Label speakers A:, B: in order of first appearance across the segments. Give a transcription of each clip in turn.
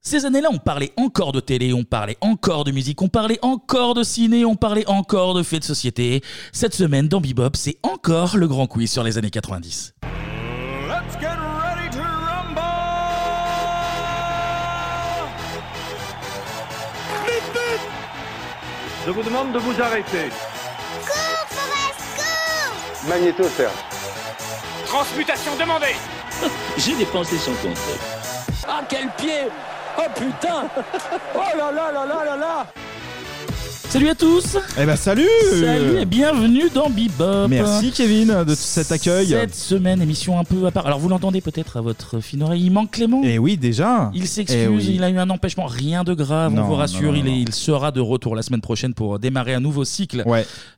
A: Ces années-là, on parlait encore de télé, on parlait encore de musique, on parlait encore de ciné, on parlait encore de faits de société. Cette semaine, dans Bebop, c'est encore le grand quiz sur les années 90.
B: Let's get ready to rumble!
C: Je vous demande de vous arrêter.
D: Magnéto, Serge.
E: Transmutation demandée
F: J'ai dépensé son compte.
E: Ah quel pied Oh putain Oh là là là là là là
A: Salut à tous
G: Eh ben salut
A: Salut et bienvenue dans Bebop
G: Merci Kevin de cet accueil.
A: Cette semaine, émission un peu à part. Alors vous l'entendez peut-être à votre fine oreille, il manque Clément
G: Et oui déjà.
A: Il
G: Eh
A: s'excuse,
G: oui.
A: il a eu un empêchement, rien de grave,
G: Non,
A: on vous rassure,
G: non, non,
A: il, est-
G: non.
A: il sera de retour la semaine prochaine pour démarrer un nouveau cycle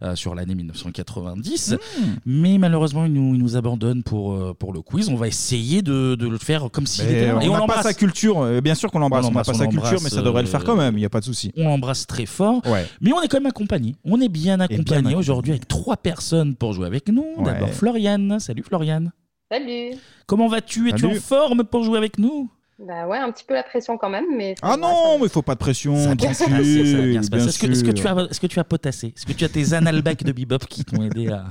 A: euh, sur l'année 1990.
G: Hmm.
A: Mais malheureusement, il nous, il nous abandonne pour, euh, pour le quiz. On va essayer de, de le faire comme s'il
G: Mais
A: était là.
G: on n'a pas
A: l'embrasse.
G: sa culture, euh, bien sûr qu'on l'embrasse,
A: On
G: on n'a
A: l'embrasse,
G: pas
A: on
G: sa culture,
A: l'embrasse,
G: mais ça devrait le
A: euh,
G: faire quand même, il n'y a pas de souci.
A: On l'embrasse très fort.
G: Ouais.
A: Mais on est quand même accompagné. On est bien accompagné
G: accompagné.
A: aujourd'hui avec trois personnes pour jouer avec nous.
G: Ouais.
A: D'abord Floriane. Salut Floriane.
H: Salut.
A: Comment vas-tu Es-tu en
G: Salut.
A: forme pour jouer avec nous
H: Bah ouais, un petit peu la pression quand même, mais ça
G: Ah
H: va,
G: non, mais il faut pas de pression.
A: Ça va bien se passer, ça va bien se passer.
G: tranquille,
A: Est-ce que, est-ce que tu
G: sûr.
A: as, est-ce que tu as potassé Est-ce que tu as tes analbacs de bebop qui t'ont aidé à.
H: ça-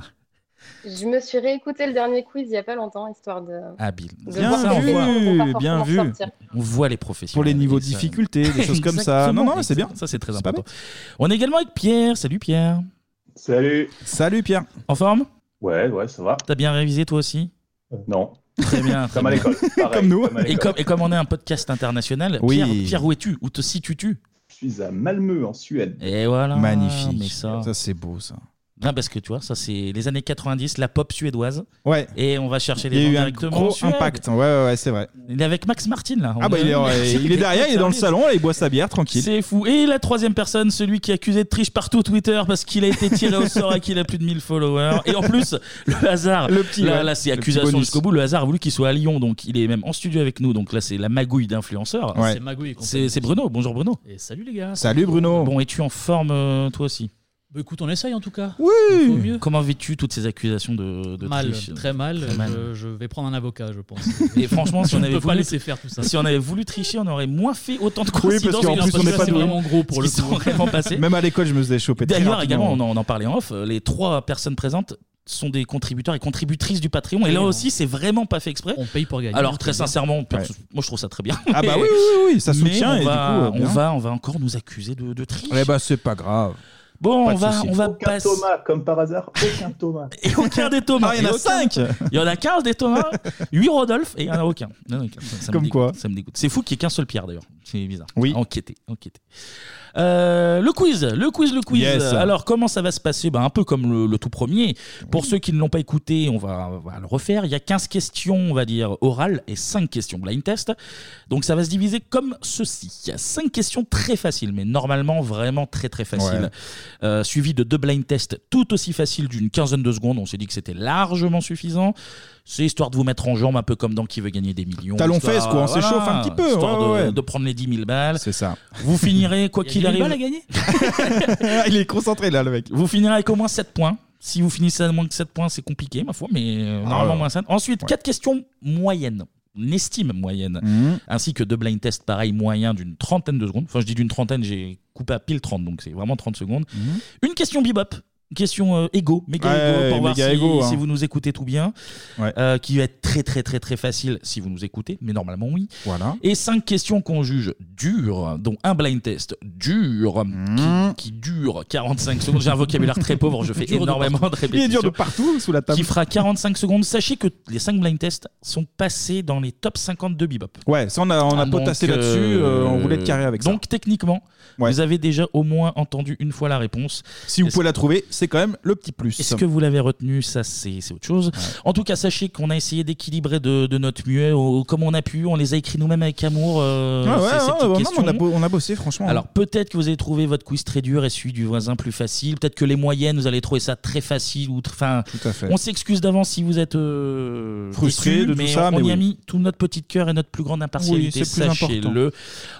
H: Je me suis réécouté le dernier quiz il y a pas longtemps, histoire de.
A: Habile.
H: de
G: Bien
H: voir
A: vu,
H: qu'on va pas
G: bien
H: forcément
G: vu.
H: sortir.
A: On voit les professionnels.
G: Pour les niveaux
A: Et
G: de
A: ça-
G: difficulté, des choses comme ça. Non, non, c'est bien.
A: Ça, c'est très
G: C'est pas
A: important. On est également avec Pierre. Salut Pierre.
I: Salut.
G: Salut Pierre.
A: En forme
I: Ouais, ouais, ça va.
A: T'as bien révisé toi aussi
I: Euh, Non,
A: Très bien. très
I: comme à
A: bien.
I: l'école. Pareil,
G: Comme nous.
I: à
A: Et
I: l'école.
A: comme, et comme on est un podcast international,
G: Oui.
A: Pierre, Pierre, où es-tu Où te situes-tu
I: Je suis à Malmö, en Suède.
A: Et voilà.
G: Magnifique.
A: Mais ça.
G: c'est beau ça.
A: Non, parce que tu vois, ça c'est les années 90, la pop suédoise.
G: Ouais.
A: Et on va chercher
G: Il y a
A: les gens
G: eu un
A: directement. en
G: gros
A: Suède.
G: impact. Ouais, ouais, ouais, c'est vrai.
A: Il est avec Max Martin là.
G: Ah
A: On
G: bah il est, il est derrière, il est dans le
A: service.
G: salon, là, il boit sa bière tranquille.
A: C'est fou. Et la troisième personne, celui qui est accusé de triche partout Twitter parce qu'il a été tiré au sort et qu'il a plus de 1000 followers. Et en plus, le hasard.
G: Le petit,
A: Là,
G: ouais,
A: là c'est
G: le petit
A: accusation
G: bonus.
A: jusqu'au bout. Le hasard a voulu qu'il soit à Lyon, donc il est même en studio avec nous. Donc là, c'est la magouille d'influenceurs.
G: Ouais.
J: C'est Magouille et compagnie.
A: C'est c'est Bruno. Bonjour Bruno.
J: Et salut les gars.
G: Salut Bruno.
A: Bon, es-tu en forme euh, toi aussi
J: Bah, écoute, on essaye en tout cas.
G: Oui.
J: Au mieux.
A: Comment vis-tu toutes ces accusations de, de
J: mal,
A: triche
J: très mal.
A: Très mal.
J: Je, je vais prendre un avocat, je pense.
A: Et franchement, si
J: je
A: on
J: ne
A: avait
J: peux pas
A: voulu,
J: laisser faire tout ça.
A: si on avait voulu tricher, on aurait moins fait autant de
G: parce qu'en
A: coïncidences.
G: plus,
A: parce
G: on
A: que
G: n'est
J: là,
G: pas
J: c'est
G: doué.
J: vraiment gros pour
A: ce
J: le
A: qui sont
J: coup.
A: vraiment passés.
G: Même à l'école, je me faisais choper. très
A: D'ailleurs,
G: rapidement. hein.
A: également, on en, on en parlait en off, euh, les trois personnes présentes sont des contributeurs et contributrices du Patreon. Et là
J: Oui,
A: aussi, c'est vraiment pas fait exprès.
J: On paye pour gagner.
A: Alors, très
J: C'est bien.
A: sincèrement, perso- moi je trouve ça très bien.
G: Ah bah oui, oui, oui, oui, ça
A: Mais
G: soutient
A: on,
G: et
A: va,
G: du coup.
A: on,
G: bien.
A: va, on va encore nous accuser de, de triche.
G: Eh bah c'est pas grave.
A: bon,
G: pas
A: on
G: de
A: va,
G: souci.
A: Ah, on va
I: Aucun
A: passer.
I: Thomas, comme par hasard, aucun Thomas.
A: Et aucun des Thomas.
G: Ah, il y en
A: Et
G: a
A: aucun-
G: 5
A: Il y en a 15 des Thomas, 8 Rodolphe et il y en a aucun. Il y en a aucun. Ça- ça me
G: Comme
A: dégoûte,
G: quoi.
A: Ça me dégoûte. C'est fou qu'il n'y ait qu'un seul Pierre d'ailleurs. C'est bizarre.
G: Oui.
A: Enquêtez, enquêtez. Euh, le quiz, le quiz, le quiz.
G: Yes.
A: Alors comment ça va se passer Ben, Un peu comme le, le tout premier. Pour ceux qui ne l'ont pas écouté, on va, on va le refaire. Il y a 15 questions, on va dire, orales et 5 questions blind test. Donc ça va se diviser comme ceci. Il y a 5 questions très faciles, mais normalement vraiment très très faciles.
G: Ouais.
A: Euh, suivi de deux blind tests tout aussi faciles d'une quinzaine de secondes. On s'est dit que c'était largement suffisant. C'est histoire de vous mettre en jambe, un peu comme dans Qui veut gagner des millions.
G: Talons
A: Histoire-
G: fesses, quoi, on s'échauffe un petit peu,
A: Histoire
G: ouais,
A: de,
G: ouais, ouais.
A: de prendre les 10 000 balles.
G: C'est ça.
A: Vous finirez, quoi
J: Il y a
A: qu'il
J: 10 000
A: arrive,
J: balles à gagner
G: il est concentré là, le mec.
A: vous finirez avec au moins 7 points. Si vous finissez à moins que 7 points, c'est compliqué, ma foi, mais euh, normalement
G: Ah ouais.
A: moins 7. Ensuite,
G: Ouais.
A: quatre questions moyennes. On estime moyenne,
G: Mhm.
A: ainsi que deux blind tests pareil moyens d'une trentaine de secondes. Enfin, je dis d'une trentaine, j'ai coupé à pile 30, donc c'est vraiment 30 secondes.
G: Mhm.
A: Une question bebop, une question euh, égo, méga
G: Ouais,
A: égo, pour voir
G: méga
A: si,
G: égo, hein.
A: si vous nous écoutez tout bien,
G: Ouais.
A: Euh, qui va être très très très très facile si vous nous écoutez, mais normalement oui.
G: Voilà.
A: Et cinq questions qu'on juge dures, dont un blind test dur,
G: Mmh.
A: qui, qui dure 45 secondes. J'ai un vocabulaire très pauvre, je fais
J: Dur de
A: énormément de
G: Il est dur de
A: répétitions.
G: partout sous la table.
A: Qui fera 45 secondes. Sachez que les 5 blind tests sont passés dans les top 50 de Bebop.
G: Ouais, ça on a, on a
A: Ah,
G: potassé
A: donc,
G: là-dessus, euh, on roulait de carré avec
A: Donc techniquement,
G: Ouais.
A: vous avez déjà au moins entendu une fois la
G: ça.
A: réponse.
G: Si vous
A: est-ce-
G: pouvez la trouver, c'est quand même le petit plus.
A: Est-ce que vous l'avez retenu Ça, c'est c'est autre chose. En tout cas, sachez qu'on a essayé d'équilibrer de, de notre mieux au- comme on a pu. On les a écrits nous-mêmes avec amour. euh,
G: Ouais, Ah ouais,
A: ces- ces
G: ouais,
A: petites
G: ouais, non,
A: questions.
G: mais on, a bo- on a bossé, franchement. hein.
A: Alors peut-être que vous allez trouver votre quiz très dur et celui du voisin hein, plus facile. Peut-être que les moyennes, vous allez trouver ça très facile. Ou tr- enfin,
G: tout à fait.
A: on s'excuse d'avance si vous êtes euh,
G: Frustré
A: déçus,
G: de tout
A: mais
G: ça, mais
A: on y a
G: oui.
A: mis tout notre petit cœur et notre plus grande impartialité.
G: Oui, c'est plus
A: Sachez-le.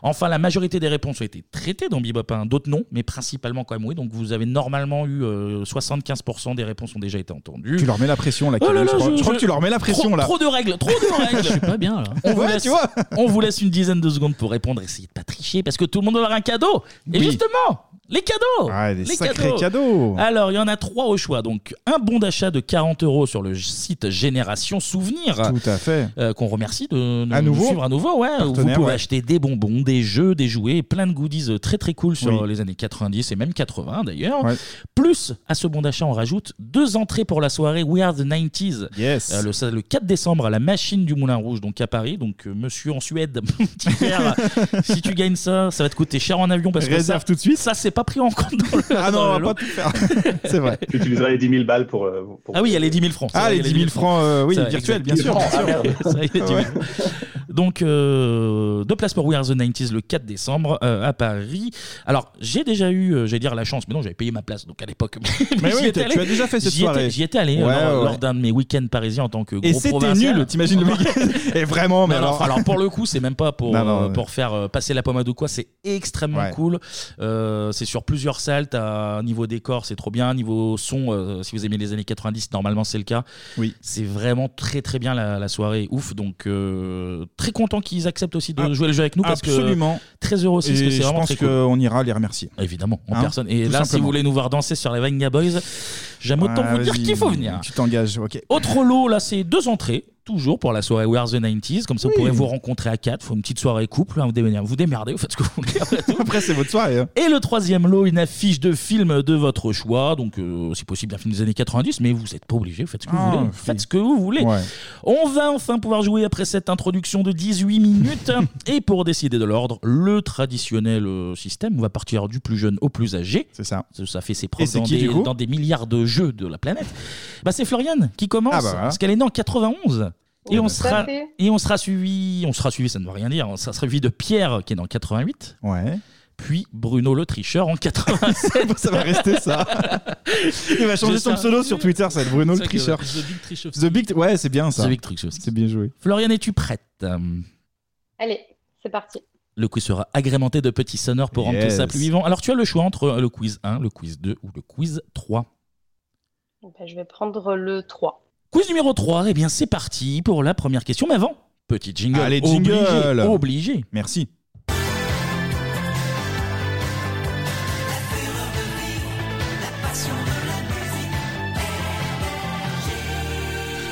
A: Enfin, la majorité des réponses ont été traitées dans Bebop, hein. d'autres non, mais principalement quand même oui. Donc vous avez normalement eu euh, euh, 75% des réponses ont déjà été entendues. Oh
G: Tu leur mets la pression là. Kevin, je, crois, je crois que tu leur mets la pression
A: trop,
G: là.
A: Trop de règles, trop de règles.
G: Je suis pas
J: bien là.
A: On, vous
G: Ouais,
A: laisse,
G: tu vois.
A: on vous laisse une dizaine de secondes pour répondre. Essayez de pas tricher parce que tout le monde aura un cadeau. Et
G: Oui.
A: justement, les cadeaux.
G: Ah, des
A: les
G: sacrés
A: cadeaux.
G: cadeaux.
A: Alors, il y en a trois au choix. Donc, un bon d'achat de 40 euros sur le site Génération Souvenir.
G: Tout à fait.
A: Euh, qu'on remercie de nous,
G: À nouveau.
A: nous suivre à nouveau. Ouais, où vous
G: Partenaire,
A: pouvez
G: ouais.
A: acheter des bonbons, des jeux, des jouets, plein de goodies euh, très très cool sur
G: Oui.
A: les années 90 et même 80 d'ailleurs. Plus à ce bon d'achat, on rajoute deux entrées pour la soirée We Are the 90s.
G: Yes.
A: le, ça, le 4 décembre à la machine du Moulin Rouge, donc à Paris. Donc euh, monsieur en Suède, mon petit frère, si tu gagnes ça, ça va te coûter cher en avion parce que
I: Réserve
A: ça, tout de suite. Ça, c'est pas pris en compte dans le. Ah non, va pas tout
G: faire.
I: C'est
G: vrai.
I: Tu utiliseras les 10 000 balles pour. euh, pour-
A: Ah oui, il y a les 10 000 francs.
G: Ah,
A: C'est vrai,
G: les
A: il y a
G: 10 000 francs, euh, oui,
A: C'est vrai,
G: virtuels, bien sûr.
A: exactement.
G: bien sûr.
A: Ah, merde. C'est vrai, il y a 10 000 francs. Donc, euh, deux places pour We Are the 90s le 4 décembre euh, à Paris. Alors, j'ai déjà eu, euh, j'allais dire la chance, mais non, j'avais payé ma place donc à l'époque.
G: Mais
A: j'y
G: oui,
A: étais
G: t'as- tu as déjà fait cette
A: J'y étais-
G: soirée.
A: J'y étais allé euh,
G: Ouais,
A: lors,
G: ouais,
A: lors
G: ouais.
A: d'un de mes week-ends parisiens en tant que
G: Et
A: gros
G: c'était
A: provincial.
G: nul, t'imagines le mec Et vraiment, mais
A: Non, non,
G: alors.
A: enfin, alors, pour le coup, c'est même pas pour,
G: Non, non,
A: euh,
G: ouais.
A: pour faire euh, passer la pommade ou quoi, c'est extrêmement
G: Ouais.
A: cool. Euh, c'est sur plusieurs salles, t'as niveau décor, c'est trop bien. Niveau son, euh, si vous aimez les années 90, normalement c'est le cas.
G: Oui.
A: C'est vraiment très très bien la, la soirée, ouf. Donc euh, très content qu'ils acceptent aussi de jouer le jeu avec nous parce
G: Ah, Absolument.
A: que 13 euros
G: Et
A: c'est
G: Je
A: vraiment
G: pense
A: très cool.
G: qu'on ira les remercier.
A: Évidemment, en
G: Hein,
A: personne. Et
G: tout
A: là, si
G: simplement.
A: vous voulez nous voir danser sur les Vanga Boys, j'aime autant
G: Ah,
A: vous dire
G: vas-y,
A: qu'il faut venir.
G: Tu t'engages, ok.
A: Autre lot, là, c'est deux entrées, toujours pour la soirée We Are the 90s. Comme ça,
G: Oui.
A: vous pourrez vous rencontrer à quatre. Faut une petite soirée couple. hein, vous, démerdez, vous démerdez, vous faites ce que vous voulez.
G: Après, c'est votre soirée. hein.
A: Et le troisième lot, une affiche de film de votre choix. Donc, euh, si possible, un film des années 90, mais vous n'êtes pas obligé. Faites ce que
G: Ah,
A: vous voulez.
G: oui.
A: Faites ce que vous voulez.
G: Ouais.
A: On va enfin pouvoir jouer après cette introduction de 18 minutes. Et pour décider de l'ordre, le traditionnel euh, système, on va partir du plus jeune au plus âgé.
G: C'est ça.
A: Ça fait ses
G: Et
A: preuves
G: c'est
A: dans,
G: qui,
A: des,
G: du coup
A: dans des milliards de jeux de la planète. Bah, c'est Floriane qui commence,
G: Ah bah voilà.
A: parce qu'elle est née en 91. Et
G: Oh,
A: on,
G: bah.
A: sera,
G: Tout à fait.
A: et on sera suivi, on sera suivi, ça ne veut rien dire, on sera suivi de Pierre qui est dans 88.
G: Ouais.
A: Puis Bruno le tricheur en 87.
G: ça va rester ça. Il va changer
A: Je
G: son
A: sais.
G: pseudo sur Twitter, ça va être Bruno le tricheur. The Big Ouais, c'est bien ça.
A: The Big Trichowski.
G: C'est bien joué.
A: Floriane, es-tu prête Euh,
H: Allez, c'est parti.
A: Le quiz sera agrémenté de petits sonores pour rendre tout
G: Yes.
A: ça plus vivant. Alors tu as le choix entre euh, le quiz 1, le quiz 2 ou le quiz 3.
H: Ben, je vais prendre le 3.
A: Quiz numéro 3, eh bien c'est parti pour la première question. Mais avant, petit jingle.
G: Allez,
A: Obligé,
G: jingle.
A: Obligé.
G: Merci.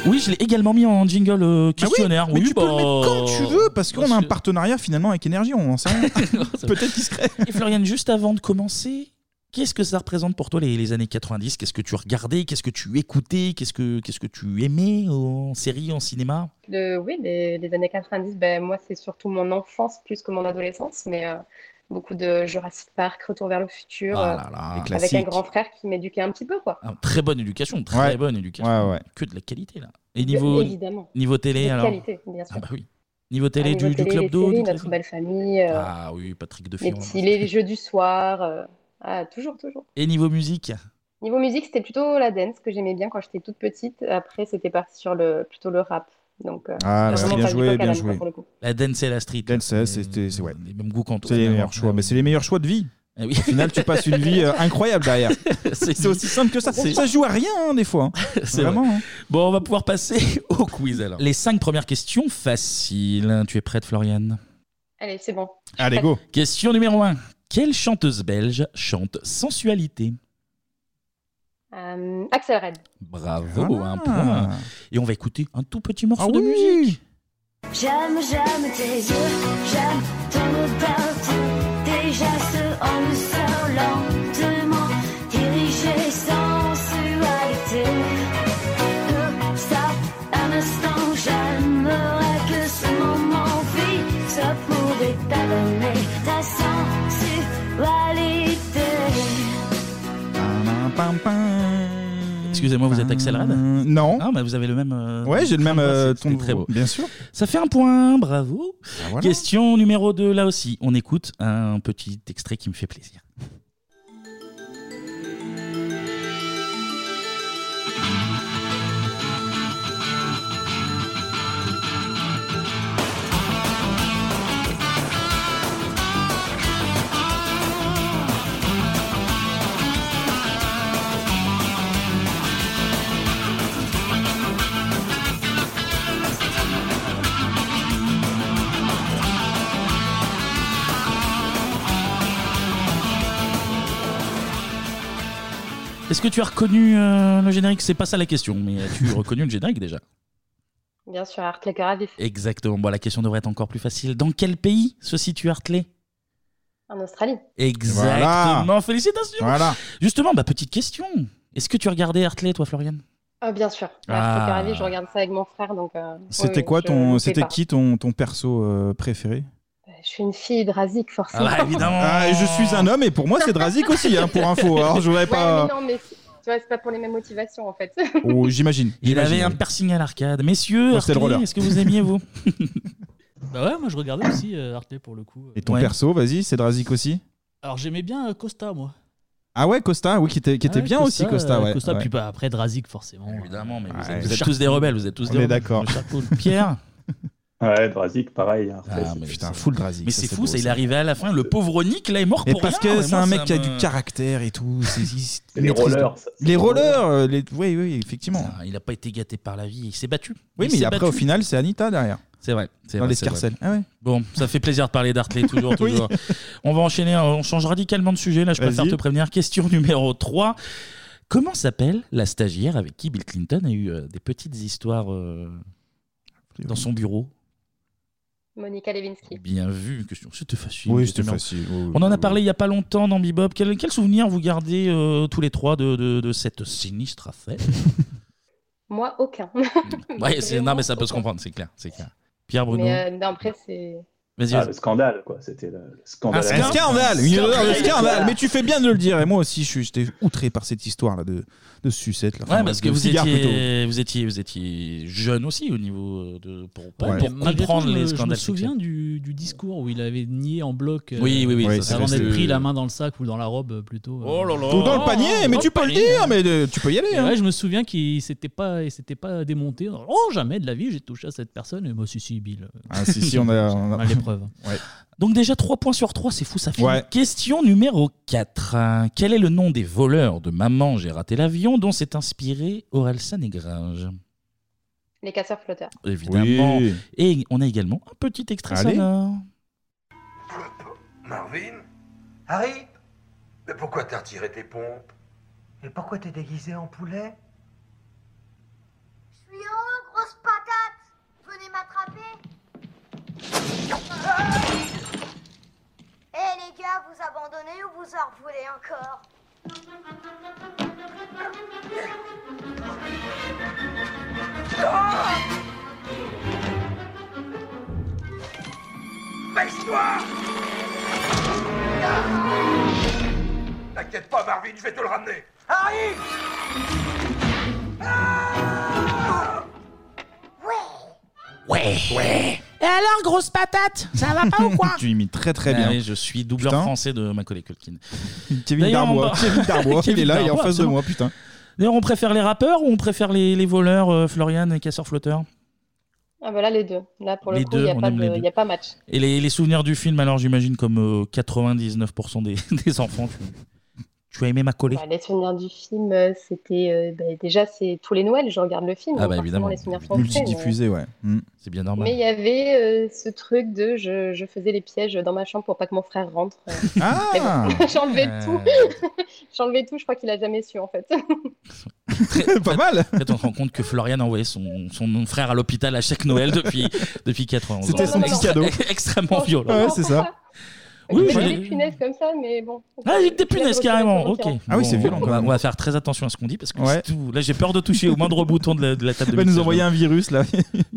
A: Oui, je l'ai également mis en jingle euh, questionnaire.
G: Ah Mais tu peux le
A: bah,
G: mettre quand tu veux parce qu'on a un partenariat finalement avec Énergie, on en sait rien. Peut-être qu'il serait.
A: Et Florian, juste avant de commencer, qu'est-ce que ça représente pour toi les, les années 90 Qu'est-ce que tu regardais Qu'est-ce que tu écoutais Qu'est-ce que qu'est-ce que tu aimais en série, en cinéma
H: Le- oui, les, les années 90, ben, moi, c'est surtout mon enfance plus que mon adolescence, mais euh, beaucoup de Jurassic Park, Retour vers le futur,
A: Ah
H: euh,
A: là là, les
H: avec un
A: classiques.
H: grand frère qui m'éduquait un petit peu, quoi.
A: Ah, Très bonne éducation, très
G: Ouais.
A: bonne éducation. Que de la qualité là. Et niveau
H: Évidemment.
A: niveau télé
H: De
A: alors
H: qualité, bien sûr.
A: Ah bah oui. Niveau
H: Ah,
A: télé
H: niveau
A: du, du
H: télé, les
A: club d'eau.
H: séries,
A: du
H: Notre
A: truc
H: belle famille, euh,
A: Ah oui, Patrick
H: les
A: Defiant.
H: petits, les jeux du soir, euh, ah, toujours, toujours.
A: Et niveau musique
H: Niveau musique, c'était plutôt la dance que j'aimais bien quand j'étais toute petite. Après, c'était parti sur le plutôt le rap. Donc, euh,
G: Ah,
H: vraiment
G: c'est bien
H: pas du
G: joué,
H: coq à
G: bien
H: l'âne, quoi,
G: joué.
H: pour le coup.
A: La dance et la street.
G: Dance, c'est- c'était c'est- ouais.
A: Les mêmes goûts qu'on
G: C'est les meilleurs choix, mais c'est les meilleurs choix de vie.
A: Ah
G: Au final, tu passes une vie euh, incroyable derrière. C'est aussi simple que ça.
A: C'est-
G: Ça joue à rien hein, des fois. hein.
A: C'est
G: Vraiment.
A: vrai.
G: hein.
A: Bon, on va pouvoir passer au quiz alors. Les cinq premières questions faciles. Tu es prête, Floriane
H: Allez, c'est bon.
G: Allez, go.
A: Question numéro 1. Quelle chanteuse belge chante sensualité
H: Euh, Axel Red.
A: Bravo,
H: Ah.
A: un point. Et on va écouter un tout petit
G: Ah
A: morceau de musique.
K: J'aime, j'aime tes yeux, j'aime ton odeur, tes gestes en nous sort lentement, dirigés sensualité. Comme ça, un instant, j'aimerais que ce moment vive, pourrait t'amener ta sensualité.
G: Pam, pam, pam.
A: Excusez-moi, vous êtes Axel Red
G: Non.
A: Ah, mais vous avez le même. euh,
G: Ouais, j'ai le même
A: Ah, bah,
G: euh,
A: c'était
G: ton
A: très beau.
G: Bien sûr. Ah,
A: Ça fait un point, bravo.
G: voilà.
A: Question numéro 2, là aussi. On écoute un petit extrait qui me fait plaisir.
K: J'aime,
A: Est-ce que tu as reconnu euh, le générique C'est pas ça la question, mais as-tu reconnu le générique déjà
H: Bien sûr, Art Laker à vif.
A: Exactement. Bon, la question devrait être encore plus facile. Dans quel pays se situe Hartley
H: En Australie.
A: Exactement.
H: Voilà.
A: Félicitations. Justement, bah, petite question. Est-ce que tu regardais Hartley, toi, Florian
H: Ah, bien sûr.
A: Ah.
H: Art Laker à vif, je regarde ça avec mon frère. donc. euh,
G: C'était
H: oui,
G: quoi
H: je-
G: ton,
H: je
G: c'était
H: sais
G: qui ton, ton perso euh, préféré
H: pas. Je suis une fille drasique, forcément.
G: Ah, et je suis un homme et pour moi c'est Drazik aussi, hein, pour info. Alors je voudrais
H: Ouais,
G: pas.
H: mais non, mais c'est- tu vois, c'est pas pour les mêmes motivations, en fait.
G: Oh, j'imagine.
A: Il
G: j'imagine,
A: avait un
G: oui.
A: piercing à l'arcade. Messieurs,
G: Moi, Oh, c'était le
A: Hartley,
G: roller.
A: est-ce que vous aimiez, vous
J: Bah ouais, moi je regardais aussi euh, Arte pour le coup.
G: Et ton
J: Ouais.
G: perso, vas-y, c'est Drazik aussi
J: Alors j'aimais bien euh, Costa, moi.
G: Ah ouais, Costa, oui, qui était, qui
J: Ah
G: était
J: ouais,
G: bien aussi, Costa,
J: euh,
G: ouais.
J: Costa,
G: ouais.
J: puis bah, après Drazik, forcément.
A: Évidemment, mais
J: vous
A: êtes- vous êtes tous des rebelles, vous êtes tous
G: On
A: des
G: est
A: rebelles.
G: d'accord.
A: Pierre
I: Ouais, Drazik, pareil. hein.
G: Ah, Putain, full Drazik.
A: Mais
G: ça,
A: c'est fou,
G: beau,
A: ça,
G: ça.
A: il est arrivé à la fin. Le pauvre Nick, là, est mort
G: Et
A: pour
G: parce
A: rien.
G: que
A: Ouais,
G: c'est
A: moi,
G: un mec
A: ça
G: qui a
A: me-
G: du caractère et tout. c'est- c'est- il
A: Les
G: maîtrise
A: rollers,
G: tout.
A: ça, c'est
G: Les
A: les
G: rollers, euh, les... oui, oui, effectivement.
A: Ah, Il a pas été gâté par la vie, il s'est battu.
G: Oui,
A: Il
G: mais
A: s'est
G: après,
A: battu.
G: au final, c'est Anita derrière.
A: C'est vrai. c'est
G: Dans
A: vrai,
G: l'escarcelle.
A: c'est
G: Ah
A: vrai.
G: ouais.
A: Bon, ça fait plaisir de parler d'Artley, toujours,
G: Oui.
A: toujours. On va enchaîner, euh, on change radicalement de sujet, là, je préfère
G: Vas-y.
A: te prévenir. Question numéro 3. Comment s'appelle la stagiaire avec qui Bill Clinton a eu euh, des petites histoires euh, dans son bureau
H: Monica Lewinsky.
A: Bien vu, question. C'était facile.
G: Oui, c'était
A: évidemment.
G: facile, oui, oui,
A: On en a parlé il y a pas longtemps dans Bebop. Quel, quel souvenir vous gardez euh, tous les trois de, de- de cette sinistre affaire
H: Moi, aucun.
A: Ouais, c'est- non, mais ça peut se comprendre, c'est clair, c'est clair. Pierre Bruno.
H: Mais euh, non, après, c'est.
A: Vas-y,
I: Ah,
A: vas-y.
I: le scandale, quoi. C'était le, le
G: Un
I: scandale.
G: scandale, une odeur de scandale. Mais tu fais bien de le dire. Et moi aussi, je suis- j'étais outré par cette histoire là de, de sucette. Là.
A: Ouais,
G: Enfin,
A: parce
G: de
A: que vous
G: cigare plutôt.
A: étiez, vous étiez, vous étiez jeune aussi au niveau euh, de pour, pour,
G: Ouais.
A: pour
J: Mais malgré
A: comprendre
J: tout, je me-
A: les
J: Je me
A: scandales.
J: souviens du, du discours où il avait nié en bloc. euh,
A: Oui, oui, oui, Oui, ça, c'est
J: avant
A: resté-
J: d'être pris la main dans le sac ou dans la robe euh, plutôt.
A: Oh là là.
G: Ou dans le panier, mais
J: dans
G: tu peux le
J: panier.
G: dire, mais euh, tu peux y aller.
J: Et
G: hein.
J: ouais, je me souviens qu'il s'était pas, il s'était pas démonté. Oh jamais de la vie, j'ai touché à cette personne. Et moi, si si, Bill.
G: Ah, si, si, on a, on a-
J: l'épreuve.
G: Ouais.
A: Donc déjà 3 points sur 3, c'est fou, ça fait.
G: Ouais.
A: Question numéro 4. Euh, Quel est le nom des voleurs de Maman, j'ai raté l'avion dont s'est inspiré Orelsan et Gringe
H: Les casseurs-flotteurs.
A: Évidemment. Et on a également un petit extrait
L: Allez.
A: sonore.
L: Marvin Harry Mais pourquoi t'as retiré tes pompes Et pourquoi t'es déguisé en poulet
K: Je suis en grosse patate. Venez m'attraper. Eh les gars, vous abandonnez ou vous en voulez encore
L: Oh Baisse-toi T'inquiète pas, Marvin, je vais te le ramener Harry
K: Ah!
A: Ouais. Ouais. Et alors, grosse patate, ça va pas ou quoi
G: Tu imites très très
A: Ah
G: bien.
A: oui, je suis doubleur
G: Putain.
A: français de Macaulay Culkin.
G: Kevin
A: D'ailleurs, on
G: Darbois.
A: va-
G: Kevin Darbois, il est
A: Kevin
G: là, il est en
A: Darbois,
G: face de moi,
A: absolument.
G: putain.
A: D'ailleurs, on préfère les rappeurs ou on préfère les, les voleurs, euh, Florian et Casseur Flotteur
H: Ah, bah là, les deux. Là, pour
A: Les
H: le coup,
A: deux,
H: il
A: on aime les deux.
H: n'y a pas match.
A: Et les, les souvenirs du film, alors j'imagine comme euh, 99% des, des enfants, tu, tu as aimé Macaulay
H: Bah, les souvenirs du film, euh, c'était euh, bah, déjà c'est tous les Noëls, je regarde le film.
A: Ah bah
H: donc
A: évidemment,
H: forcément, les souvenirs français,
G: Multidiffusé, ouais. Mm.
A: C'est bien
H: mais-
A: normal.
H: Mais il y avait euh, ce truc de je, je faisais les pièges dans ma chambre pour pas que mon frère rentre. euh. Mais
G: Ah
H: bon, j'enlevais tout.
A: Euh.
H: j'enlevais tout, je crois qu'il a jamais su en fait.
G: pas mal
A: En fait, on se rend compte que Florian a envoyé son, son frère à l'hôpital à chaque Noël depuis, depuis 91 ans.
G: C'était son petit cadeau.
A: Extrêmement violent.
G: Ouais, c'est ça.
A: Oui, je
H: il avait
A: l'ai-
H: des punaises comme ça, mais bon.
A: Ah, il était punaise carrément, ok.
G: Ah oui, c'est
A: Bon,
G: violent,
A: On
G: quand
A: va,
G: même.
A: on va faire très attention à ce qu'on dit parce que
G: Ouais.
A: c'est tout. là j'ai peur de toucher au moindre bouton de la, de la table
G: Il
A: de
G: va nous
A: mixage.
G: envoyer un virus là.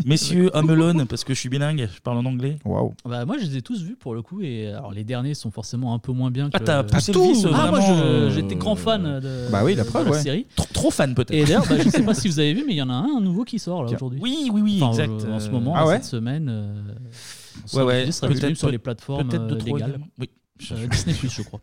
A: Messieurs, Home Alone, parce que je suis bilingue, je parle en anglais.
G: Waouh.
J: Bah, moi, je les ai tous vus pour le coup. Et alors, les derniers sont forcément un peu moins bien que.
A: Ah, t'as poussé le
J: tout.
A: vice,
J: Ah, moi,
A: vraiment,
J: je-
A: euh,
J: j'étais grand fan de,
A: Bah oui, la
J: de
A: preuve, ouais.
J: série.
A: Trop, fan, peut-être.
J: Et d'ailleurs, bah, je sais pas si vous avez vu, mais il y en a un, un nouveau qui sort là
A: Tiens.
J: aujourd'hui.
A: Oui, oui, oui,
J: Enfin, euh,
A: exact.
J: En ce moment,
A: Ah
J: là,
A: ouais
J: cette semaine. euh,
A: Ouais, ouais,
J: il sera
A: peut-être-
J: disponible sur les
A: peut-
J: plateformes
A: peut-être
J: euh,
A: deux, trois
J: légales.
A: également. Oui.
J: Euh, Disney Plus, je crois.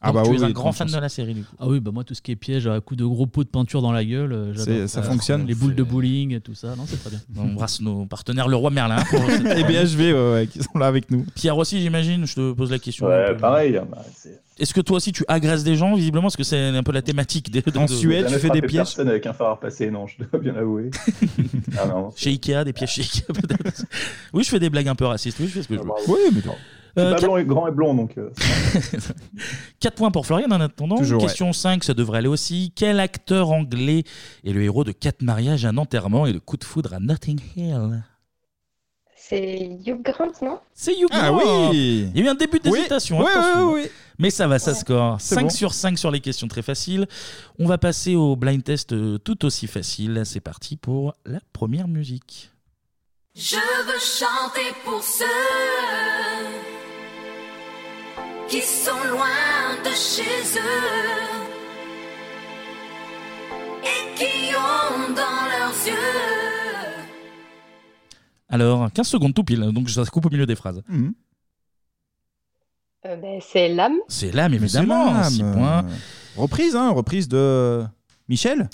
A: Ah Donc, bah tu oui, es un oui, grand fan de la série, du coup.
J: Ah oui, bah moi tout ce qui est piège à coups de gros pots de peinture dans la gueule, euh,
A: C'est-
J: j'adore
A: ça fonctionne.
J: Les boules de
A: C'est-
J: bowling, et tout ça, non, c'est très bien.
A: On embrasse nos partenaires Leroy Merlin. pour cette-
G: Et BHV, ouais, ouais, qui sont là avec nous.
A: Oh, Pierre aussi, j'imagine, je te pose la question.
I: Ouais, pareil. hein, bah,
A: Est-ce que toi aussi tu agresses des gens, visiblement, parce que c'est un peu la thématique des. de- de-
I: Jamais frappé personne avec un phare à repasser, non, je dois bien l'avouer. Ah, Ah, bah,
A: Chez Ikea, des pièges chez Ikea, peut-être. Oui, je fais des blagues un peu racistes. Oui, je fais ce que je veux.
G: Oui, mais
A: Euh,
I: Pas
A: quatre-
I: blanc et- grand et blond, donc. euh, c'est-
A: 4 points pour Florian en attendant.
I: Toujours,
A: Question 5, ça devrait aller aussi. Quel acteur anglais est le héros de 4 mariages, un enterrement et le coup de foudre à Notting Hill
H: C'est Hugh Grant, non
A: C'est Hugh
H: Ah
A: Grant.
H: oui
A: hein. Il y a eu un début d'hésitation.
H: Oui, oui,
A: attention. hein.
H: oui, oui.
A: Mais ça va, ça
G: Oh,
A: score.
H: C'est
A: 5
H: bon.
A: sur 5 sur les questions très faciles. On va passer au blind test euh, tout aussi facile. C'est parti pour la première musique.
M: Je veux chanter pour ceux qui sont loin de chez eux et qui ont dans leurs yeux
A: Alors, 15 secondes tout pile, hein, donc ça se coupe au milieu des phrases.
G: Mhm.
H: Euh, ben, C'est l'âme.
A: C'est l'âme, évidemment.
G: c'est
A: six
G: l'âme.
A: points.
G: Ah, Reprise, hein, reprise de Michel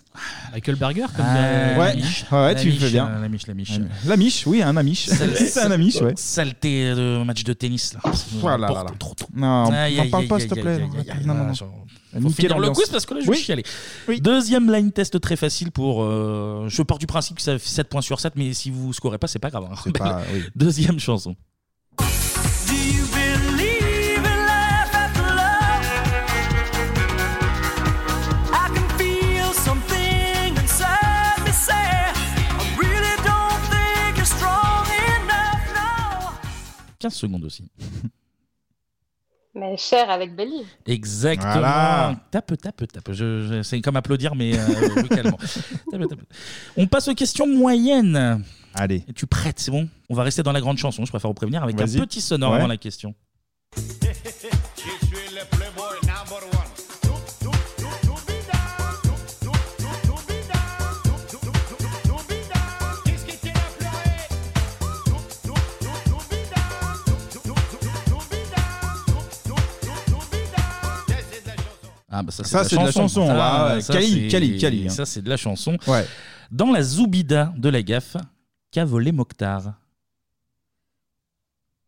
J: Michael Berger,
A: Ah, comme Ah, la-
G: ouais.
A: Miche.
G: ouais,
A: La
G: tu le
A: Miche,
G: fais bien.
A: euh, la Miche, la Miche.
G: La Miche, oui, un Amiche. c'est un Amiche, ouais.
A: Saleté de match de tennis, là.
G: Voilà, là, là.
A: Trop, trop.
G: Non,
A: Ah, Aïe,
G: n'en
A: aïe,
G: parle pas,
A: aïe,
G: s'il te
A: aïe,
G: plaît.
A: aïe,
G: non,
A: aïe, aïe,
G: Non, non,
A: voilà,
G: non.
A: genre,
G: Faut
A: Faut
G: niquer
A: finir le
G: l'ambiance.
A: quiz parce que là je vais
G: Oui.
A: chialer. Deuxième line test très facile pour. euh, je pars du principe que ça fait 7 points sur 7, mais si vous scorez pas, c'est pas grave. hein.
G: pas- oui.
A: Deuxième chanson.
M: Do you believe in life after love? I can feel something inside me say I really don't think you're strong enough.
A: 15 secondes aussi.
H: Mais cher avec Belly.
A: Exactement.
G: Voilà.
A: Tape, tape, tape. Je- je- c'est comme applaudir, mais euh, oui, calmement. Tape, tape. On passe aux questions moyennes.
G: Allez.
A: Es-tu prête C'est bon On va rester dans la grande chanson, je préfère vous prévenir, avec un
G: Vas-y.
A: petit sonore
G: Ouais.
A: avant la question. Ah bah ça,
G: Ça, c'est de la chanson, là.
A: Ah,
G: Ouais,
A: ça,
G: Cali,
A: c'est-
G: Cali, Cali, hein.
A: Ça c'est de la chanson. Dans la Zoubida de la gaffe, qu'a volé Mokhtar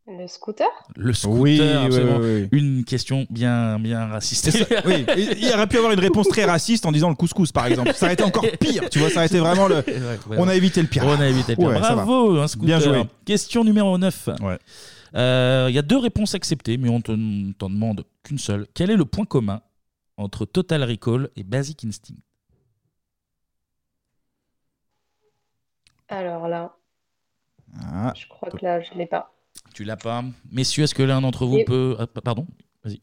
H: Le scooter
A: Le scooter,
G: Oui, oui,
A: absolument.
G: oui, oui.
A: Une question bien, bien raciste.
G: C'est ça, oui. Il- il aurait pu avoir une réponse très raciste en disant le couscous, par exemple. Ça aurait été encore pire, tu vois, ça aurait été vraiment le- On a évité le pire.
A: On a évité le pire.
G: Ouais, ça va.
A: Bravo, un scooter.
G: Bien joué.
A: Question numéro 9. Il y a deux réponses acceptées, mais on te- on t'en demande qu'une seule. Quel est le point commun entre Total Recall et Basic Instinct
H: Alors là,
G: Ah,
H: je crois que là, je l'ai pas.
A: Tu l'as pas Messieurs, est-ce que l'un d'entre vous
H: Et-
A: peut. ah, pa- pardon Vas-y.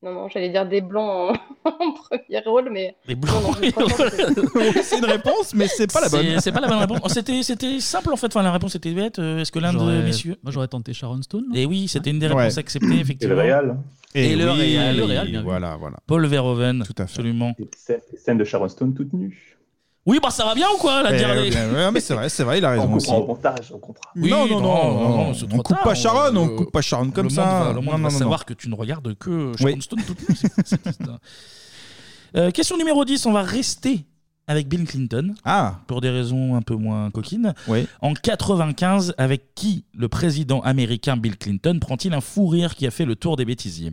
H: Non, non, j'allais dire des blancs en, en premier rôle, mais.
A: Les blancs.
H: Non, non, je crois pas que-
G: c'est une réponse, mais c'est pas la bonne.
A: C'est pas la bonne réponse. Oh, C'était c'était simple en fait. Enfin, la réponse était bête. Euh, Est-ce que l'un de
J: J'aurais-
A: messieurs
J: Moi, j'aurais tenté Sharon Stone.
A: Et oui, c'était une des
J: Ouais.
A: réponses acceptées, effectivement.
I: Et le Real.
A: Et,
I: Et
A: le
I: oui,
A: Real.
I: le
G: Real, bien vu.
A: voilà, voilà. Paul Verhoeven. Tout à fait. Absolument.
I: Scène de Sharon Stone toute nue.
A: Oui, bah ça va bien ou quoi, la
G: Eh,
A: dire-
G: ouais, ouais, mais c'est vrai, c'est vrai, il a raison.
I: On
G: aussi.
I: comprend au montage, on comprend.
A: Oui,
G: non, non, non,
A: non,
G: non,
A: non,
G: non,
A: non, c'est
G: on
A: trop
G: coupe
A: tard,
G: pas Sharon, on
A: euh,
G: coupe pas Sharon comme
A: le
G: ça.
A: Monde va, le monde
G: Non,
A: va
G: non, non, non.
A: savoir que tu ne regardes que Sharon
G: Oui.
A: Stone toute nue. C'est- c'est- c'est un- Euh, question numéro 10, on va rester avec Bill Clinton.
G: Ah.
A: Pour des raisons un peu moins coquines. En 95, avec qui le président américain Bill Clinton prend-il un fou rire qui a fait le tour des bêtisiers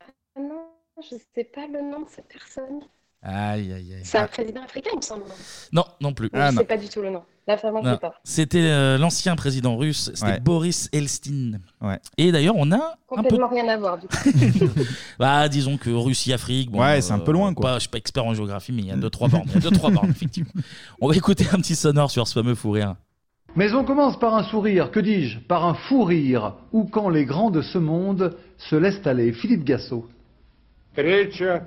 H: Ah non, je sais pas le nom de cette personne.
A: Aïe, aïe, aï.
H: C'est un président africain, il me semble.
A: Non, non plus.
H: Ou
G: Ah,
H: je sais pas du tout le nom. Là, vraiment, je
A: Non,
H: sais pas.
A: C'était euh, l'ancien président russe, c'était
G: Ouais.
A: Boris Elstine. Et d'ailleurs, on a un peu
H: Complètement rien à voir, du coup.
A: Bah, disons que Russie-Afrique. Bon, euh,
G: Ouais, c'est un peu loin, quoi.
A: pas- je suis pas expert en géographie, mais il y a deux, trois bornes. Il y a deux, trois bornes, effectivement. On va écouter un petit sonore sur ce fameux fou rire.
N: Mais on commence par un sourire, que dis-je Par un fou rire, ou quand les grands de ce monde se laissent aller. Philippe Gassot.
O: Встреча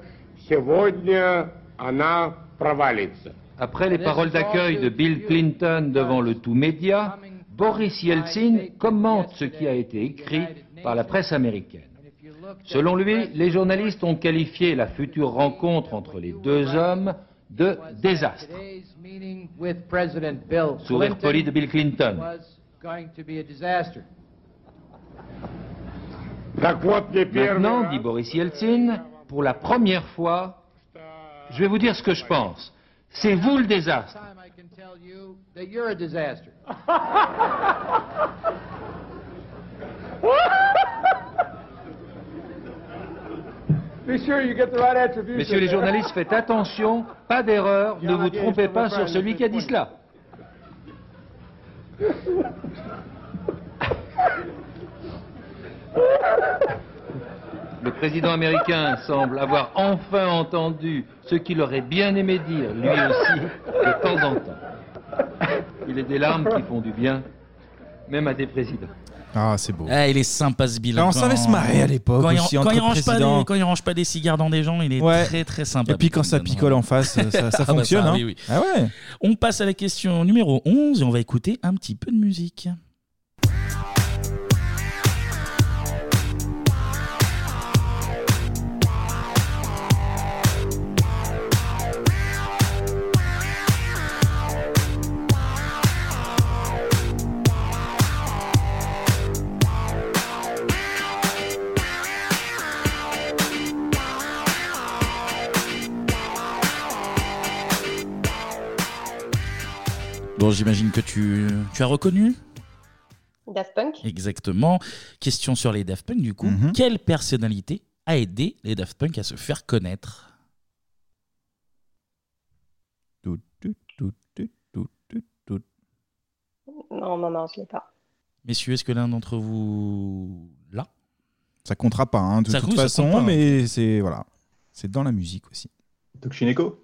O: сегодня, она провалится.
P: Après les paroles d'accueil de Bill Clinton devant le tout média, Boris Yeltsin commente ce qui a été écrit par la presse américaine. Selon lui, les journalistes ont qualifié la future rencontre entre les deux hommes de désastre.
Q: Today's meeting with President Bill
P: Sourire poli de Bill Clinton.
Q: was going to be a disaster.
P: Maintenant, dit Boris Yeltsin, pour la première fois, je vais vous dire ce que je pense. C'est vous le désastre.
Q: I can tell you that you're a disaster.
C: Be sure you get the right attribution.
P: Messieurs les journalistes, faites attention, pas d'erreur, ne vous trompez pas sur celui qui a dit cela. Le président américain semble avoir enfin entendu ce qu'il aurait bien aimé dire, lui aussi, de temps en temps. Il est des larmes qui font du bien, même à des présidents.
G: Ah, c'est beau.
A: Ah, il est sympa ce bilan.
G: Ah, on savait se marrer à l'époque
A: Quand, il-
G: aussi,
A: quand
G: entre
A: il range pas
G: présidents.
A: des, quand il range pas des cigares dans des gens, il est
G: Ouais.
A: très très sympa.
G: Et puis quand ça picole en face, ça- ça
A: Ah bah
G: fonctionne, hein.
A: oui, oui.
G: Ah ouais.
A: On passe à la question numéro 11 et on va écouter un petit peu de musique. Bon, j'imagine que tu, tu as reconnu
H: Daft Punk
A: Exactement. Question sur les Daft Punk, du coup.
G: Mhm.
A: Quelle personnalité a aidé les Daft Punk à se faire connaître Tout, tout, tout, tout, tout, tout, tout.
H: Non, non, non, je l'ai pas.
A: Messieurs, est-ce que l'un d'entre vous là
G: Ça comptera pas, hein, de
A: Ça
G: toute
A: compte, ça
G: façon,
A: compte pas, hein.
G: mais c'est voilà, c'est dans la musique aussi.
I: Tokushineko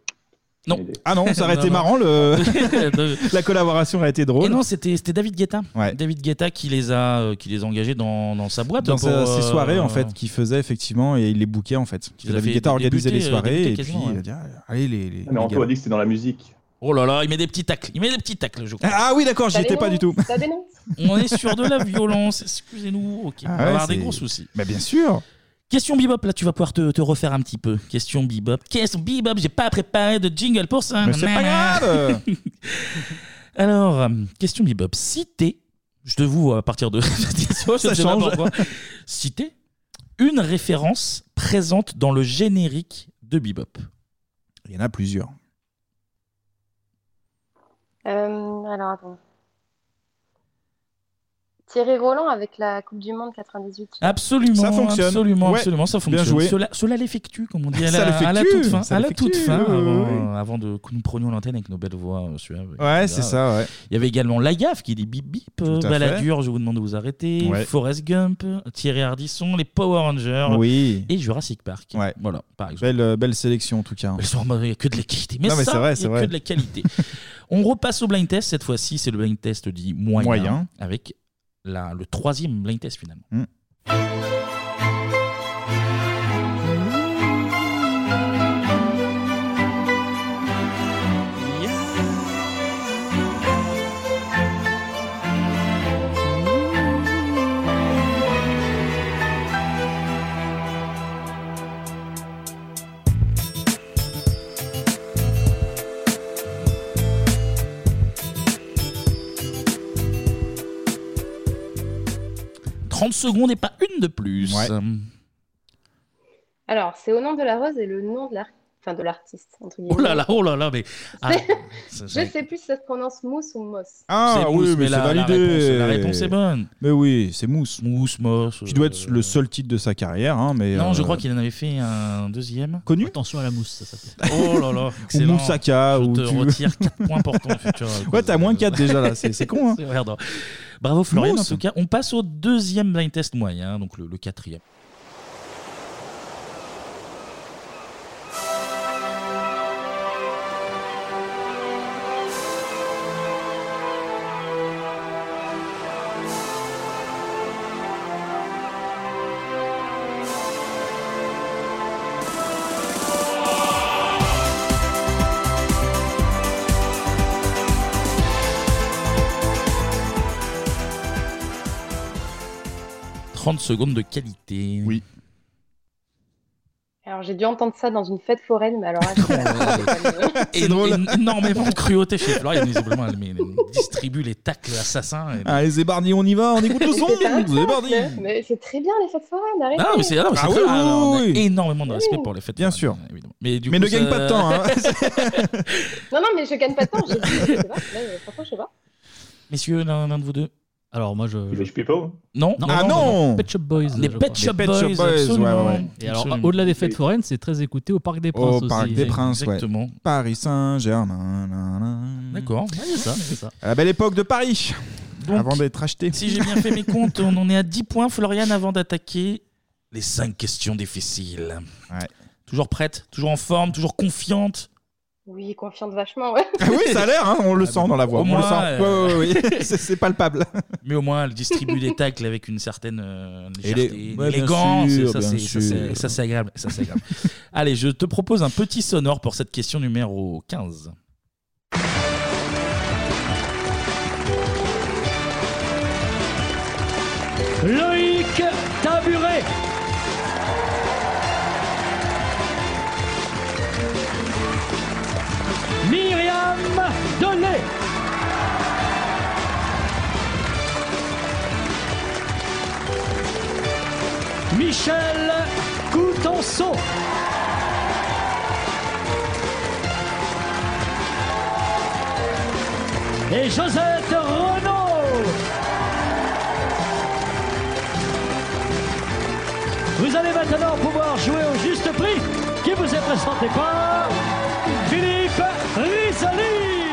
A: Non.
G: Ah non, ça aurait été
A: Non, non.
G: marrant. Le... la collaboration aurait été drôle.
A: Et non, c'était c'était David Guetta.
G: Ouais.
A: David Guetta qui les a, euh, qui les a engagés dans, dans sa boîte.
G: dans
A: pour,
G: sa- ses
A: euh,
G: soirées en
I: Ah,
G: fait qu'il faisait effectivement et il les bouquait en fait. Parce que
A: les a
G: David
A: fait
G: Guetta organisait les
A: débuter, euh,
G: soirées et
A: débuter
G: puis
A: quasiment, ouais.
G: il a dit, ah, allez les. les-
I: Mais
G: les
I: Anto
G: gars.
I: a dit que c'était dans la musique.
A: Oh là là, il met des petits tacles. Il met des petits tacles, je crois.
G: Ah oui, d'accord, j'y étais pas du tout.
A: On est sur de la violence. Excusez-nous. Ok.
G: Ah
A: on
G: ouais,
A: va avoir des
G: c'est-
A: gros soucis.
G: Bah bien sûr.
A: Question bebop, là tu vas pouvoir te, te refaire un petit peu. Question bebop. Question bebop, j'ai pas préparé de jingle pour ça.
G: Mais c'est pas
A: Nanana.
G: grave.
A: Alors, euh, question bebop. Citez, je te vous à partir de
G: Ça
A: je sais pas
G: change.
A: pourquoi. Citez une référence présente dans le générique de bebop.
G: Il y en a plusieurs.
H: Euh, alors, attends. Thierry Roland avec la Coupe du Monde 98.
A: Absolument,
G: Ça fonctionne.
A: absolument,
G: Ouais.
A: absolument, ça
G: Bien
A: fonctionne.
G: joué.
A: Cela, cela l'effectue, comme on dit à
G: Ah, Ça
A: la, à la
G: l'effectue,
A: toute fin.
G: ça
A: à la
G: l'effectue,
A: toute fin,
G: oui, oui,
A: avant,
G: oui.
A: euh, avant de que nous prenions l'antenne avec nos belles voix euh, suaves.
G: Ouais,
A: etc.
G: c'est ça, ouais.
A: Il y avait également Lagaffe qui dit bip bip, euh,
G: Tout à
A: Balladur, je vous demande de vous arrêter,
G: Ouais.
A: Forrest Gump, Thierry Hardisson, les Power Rangers
G: Oui.
A: et Jurassic Park.
G: Ouais.
A: Voilà, par exemple.
G: Belle, euh, belle sélection en tout cas.
A: Il n'y a que de la qualité. Mais,
G: non, mais
A: ça,
G: c'est vrai,
A: il y
G: c'est
A: a
G: vrai.
A: que de la qualité. On repasse au blind test. Cette fois-ci, c'est le blind test dit moyen,
G: Moyen. Hmm.
A: avec la- le troisième blind test finalement. Trente 30 secondes et pas une de plus.
H: Alors, c'est au nom de la rose et le nom de l'ar- enfin, de l'artiste, entre guillemets.
A: Oh là là, oh là là, mais. Ah, ça,
H: Je
A: ça-
H: sais plus si ça se prononce mousse ou moss.
G: Ah
A: C'est
G: oui,
A: Mousse,
G: mais,
A: mais
G: c'est
A: la- la
G: validé.
A: réponse- la réponse est bonne.
G: Mais oui, c'est Mousse.
A: Mousse, Mousse.
G: Qui doit être le seul titre de sa carrière, hein, mais.
A: Non, je
G: euh,
A: crois qu'il en avait fait un deuxième.
G: Connu
J: Attention à la mousse, ça s'appelle.
A: Oh là là,
G: Ou
A: excellent.
G: Moussaka,
A: Je
G: ou
A: te
G: tu veux-
A: retire 4 points pour ton futur. euh,
G: Ouais, t'as moins 4 déjà là, c'est c'est con. Hein.
A: C'est vrai, non. Bravo Florian, en
G: Mousse.
A: tout cas. On passe au deuxième blind test moyen, donc le, le quatrième. Trente 30 secondes de qualité.
G: Oui.
H: Alors, j'ai dû entendre ça dans une fête foraine, mais alors là, je-
A: Ah, Et énormément de cruauté chez Florian, visiblement. Elle, met- elle distribue les tacles assassins. et-
G: Allez, Ah, Zébardi, on y va, on écoute le son
H: C'est un
G: Zébardi
H: sens, Mais c'est très bien les fêtes foraines, arrêtez.
A: Ah, mais c'est ah, mais c'est
G: Ah
A: très-
G: oui,
A: ah, on a
G: oui, oui.
A: énormément de respect pour les fêtes.
G: Bien
A: foraines,
G: sûr.
A: évidemment. Mais, du
G: Mais
A: coup,
G: ne gagne
A: ça-
G: pas de temps, hein.
H: Non, non, mais je gagne pas de temps, je dis, je sais pas. là, euh, franchement, je sais pas.
A: Messieurs, l'un l'un de vous deux.
J: Alors moi je.
I: Village People
A: Non,
J: Non,
G: Ah non
J: Pet Shop Boys.
A: Les
J: je
A: Pet
J: crois.
A: Shop hein. euh, Les Pet Shop Boys, Boys, absolument. ouais, ouais, ouais.
J: Et alors,
A: Absolument.
J: au-delà des fêtes foraines, c'est très écouté au Parc des Princes
G: Au
J: aussi.
G: Parc des Princes, ouais.
A: Exactement.
G: Paris Saint-Germain. nan, nan.
A: D'accord, ouais, c'est ça, c'est ça.
G: À la belle époque de Paris,
A: Donc,
G: avant d'être acheté.
A: Si j'ai bien fait mes comptes, on en est à 10 points, Florian, avant d'attaquer Les cinq questions difficiles. Toujours prête, toujours en forme, toujours confiante.
H: Oui, confiante vachement, ouais.
G: Ah oui, ça a l'air, hein, on le sent dans la voix.
A: bah, Au
G: on le
A: moins,
G: sent.
A: euh,
G: Ouais, ouais, ouais. C'est- C'est palpable.
A: Mais au moins, elle distribue des tacles avec une certaine euh,
G: Et
A: légèreté,
G: les-
A: une
G: ouais, bien
A: élégance.
G: sûr,
A: et ça,
G: bien
A: c'est- ça, c'est-
G: sûr.
A: ça, c'est agréable. ça, c'est agréable. Allez, je te propose un petit sonore pour cette question numéro 15.
M: Loïc Taburet. Myriam Donnet. Michel Coutenceau. Et Josette Renaud. Vous allez maintenant pouvoir jouer au juste prix qui vous est présenté par Philippe Risoli.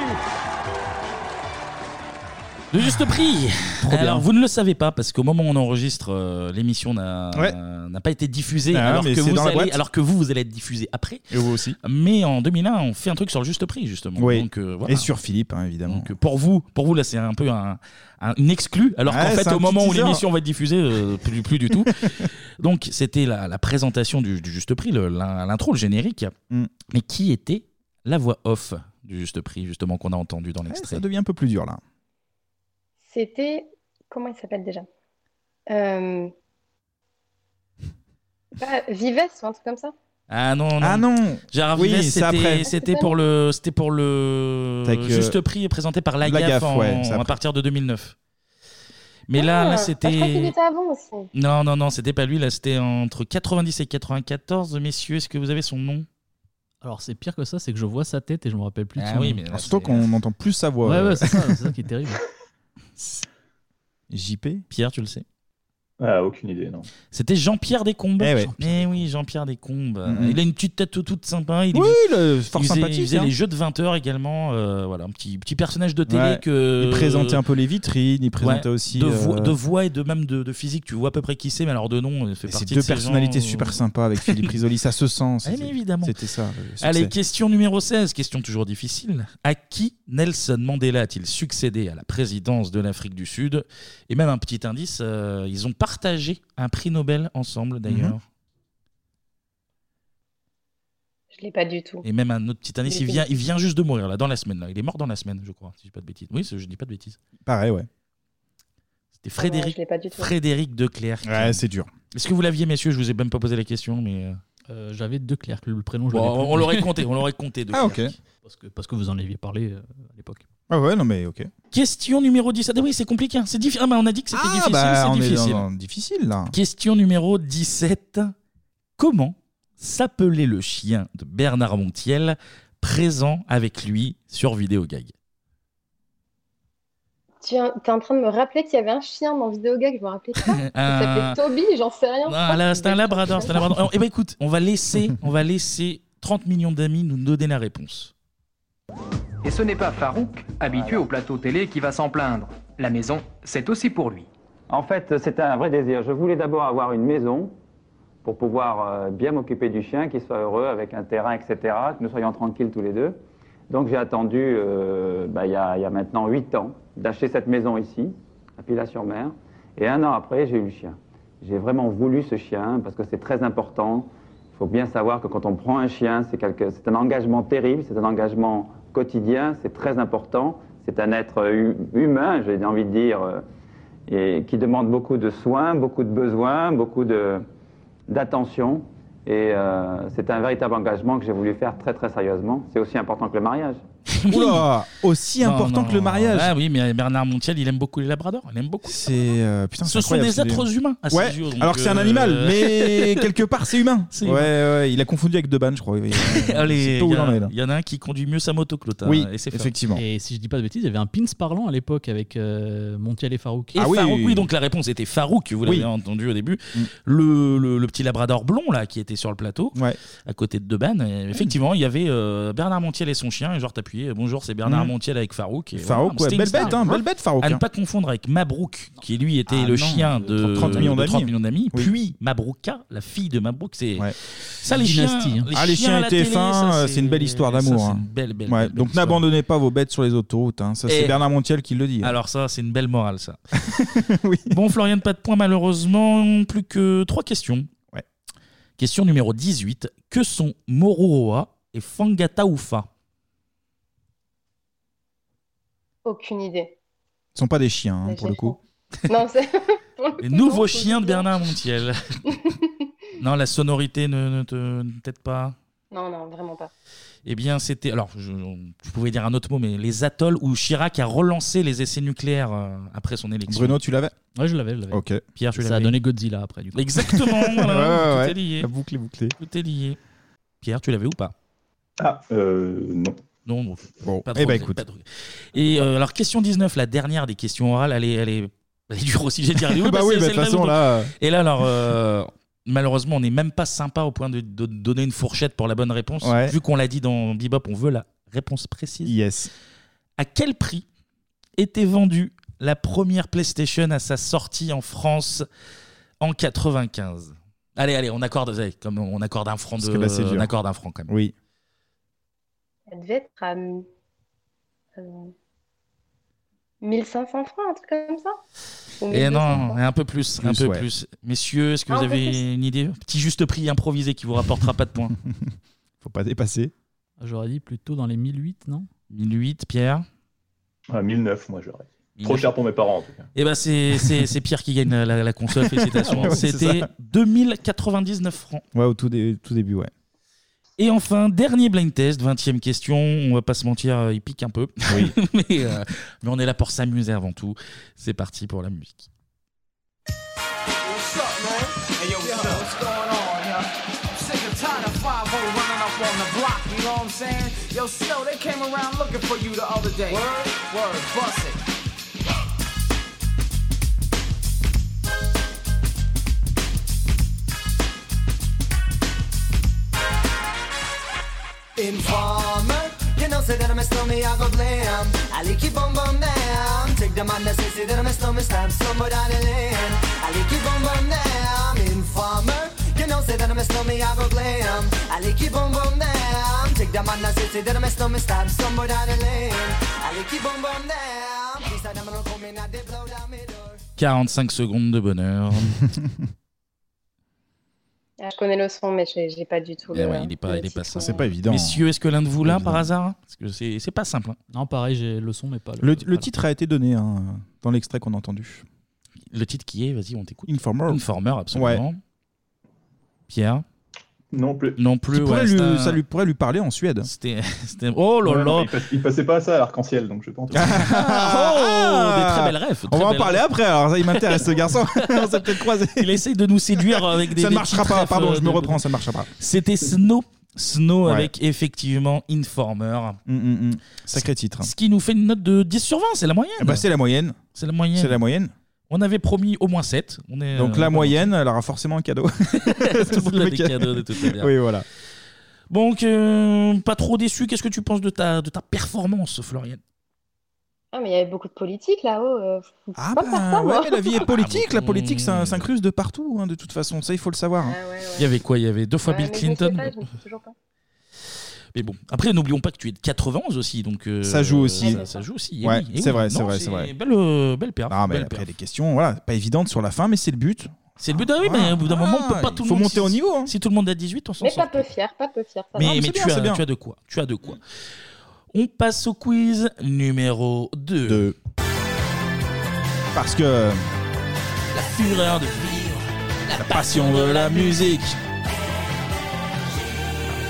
A: Le juste prix
G: bien.
A: Alors, vous ne le savez pas, parce qu'au moment où on enregistre, euh, l'émission n'a
G: Ouais.
A: n'a pas été diffusée,
G: Ah,
A: alors,
G: mais
A: que
G: c'est
A: vous
G: dans la
A: allez,
G: boîte.
A: alors que vous, vous allez être diffusé après.
G: Et vous aussi.
A: Mais en 2001, on fait un truc sur le juste prix, justement.
G: Oui.
A: Donc, euh, voilà.
G: Et sur Philippe, hein, évidemment.
A: Donc, euh, pour vous, pour vous là, c'est un peu un, un- une exclue. Alors
G: Ouais,
A: qu'en
G: c'est
A: fait,
G: un
A: au
G: petit
A: moment où
G: teaser.
A: l'émission va être diffusée, euh, plus, plus du tout. Donc, c'était la, la présentation du, du Juste Prix, le- l'in- l'intro, le générique.
G: Mm.
A: Mais qui était la voix off du Juste Prix, justement, qu'on a entendu dans l'extrait
G: Ça devient un peu plus dur là.
H: C'était. Comment il s'appelle déjà Euh, pas- Vives ou un truc comme ça
A: Ah non, non.
G: Ah non.
A: Gérard
G: Oui,
A: Vives,
G: c'est
A: c'était
G: après.
A: c'était pour le c'était pour le
G: C'est avec, euh,
A: Juste Prix est présenté par la,
G: La
A: Gaffe,
G: Gaffe,
A: en-
G: ouais, c'est
A: à
G: après.
A: partir de 2009. Mais là, là
H: Ah, Je crois qu'il
A: c'était
H: était avant aussi.
A: non non non, c'était pas lui là, c'était entre 90 et 94 messieurs, est-ce que vous avez son nom
J: Alors c'est pire que ça, c'est que je vois sa tête et je me rappelle plus. de
A: Ah
J: son
A: oui,
J: nom.
A: mais là,
G: Surtout qu'on entend plus sa voix.
J: Ouais,
G: euh.
J: ouais, c'est ça, c'est ça qui est terrible.
G: JP
A: Pierre, tu le sais
I: Ah, aucune idée, non.
A: C'était Jean-Pierre Descombes.
I: Eh ouais.
A: Mais oui, Jean-Pierre Descombes.
G: Mm,
I: Mhm.
A: Il a une petite tête toute sympa. Hein, Il
G: Mm-hmm. Oui,
A: est-
G: le- fort
A: il faisait,
G: sympathique,
A: Il faisait
G: hein.
A: les jeux de 20h également. euh, voilà, un petit, petit personnage de télé
G: Ouais.
A: que.
G: Il présentait un peu les vitrines, il présentait
A: Ouais,
G: aussi.
A: de,
G: euh,
A: voix, de voix et de même de, de physique, tu vois à peu près qui c'est, mais alors de nom, il fait
G: ces
A: partie
G: deux
A: de ces
G: personnalités
A: gens, euh,
G: super sympas avec Philippe Risoli, ça se sent.
A: Eh, mais évidemment.
G: C'était ça. le succès.
A: Allez, question numéro 16, question toujours difficile. À qui Nelson Mandela a-t-il succédé à la présidence de l'Afrique du Sud Et même un petit indice, euh, ils ont partagé un prix Nobel ensemble d'ailleurs.
G: Mhm.
H: Je l'ai pas du tout.
A: Et même un autre petit indice, il
H: Mais-
A: vient, il vient juste de mourir là, dans la semaine. Là. Il est mort dans la semaine, je crois, si je dis pas de bêtises. Oui, c'est- je dis pas de bêtises.
G: Pareil, ouais.
A: C'était
H: Ah non,
A: Frédéric,
H: je l'ai pas du tout.
A: Frédéric Declercq.
G: Ouais, c'est dur.
A: Est-ce que vous l'aviez, messieurs Je vous ai même pas posé la question, mais. euh,
J: Euh, J'avais deux clercs, le prénom. Je
A: Bon,
J: l'avais plus.
A: on l'aurait compté, on l'aurait compté, De Ah, Clercq. ok.
J: Parce que parce que vous en aviez parlé euh, à l'époque.
G: Ah ouais, non mais ok.
A: Question numéro 10. Ah oui, c'est compliqué. hein. C'est diffi- Ah, bah, on a dit que c'était
G: Ah,
A: difficile.
G: bah,
A: c'est
G: on est
A: difficile.
G: dans- dans le difficile, là.
A: Question numéro 17. Comment s'appelait le chien de Bernard Montiel présent avec lui sur Vidéo Gag
H: Tu es t'es en train de me rappeler qu'il y avait un chien dans Vidéogag, je me rappelais pas. Il
A: Ah.
H: s'appelait Toby, j'en sais rien.
A: Ah, là, C'est un labrador. C'est un labrador. Alors, eh ben, écoute, on va laisser, on va laisser 30 millions d'amis nous donner la réponse.
R: Et ce n'est pas Farouk, habitué au plateau télé, qui va s'en plaindre. La maison, c'est aussi pour lui.
S: En fait, c'était un vrai désir. Je voulais d'abord avoir une maison pour pouvoir euh, bien m'occuper du chien, qu'il soit heureux avec un terrain, etc., que nous soyons tranquilles tous les deux. Donc j'ai attendu, euh, bah, il y, a il y a maintenant 8 ans, d'acheter cette maison ici, à Pilat-sur-Mer. Et un an après, j'ai eu le chien. J'ai vraiment voulu ce chien parce que c'est très important. Il faut bien savoir que quand on prend un chien, c'est quelque- c'est un engagement terrible, c'est un engagement quotidien, c'est très important. C'est un être hu- humain, j'ai envie de dire. euh, et qui demande beaucoup de soins, beaucoup de besoins, beaucoup de- d'attention. Et euh, c'est un véritable engagement que j'ai voulu faire très très sérieusement. C'est aussi important que le mariage.
G: Oula, aussi
A: Non,
G: important
A: non,
G: que le mariage.
A: Ah oui, mais Bernard Montiel, il aime beaucoup les labradors. Il aime beaucoup.
G: C'est euh, putain,
A: Ce
G: c'est
A: sont
G: incroyable,
A: des
G: c'est
A: êtres humains, à ses
G: ouais.
A: yeux, donc,
G: Alors que c'est un
A: euh,
G: animal, mais quelque part c'est humain.
A: C'est
G: ouais,
A: humain.
G: ouais, il a confondu avec Deban, je crois. Il-
A: Allez,
G: c'est pas où
A: il y,
G: il en
A: a-
G: est, là.
A: il y en a un qui conduit mieux sa moto que l'autre. hein, et c'est fait.
J: Et si je dis pas de bêtises, il y avait un pins parlant à l'époque avec euh, Montiel et Farouk.
G: Ah
A: Et Farouk, oui, donc la réponse était Farouk, vous l'avez
J: Oui.
A: entendu au début.
G: Mm.
A: Le, le- le petit labrador blond, là, qui était sur le plateau,
G: à Mm.
A: côté de Deban. et effectivement, il y avait euh, Bernard Montiel et son chien, et genre, t'appuyais puis euh, bonjour, c'est Bernard
G: Mhm.
A: Montiel avec Farouk. et
G: Farouk,
A: voilà,
G: ouais,
A: c'était
G: belle
A: une star.
G: bête, hein, belle bête, Farouk,
A: À ne
G: hein.
A: pas confondre avec Mabrouk, qui lui était
G: Ah
A: le
G: non,
A: chien de
G: 30 millions
A: de
G: d'amis.
A: 30 millions d'amis.
G: Oui.
A: Puis Mabrouka, la fille de Mabrouk, c'est ça les chiens.
G: Dynastie, hein. ah, les chiens
A: à la télé,
G: étaient
A: ça,
G: fins, euh, c'est une belle histoire
A: ça,
G: d'amour.
A: c'est
G: hein.
A: une belle, belle,
G: Ouais,
A: belle, belle
G: donc
A: histoire.
G: n'abandonnez pas vos bêtes sur les autoroutes. hein. Ça, c'est
A: Et-
G: Bernard Montiel qui le dit. hein.
A: Alors ça, c'est une belle morale, ça. Bon, Florian, pas de points malheureusement. Plus que trois questions. Question numéro 18. Que sont Moruroa et Fangataufa
H: Aucune idée.
G: Ce sont pas des chiens, hein,
H: Des
G: pour le coup.
H: Non, c'est.
A: Les nouveaux chiens de Bernard Montiel. non, la sonorité ne, ne te ne t'aide pas.
H: Non, non, vraiment pas.
A: Eh bien, c'était. Alors, je, je pouvais dire un autre mot, mais les atolls où Chirac a relancé les essais nucléaires euh, après son élection.
G: Bruno, tu l'avais
J: Ouais, je l'avais, je l'avais.
G: Ok.
A: Pierre, tu
J: Ça
A: l'avais
J: a donné Godzilla après, du coup.
A: Exactement, voilà,
G: Ouais, ouais,
A: tout
G: ouais.
A: est lié.
G: La boucle est bouclée.
A: Tout est lié. Pierre, tu l'avais ou pas
I: Ah, euh, non.
A: Non, non.
G: Bon,
A: Pas de
G: eh ben
A: regret,
G: écoute.
A: pas de regret. Et euh, alors, question 19, la dernière des questions orales, elle est, elle est, elle est dure aussi, j'ai dire.
G: Bah oui, bah, de toute façon, là, euh.
A: Et là, alors, euh, malheureusement, on n'est même pas sympa au point de, de donner une fourchette pour la bonne réponse.
G: Ouais.
A: Vu qu'on l'a dit dans Bebop, on veut la réponse précise.
G: Yes.
A: À quel prix était vendue la première PlayStation à sa sortie en France en 95 Allez, allez, on accorde, vous savez, comme on accorde un franc
G: Parce
A: de,
G: que là, c'est dur.
A: on accorde un franc quand même.
G: Oui.
H: Ça devait être à. euh, euh, 1500 francs, un truc comme ça Ou
A: Et
H: 1200
A: Eh non,
H: francs
A: et un peu plus, un
G: Plus,
A: peu
G: ouais.
A: plus. Messieurs, est-ce que
H: Ah,
A: vous
H: un peu
A: avez une idée Petit juste prix improvisé qui vous rapportera pas de points.
G: Faut pas dépasser.
J: J'aurais dit plutôt dans les 1008, non
A: 1008, Pierre
I: Ah, 1009, moi, j'aurais. Trop cher pour mes parents, en tout cas.
A: Eh ben c'est c'est- c'est Pierre qui gagne la, la- la console, félicitations.
G: Ouais, c'est
A: C'était
G: ça.
A: 2099 francs. Euh,
G: Ouais, au tout, dé- tout début, ouais.
A: Et enfin, dernier blind test, 20e question. On va pas se mentir, euh, il pique un peu. mais, euh, mais on est là pour s'amuser avant tout. C'est parti pour la musique.
M: What's up, man? Hey, yo, what's up? What's going on, yo? I'm sick and tired of 5 running up on the block, you know what I'm saying? Yo, Snow, they came around looking for you the other day. Word? Word, bust it.
T: Informer, you know, say that I'm a stormy, I go blam. I like you bum bum down. Take the man that says say that I'm a stormy, stab somewhere down the lane. I like you bum bum down. Informer, you know, say that I'm a stormy, I go blam. I like you bum bum down. Take the man that says say that I'm a stormy, stab somewhere down the lane. I like you bum bum down. Please, I don't know, come in, I did blow down me door.
A: 45 secondes de bonheur.
H: Ah, Je connais le son, mais j'ai j'ai pas du tout
A: Eh
H: le.
A: ouais, il est pas, il est pas simple.
G: C'est pas évident.
A: Messieurs, est-ce que l'un de vous là,
G: Évident.
A: par hasard Parce que c'est c'est pas simple. hein.
J: Non, pareil, j'ai le son, mais pas
G: Le, le titre a été donné hein, dans l'extrait qu'on a entendu.
A: Le titre qui est, vas-y, on t'écoute.
G: Informer.
A: Informer, absolument. Pierre
I: Non plus.
A: Non plus.
G: Qui pourrait
A: ouais,
G: lui-
A: c'est un-
G: Ça lui pourrait lui parler en Suède.
A: C'était. c'était- Oh là
I: Ouais, non,
A: là Ah.
I: il, passe- il passait pas à ça à l'arc-en-ciel, donc je
A: Oh,
I: pense.
A: des très belles rêves.
G: On
A: très
G: va en
A: belles
G: parler
A: rêves.
G: après, alors ça, il m'intéresse ce garçon. On s'est peut-être croisé.
A: Il essaye de nous séduire avec des.
G: Ça ne
A: des
G: marchera
A: petits
G: pas,
A: rêves,
G: pardon,
A: euh,
G: je me
A: de-
G: reprends, ça ne marchera pas.
A: C'était Snow. Snow
G: Ouais.
A: avec effectivement Informer.
G: Mm, Sacré titre.
A: Ce qui nous fait une note de 10 sur 20, c'est la moyenne.
G: Eh ben, c'est la moyenne.
A: C'est la moyenne.
G: C'est la moyenne.
A: On avait promis au moins 7. On est,
G: Donc
A: euh,
G: la
A: pas
G: moyenne, elle aura forcément un cadeau.
A: Tout
G: pour
A: le
G: le
A: des
G: mec.
A: cadeaux de toute manière.
G: Oui, voilà.
A: Donc, euh, pas trop déçu. Qu'est-ce que tu penses de ta, de ta performance, Florian
H: Ah, mais il y avait beaucoup de politique là-haut. euh, faut pas faire
A: bah,
H: ça,
G: Ah ouais,
H: moi.
G: mais la vie est politique,
A: Ah,
G: la politique
A: beaucoup.
G: ça- s'incruse de partout, hein, de toute façon, ça il faut le savoir. hein.
H: Ah,
A: Il y avait quoi Il y avait deux fois
H: Ouais,
A: Bill
H: mais je sais
A: Clinton.
H: pas, je me suis toujours pas.
A: Mais bon, après, n'oublions pas que tu es de 91 aussi. Donc, euh,
G: Ça joue aussi.
A: Ça, ça joue aussi. eh
G: Ouais,
A: oui, eh
G: c'est
A: oui.
G: vrai, c'est
A: Non,
G: vrai, c'est vrai.
A: Belle, euh, belle perf,
G: Ah, mais
A: belle
G: après,
A: perf.
G: les questions, voilà, pas évidentes sur la fin, mais c'est le but.
A: C'est le but, ah oui, mais au bout d'un moment, on peut pas tout le
G: faut
A: monde-
G: monter au niveau. hein.
A: Si tout le monde a 18, on s'en
H: Mais
A: sort.
H: pas peu fier, pas peu fier. ça
A: Mais,
H: va.
A: mais tu, as, tu as de quoi Tu as de quoi On passe au quiz numéro 2.
G: Parce que
A: La fureur de vivre, la, passion de la musique.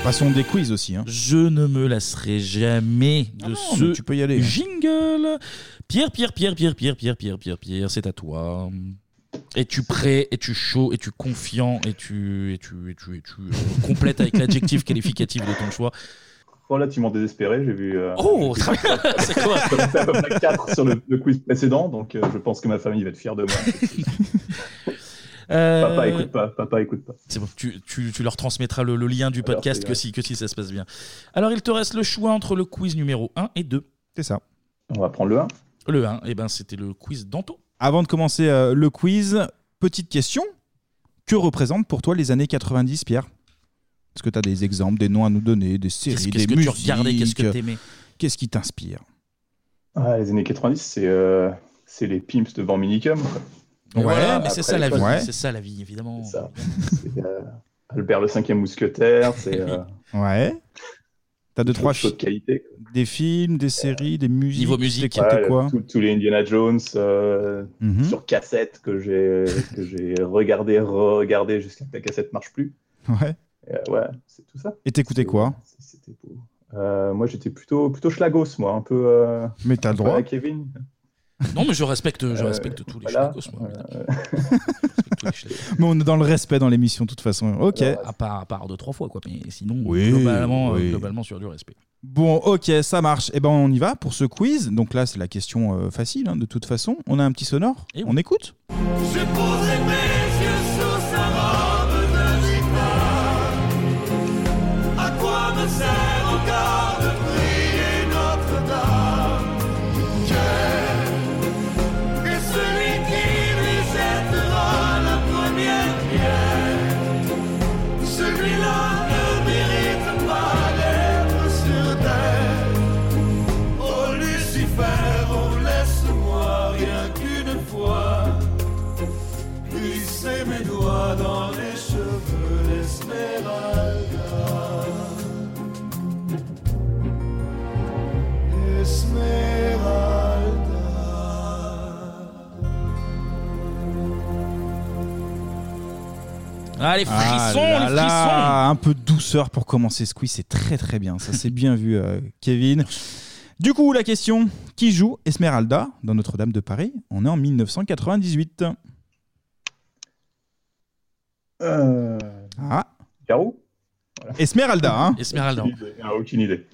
G: passons des quiz aussi. hein.
A: Je ne me lasserai jamais de ce
G: Ah mais tu peux y aller.
A: jingle. Pierre, Pierre, Pierre, Pierre, Pierre, Pierre, Pierre, Pierre, Pierre, c'est à toi. Es-tu prêt Es-tu chaud Es-tu confiant Es-tu es-tu es-tu es-tu euh, complète avec l'adjectif qualificatif de ton choix
I: Oh, là, tu m'en désespéré, j'ai vu. euh,
A: Oh,
I: j'ai vu-
A: c'est quoi
I: J'en ai fait à peu près 4 sur le, le quiz précédent, donc euh, je pense que ma famille va être fière de moi.
A: Euh,
I: Papa écoute pas, papa écoute pas.
A: C'est bon, tu, tu- tu leur transmettras le, le lien du podcast
I: c'est
A: que si, que si ça se passe bien. Alors, il te reste le choix entre le quiz numéro 1 et 2.
G: C'est ça.
I: On va prendre le 1.
A: Le 1, et ben c'était le quiz d'Anto.
G: Avant de commencer euh, le quiz, petite question. Que représentent pour toi les années 90, Pierre Est-ce que tu as des exemples, des noms à nous donner, des séries,
A: Qu'est-ce
G: des
A: qu'est-ce que tu
G: musiques,
A: regardais Qu'est-ce que t'aimais
G: Qu'est-ce qui t'inspire
I: Ah, les années 90, c'est euh, c'est les pimps devant Minicum. quoi.
A: Mais voilà, mais
I: Après
A: c'est ça la
I: les
A: vie,
I: choses.
A: c'est ça la vie, évidemment.
I: C'est, euh, Albert le cinquième mousquetaire, c'est euh,
G: Ouais. T'as deux, trois
I: choses de qualité. quoi.
G: Des films, des séries, des musiques. t'écoutais
I: Ouais, le-
G: quoi
I: tous- Tous les Indiana Jones euh,
G: Mhm.
I: sur cassette que j'ai que j'ai regardé, regardé jusqu'à ce que la cassette marche plus.
G: Ouais.
I: Et, euh, ouais, c'est tout ça.
G: Et t'écoutais quoi
I: Euh, moi, j'étais plutôt plutôt schlagos, moi, un peu. euh,
G: Mais t'as le
I: un peu
G: droit.
I: à la Kevin.
A: Non, mais je respecte, je
I: Euh,
A: respecte tous les
I: voilà. Euh,
A: choses. moi.
G: Mais on est dans le respect dans l'émission, de toute façon. Ok.
A: À part, à part deux, trois fois, quoi. Mais sinon,
G: Oui,
A: globalement, euh,
G: oui.
A: globalement, sur du respect.
G: Bon, ok, ça marche. Eh ben, on y va pour ce quiz. Donc là, c'est la question euh, facile, hein, de toute façon. On a un petit sonore.
A: Eh
G: On écoute
B: Je poserai mes yeux sur sa robe de guitare. À quoi me sert encore de prier Notre-Dame Dieu est celui qui lui jettera la première pierre. Celui-là ne mérite pas d'être sur terre. Oh Lucifer, oh laisse-moi rien qu'une fois. Glisser mes doigts dans les cheveux d'Esmeralda. Esmeralda.
A: Ah, les frissons, les frissons
G: Un peu de douceur pour commencer ce quiz, c'est très très bien. Ça, c'est bien vu, euh, Kevin. Du coup, la question qui joue Esmeralda dans Notre-Dame de Paris On est en 1998.
I: Euh,
G: Ah.
I: Garou
G: Esmeralda, hein
A: Esmeralda.
I: aucune idée.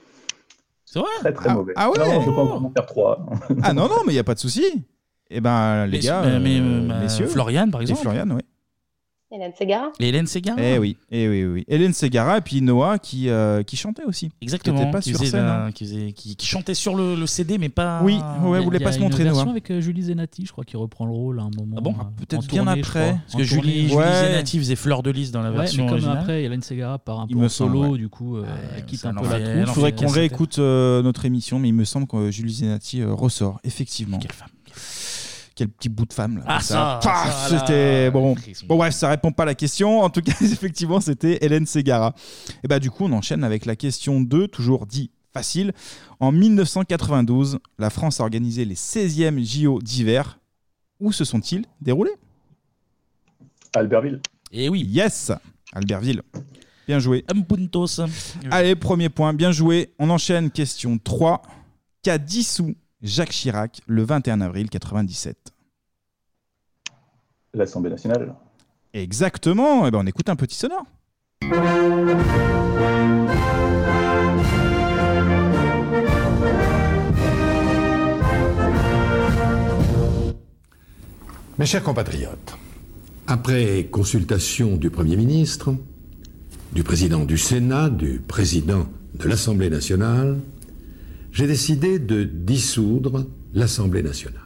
A: C'est vrai
I: Très très
G: Ah-
I: mauvais.
G: ah ouais
I: Non, je peux pas en faire trois.
G: Ah non, non, mais il n'y a pas de souci. Eh ben, les
A: Mais-
G: gars,
A: mais-
G: euh,
A: mais, euh, ma-
G: messieurs.
A: Floriane, par exemple.
G: Et Floriane, oui.
H: Hélène Segara
A: Et Hélène Segarra.
G: Eh oui, eh oui, oui. Hélène Segara et puis Noah qui, euh, qui chantait aussi.
A: Exactement,
G: Qui était pas
A: qui
G: sur
A: faisait
G: scène.
A: la-
G: hein.
A: qui faisait- qui- qui chantait sur le, le CD, mais pas.
G: Oui,
J: Il y
G: ouais,
J: a-
G: voulait
J: il y
G: pas
J: a
G: se
J: une
G: montrer, hein.
J: version
G: Noah.
J: avec euh, Julie Zenati, je crois, qui reprend le rôle à un moment. Ah bon
G: peut-être bien après.
A: Parce que Julie, Julie Zenati faisait Fleur de Lys dans la
J: Ouais,
A: version
J: mais comme
A: originale.
J: après, Hélène Segara part un peu
G: Il me
J: en
G: semble,
J: solo,
G: ouais.
J: du coup, euh, elle quitte
A: ça
J: un
A: n'en
J: peu la
A: fait-
J: troupe.
A: elle
G: Il
A: en
G: faudrait
A: fait
G: qu'on
A: cassette.
G: réécoute euh, notre émission, mais il me semble que euh, Julie Zenati euh, ressort, effectivement. Quelle
A: femme.
G: Quel petit bout de femme, là.
A: Ah,
G: comme
A: ça,
G: Paf,
A: ça, là,
G: C'était bon.
A: Christine.
G: Bon, bref, ça répond pas à la question. En tout cas, effectivement, c'était Hélène Segara. Et bah, du coup, on enchaîne avec la question 2, toujours dit facile. En 1992, la France a organisé les 16e JO d'hiver. Où se sont-ils déroulés
I: Albertville.
A: Et Eh oui.
G: Yes, Albertville. Bien joué.
A: Puntos.
G: Allez, premier point, bien joué. On enchaîne, question 3. Qu'a dissous Jacques Chirac le 21 avril 97
I: L'Assemblée nationale.
G: Exactement. Eh ben, on écoute un petit sonore.
U: Mes chers compatriotes, après consultation du Premier ministre, du président du Sénat, du président de l'Assemblée nationale, j'ai décidé de dissoudre l'Assemblée nationale.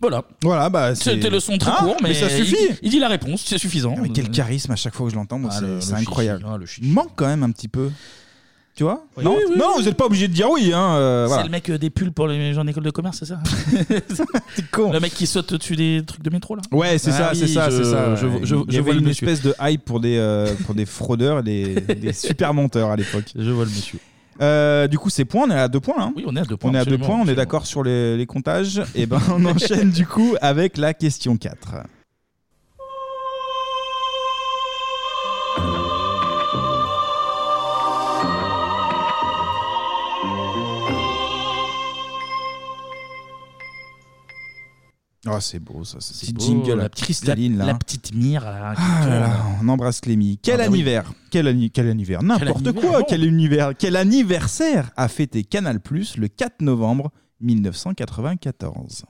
A: Voilà.
G: Voilà, bah c'est-
A: C'était le son très
G: Ah,
A: court, mais,
G: ça suffit.
A: Il, il dit la réponse, c'est suffisant.
G: Ah, mais quel charisme à chaque fois que je l'entends, moi,
A: Ah,
G: c'est-
A: le-
G: c'est
A: le
G: incroyable.
A: chichi,
G: Il manque quand même un petit peu. Tu vois
A: Oui,
G: Non,
A: oui, oui,
G: non
A: oui.
G: vous n'êtes pas obligé de dire oui. Hein, euh,
A: C'est
G: voilà.
A: le mec euh, des pulls pour les gens d'école de commerce, c'est ça Le mec qui saute au-dessus des trucs de métro, là
G: Ouais, c'est
A: Ah
G: ça,
A: oui,
G: c'est ça,
A: je-
G: c'est ça.
A: Je,
G: Il
A: je-
G: y
A: je
G: avait
A: vois le
G: une
A: monsieur.
G: espèce de hype pour des, euh, pour des fraudeurs, des, des super menteurs à l'époque. Euh,
A: Je vois le monsieur.
G: du coup, ces points, on est à deux points. hein.
A: Oui, on est à deux points,
G: On est à deux
A: absolument,
G: points, on est d'accord sur les, les comptages. Et ben, on enchaîne du coup avec la question 4. Ah, c'est beau ça, ce petit
A: beau,
G: jingle
A: la
G: là,
A: petite-
G: cristalline
A: la-
G: là.
A: la petite mire, là, qui
G: Ah là là,
A: tourne.
G: on embrasse Clémy. Quel
A: Ah bah oui.
G: anniversaire quel, anni- quel anniversaire N'importe
A: anniversaire, Ah
G: quoi
A: non.
G: quel, univers, quel anniversaire a fêté Canal Plus le 4 novembre 1994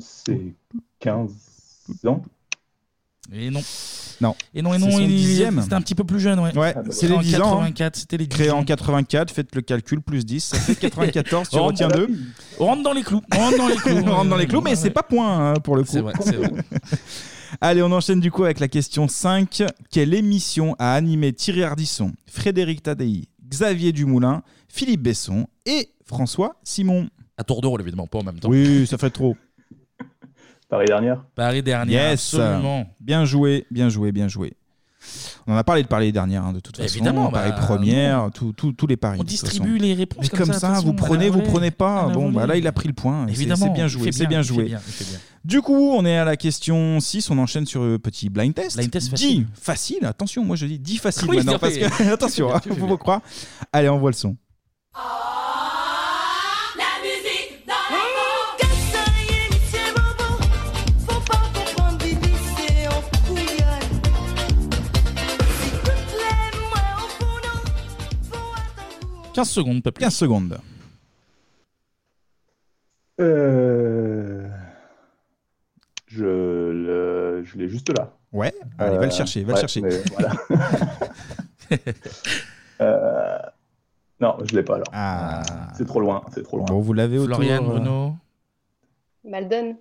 I: C'est 15 ans
A: Et non.
G: Non.
A: Et non, et non,
G: C'est son
A: il-
G: dixième.
A: c'était un petit peu plus jeune, ouais.
G: Ouais, c'est les
A: en
G: 10 ans. hein.
A: 84, c'était les 10
G: Créé
A: ans. Oh,
G: en 84, faites le calcul, plus 10, ça fait 94, tu
A: On
G: retiens
A: rentre-
G: 2.
A: On rentre dans les clous. On rentre dans les clous.
G: on rentre dans les clous, mais c'est pas point hein, pour le coup.
A: C'est vrai, c'est vrai.
G: Allez, on enchaîne du coup avec la question 5. Quelle émission a animé Thierry Ardisson, Frédéric Tadei, Xavier Dumoulin, Philippe Besson et François Simon
A: À tour de rôle, évidemment, pas en même temps.
G: Oui, ça fait trop.
I: Paris dernière
A: Paris dernier,
G: Yes.
A: absolument.
G: Bien joué, bien joué, bien joué. On en a parlé de Paris dernière, hein, de toute
A: Bah,
G: façon.
A: évidemment, bah,
G: Paris première, tout- tout- tous les paris.
A: On
G: de toute façon.
A: distribue les réponses
G: Mais
A: comme
G: comme,
A: ça,
G: ça,
A: attention,
G: vous
A: à la
G: prenez, vous
A: volée,
G: prenez
A: à
G: pas.
A: la
G: Bon, bah
A: volée.
G: là, il a pris le point. et c'est-
A: Évidemment,
G: c'est bien
A: il
G: joué,
A: fait
G: c'est bien
A: il fait
G: joué.
A: bien, il fait bien.
G: Du coup, on est à la question 6, on enchaîne sur le petit blind test. Blind test facile. facile, attention, moi je dis 10 facile
A: Oui,
G: maintenant,
A: c'est
G: parce
A: vrai.
G: que attention,
A: Tu fais bien,
G: hein,
A: tu fais
G: faut
A: bien.
G: vous croire. Allez, on voit le son.
B: La musique dans
D: Faut pas comprendre, bébé, c'est en couillonne. S'il te plaît, moi, au bout
A: 15 secondes, pas plus.
G: 15 secondes.
I: Euh, Je le- je l'ai juste là. Euh,
G: Ouais, allez, va le chercher, va le
I: ouais,
G: chercher.
I: mais voilà. Euh, Non, je l'ai pas alors. C'est trop loin, c'est trop loin.
G: Ah. Bon, vous l'avez autour.
A: Florian,
G: euh,
A: Bruno.
H: Malden.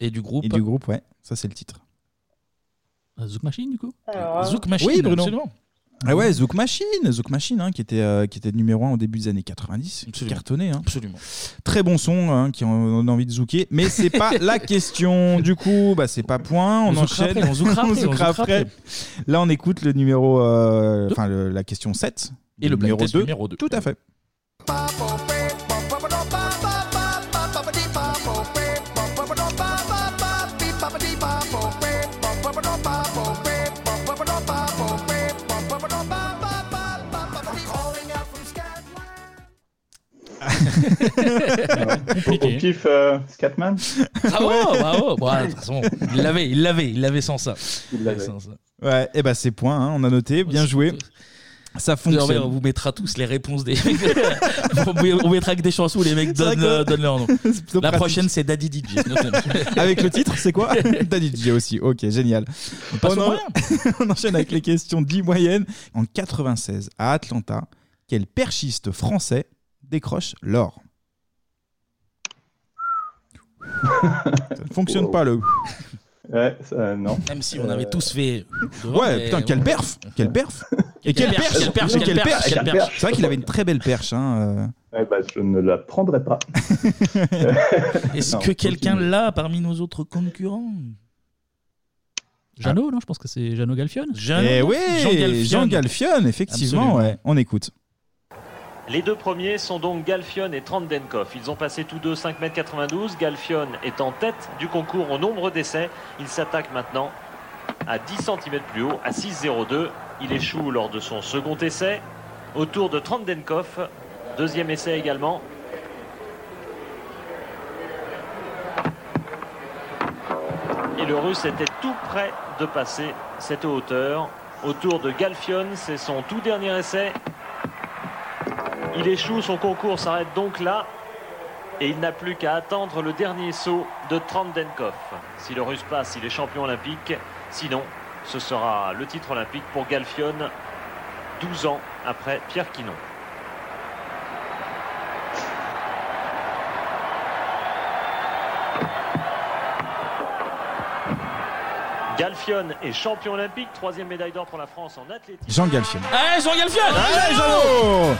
A: Et du groupe.
G: Et du groupe, ouais, ça c'est le titre.
J: Zouk Machine, du coup
H: Alors,
A: Zouk Machine,
G: oui, Bruno.
A: absolument.
G: Ah ouais, Zouk Machine, Zouk Machine, hein, qui était euh, qui était numéro 1 au début des années 90, qui cartonnait. hein.
A: Absolument.
G: Très bon son, hein, qui en- on a envie de zouker, mais c'est pas la question. Du coup, bah c'est pas point, on,
A: On zoukera
G: enchaîne.
A: après, on zoukera après, on
G: zoukera
A: zoukera
G: après.
A: après.
G: Là, on écoute le numéro, euh, enfin le- la question 7
A: Et le blind
G: numéro
A: test
G: 2.
A: numéro deux.
G: Tout à fait.
I: Au pif, euh, Scatman
A: Bravo, Ah Oh, bravo. Bon, de toute façon, il l'avait, il l'avait, il l'avait sans ça. Il l'avait sans ça.
G: Ouais, et bah c'est point, hein, on a noté, bien joué. Ça
A: Désormais, on
G: fonctionne.
A: vous mettra tous les réponses des mecs. on vous mettra que des chansons où les mecs
G: C'est vrai
A: donnent,
G: que-
A: euh, donnent leur nom.
G: C'est plutôt
A: La
G: pratique.
A: prochaine, c'est Daddy DJ.
G: Avec le titre, c'est quoi Daddy DJ aussi. Ok, génial.
A: passe
G: on,
A: au
G: en- on enchaîne avec les questions 10 moyennes. En 96, à Atlanta, quel perchiste français décroche l'or Ça ne fonctionne
I: Wow.
G: pas le.
I: Ouais, ça, non.
A: Même si on avait
I: Euh,
A: tous fait. devant,
G: Ouais,
A: mais-
G: putain, quel perf Quel perf Et quel perche
A: Quelle perche, quelle perche, quelle perche.
G: C'est vrai qu'il avait une très belle perche. Hein,
A: euh.
I: eh ben, je ne la prendrai pas.
A: Est-ce
I: Non,
A: que quelqu'un
I: aucune.
A: l'a parmi nos autres concurrents
J: Jeannot, non Je pense que c'est Jeannot Galfione.
G: euh. Eh oui, Jean Galfione, effectivement,
J: Absolument.
G: ouais. on écoute.
V: Les deux premiers sont donc Galfion et Trandenkov. Ils ont passé tous deux 5m92. Galfion est en tête du concours au nombre d'essais. Il s'attaque maintenant à 10 cm plus haut, à 6,02. Il échoue lors de son second essai. Au tour de Trandenkov, deuxième essai également. Et le russe était tout près de passer cette hauteur. Au tour de Galfion, c'est son tout dernier essai. Il échoue, son concours s'arrête donc là. Et il n'a plus qu'à attendre le dernier saut de Trandenkov. Si le russe passe, il est champion olympique. Sinon, ce sera le titre olympique pour Galfion, 12 ans après Pierre Quinon. Galfion est champion olympique, troisième médaille d'or pour la France en athlétisme.
G: Jean Galfione.
A: Allez, Jean Galfion
G: Allez, Jeannot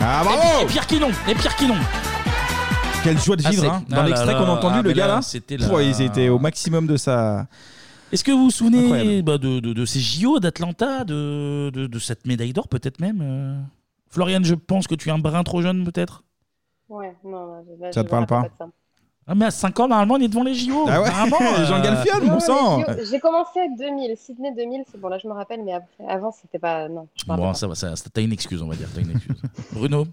G: Ah, bravo
A: Et, et Oh, Pierre Quinon Et Pierre Quinon
G: Quelle joie de
A: Ah,
G: vivre,
A: c'est-
G: hein.
A: ah
G: Dans
A: là
G: l'extrait
A: là,
G: qu'on a entendu,
A: ah,
G: le
A: mais
G: gars
A: là,
G: là,
A: c'était la-
G: Pouah, ils étaient au maximum de sa.
A: Est-ce que vous vous souvenez
G: Incroyable.
A: bah, de, de- de ces JO d'Atlanta, de, de- de cette médaille d'or peut-être même euh Floriane, je pense que tu es un brin trop jeune peut-être
H: Ouais, non, là, là,
A: Ça
H: je
A: te parle
H: me
A: pas
H: rappelle de ça.
A: Ah mais à 5 ans normalement on est devant les JO
G: Ah ouais,
A: Normalement,
G: Jean Galfione,
H: Non,
G: mon
H: les
G: sang
H: JO, J'ai commencé à 2000, Sydney 2000, c'est bon, là je me rappelle, mais après- avant c'était pas. Non.
A: Bon ça va, ça- ça- t'as une excuse on va dire, t'as une excuse. Bruno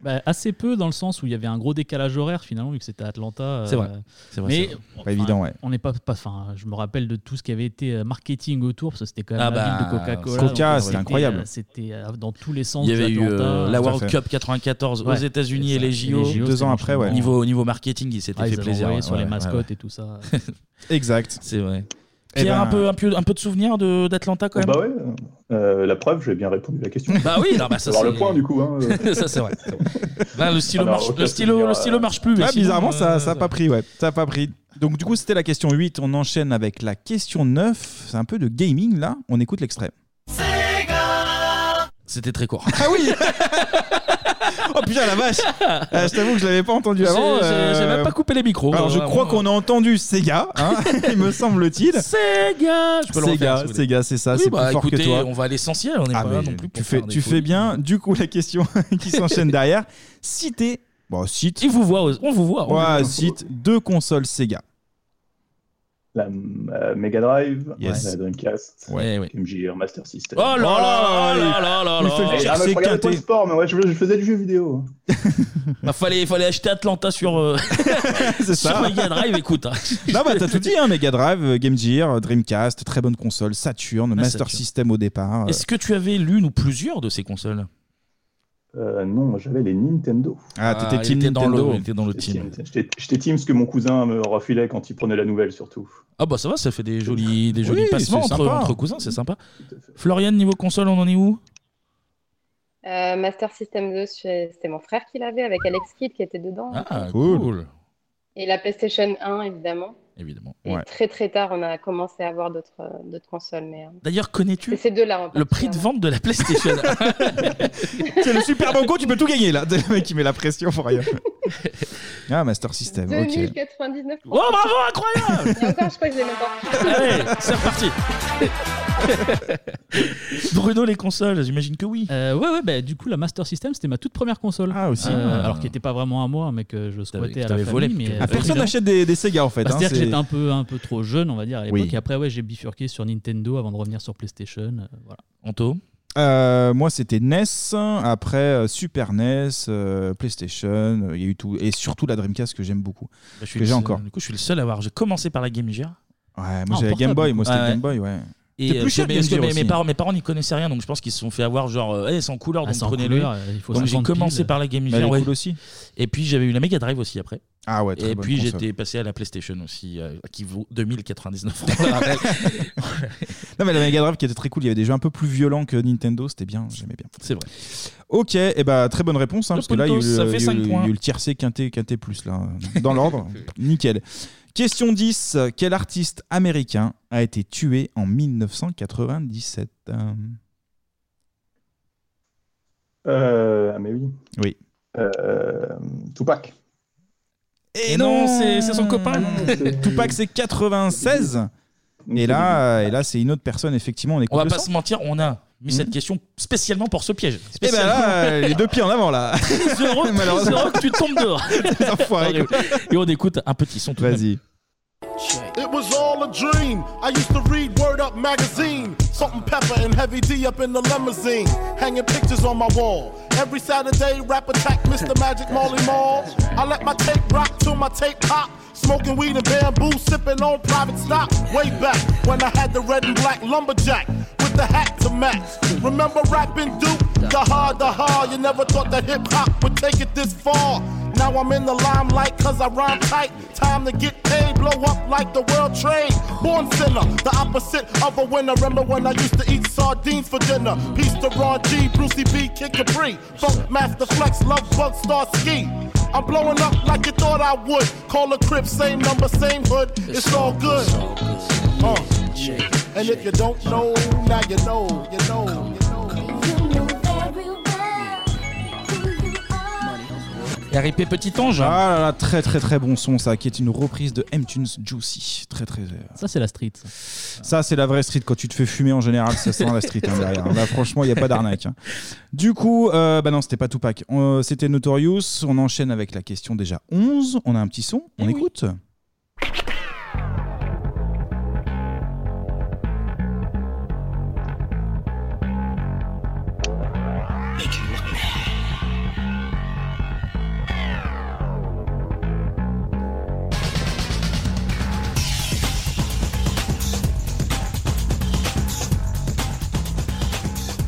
J: Bah, assez peu dans le sens où il y avait un gros décalage horaire finalement vu que c'était à Atlanta. euh,
A: C'est vrai, c'est vrai,
J: Mais
A: c'est vrai. Pas
J: enfin,
A: évident, ouais.
J: On n'est pas, pas enfin, je me rappelle de tout ce qui avait été euh, marketing autour parce que c'était quand même
A: Ah
J: la ville
A: bah,
J: de Coca-Cola.
A: Coca,
J: donc,
A: c'était
J: euh,
A: incroyable.
J: euh, C'était euh, dans tous les sens.
A: Il y avait eu
J: d'Atlanta.
A: euh, la
J: Tout à
A: World
J: fait.
A: Cup 94 aux
J: Ouais.
A: États-Unis et
J: C'est
A: les
J: ça.
A: JO.
J: c'était franchement-
A: Au niveau, au niveau marketing, il s'était
J: Ah,
A: fait
J: ils avaient
A: plaisir.
J: envoyé sur
A: ouais,
J: les
A: ouais,
J: mascottes
A: ouais.
J: et tout ça.
G: exact.
A: C'est vrai.
G: Eh
A: Pierre,
G: ben-
A: un, peu, un, peu, un peu de souvenir de- d'Atlanta quand même
I: Bah ouais, euh, la preuve, j'ai bien répondu à la question.
A: Bah oui, alors bah ça
I: Alors
A: c'est-
I: le point du coup. Hein, euh.
A: ça c'est vrai.
J: Ah,
A: Là, le stylo
I: Alors,
A: marche,
I: aucun
A: le stylo,
I: souvenir,
A: le stylo
I: euh,
A: marche plus. mais
G: Ouais,
A: sinon,
G: bizarrement,
A: euh,
G: ça ça a pas pris, ouais. Ça a pas pris. Donc, du coup, c'était la question 8. On enchaîne avec la question 9. C'est un peu de gaming, là. On écoute l'extrait.
A: C'était très court.
G: Ah oui Oh putain, la vache Euh, Je t'avoue que je l'avais pas entendu
A: J'ai-
G: avant. euh,
A: j'ai- j'ai même pas coupé les micros.
G: Alors, je
A: Euh,
G: crois qu'on a entendu Sega, hein, il me semble-t-il.
A: Sega Je peux le
G: Sega,
A: refaire, si vous voulez.
G: Sega, c'est ça,
A: Oui,
G: c'est
A: bah,
G: plus fort
A: écoutez,
G: que toi.
A: On va à l'essentiel, on n'est
G: Ah,
A: pas là
G: mais
A: non plus pour
G: tu fais,
A: faire des
G: tu
A: folies.
G: fais bien. Du coup, la question qui s'enchaîne derrière. Citez. Bon, cite.
A: Il vous voit, on vous voit. on
G: Ouais,
A: vous voit.
G: cite deux consoles Sega.
I: La euh, Mega Drive,
G: Yes.
I: la Dreamcast, MGR Master System.
A: Oh là là, oh là là là
I: Il
A: là.
I: fait le tir, c'est quinté. sport, mais ouais, je, je faisais du jeu vidéo.
A: Bah, fallait, fallait acheter Atlanta sur, euh,
G: ça.
A: sur Mega Drive, écoute. hein.
G: Non, bah, t'as tout dit, hein, Mega Drive, Game Gear, Dreamcast, très bonne console, Saturn,
A: Ah,
G: Master
A: Saturn.
G: System au départ. euh.
A: Est-ce que tu avais l'une ou plusieurs de ces consoles
I: Euh, non, moi j'avais les Nintendo.
A: Ah, t'étais Ah, il team était dans Nintendo. le- il était dans le
I: J'étais
A: team.
I: J'étais j'étais team ce que mon cousin me refilait quand il prenait la nouvelle, surtout.
A: Ah bah ça va, ça fait des jolis, des
I: Oui,
A: jolis passements
I: c'est
A: entre,
I: sympa.
A: entre cousins, c'est sympa. Florian, niveau console, on en est où
H: Euh, Master System 2, c'est- c'était mon frère qui l'avait avec Alex Kidd qui était dedans.
A: Ah, cool.
H: Et la PlayStation 1, évidemment.
A: Évidemment.
H: Et très très tard, on a commencé à avoir d'autres euh, d'autres consoles. Mais, euh,
A: D'ailleurs, connais-tu
H: c'est ces deux-là. en
A: le prix de vente de la PlayStation
G: C'est le super banco, tu peux tout gagner là. Le mec qui met la pression pour rien. Ah, Master System, ok.
H: 2099.
A: Oh, bravo, incroyable
H: Et encore, je crois que je l'ai même
G: Ah
H: pas.
A: Allez, c'est reparti Bruno, les consoles, j'imagine que oui.
J: ouais, ouais, bah, du coup, la Master System, c'était ma toute première console. Euh,
G: Ah, aussi.
A: Ah.
J: Alors, qui n'était pas vraiment à moi, mais que je squattais à la
A: t'avais
J: famille.
A: volé,
J: mais,
A: que-
J: euh,
G: Ah, personne
J: évidemment.
G: n'achète des, des Sega en fait.
J: Bah,
G: hein,
J: C'est-à-dire que
G: c'est-
J: j'étais un peu, un peu trop jeune, on va dire, à l'époque.
G: Oui.
J: Et après, ouais, j'ai bifurqué sur Nintendo avant de revenir sur PlayStation. euh, voilà.
A: Anto
G: Euh, moi, c'était NES, après euh, Super NES, euh, PlayStation, euh, il y a eu tout, et surtout la Dreamcast que j'aime beaucoup,
A: Bah, je suis
G: que
A: le
G: j'ai
A: seul-
G: encore.
A: Du coup, je suis le seul à avoir. J'ai commencé par la Game Gear.
G: Ouais,
A: Ah,
G: moi j'avais
A: portable,
G: Game Boy,
A: du
G: moi
A: coup.
G: c'était
A: Ah, ouais.
G: Game Boy, ouais.
A: Et
G: C'était
A: euh,
G: plus cher
A: mais
G: Game
A: parce que
G: Gear
A: mes, mes
G: aussi.
A: parents, mes parents n'y connaissaient rien, donc je pense qu'ils se sont fait avoir genre, euh, Eh, c'est en couleur,
J: Ah,
A: donc
J: c'est en
A: prenez-le.
J: couleur, euh, il faut
A: Donc j'ai
J: 50
A: commencé
J: piles.
A: par la Game
J: Bah,
A: Gear.
J: elle est
A: ouais.
J: cool
G: aussi.
A: Et puis j'avais eu la Mega Drive aussi après.
G: Ah ouais, très
A: Et
G: bonne
A: puis
G: console.
A: j'étais passé à la PlayStation aussi, euh, qui vaut 2099 on le rappelle.
G: Non mais la Mega Drive qui était très cool, il y avait des jeux un peu plus violents que Nintendo, c'était bien, j'aimais bien.
A: C'est vrai.
G: Ok, et bah très bonne réponse, hein,
A: Le
G: parce que là il y a eu
A: Puntos, ça
G: le-
A: fait
G: il y a eu
A: cinq
G: le- il y
A: points.
G: a eu le tiercé, quintet, quintet plus là, euh, dans l'ordre, nickel. Question 10, quel artiste américain a été tué en 1997 Euh,
I: Euh, ah, mais oui.
G: Oui.
I: Euh, Tupac.
G: Et,
A: non, c'est c'est son copain.
G: Tupac c'est 96 et là, et là c'est une autre personne effectivement on est
A: On va pas se mentir, on a mis cette question spécialement pour ce piège.
G: et Hmm. ben
A: Spécialement.
G: là les deux pieds en avant là
A: Très heureux, très
G: Malheureusement.
A: heureux que tu tombes dehors.
G: enfoirés,
A: Et on écoute un petit son.
G: Vas-y.
E: It was all a dream. I used to read Word Up magazine. Salt and pepper and heavy D up in the limousine. Hanging pictures on my wall. Every Saturday, rap attack Mr. Magic Molly Mall. I let my tape rock till my tape pop. Smoking weed and bamboo, sipping on private stock. Way back when I had the red and black lumberjack with the hat to match. Remember rapping Duke? The hard, the hard. You never thought that hip hop would take it this far. Now I'm in the limelight cause I rhyme tight. Time to get paid, blow up like the world trade. Born sinner, the opposite of a winner. Remember when I used to eat sardines for dinner? Peace to Ron G, Brucey B, Kid Capri. Funk Master Flex, Love Bug, Star Ski. I'm blowing up like you thought I would. Call a crib, same number, same hood. It's, all good. Uh. And if you don't know, now you know, you know, you know.
A: RIP Petit Ange.
G: Ah là là, très très très bon son ça, qui est une reprise de M-Tunes Juicy. Très très. euh,
J: Ça, c'est la street.
G: Ça, c'est la vraie street. Quand tu te fais fumer en général, ça sent la street hein, derrière. Là, franchement, il n'y a pas d'arnaque. hein. Du coup, euh, bah non, c'était pas Tupac. On- c'était Notorious. On enchaîne avec la question déjà 11. On a un petit son. On écoute.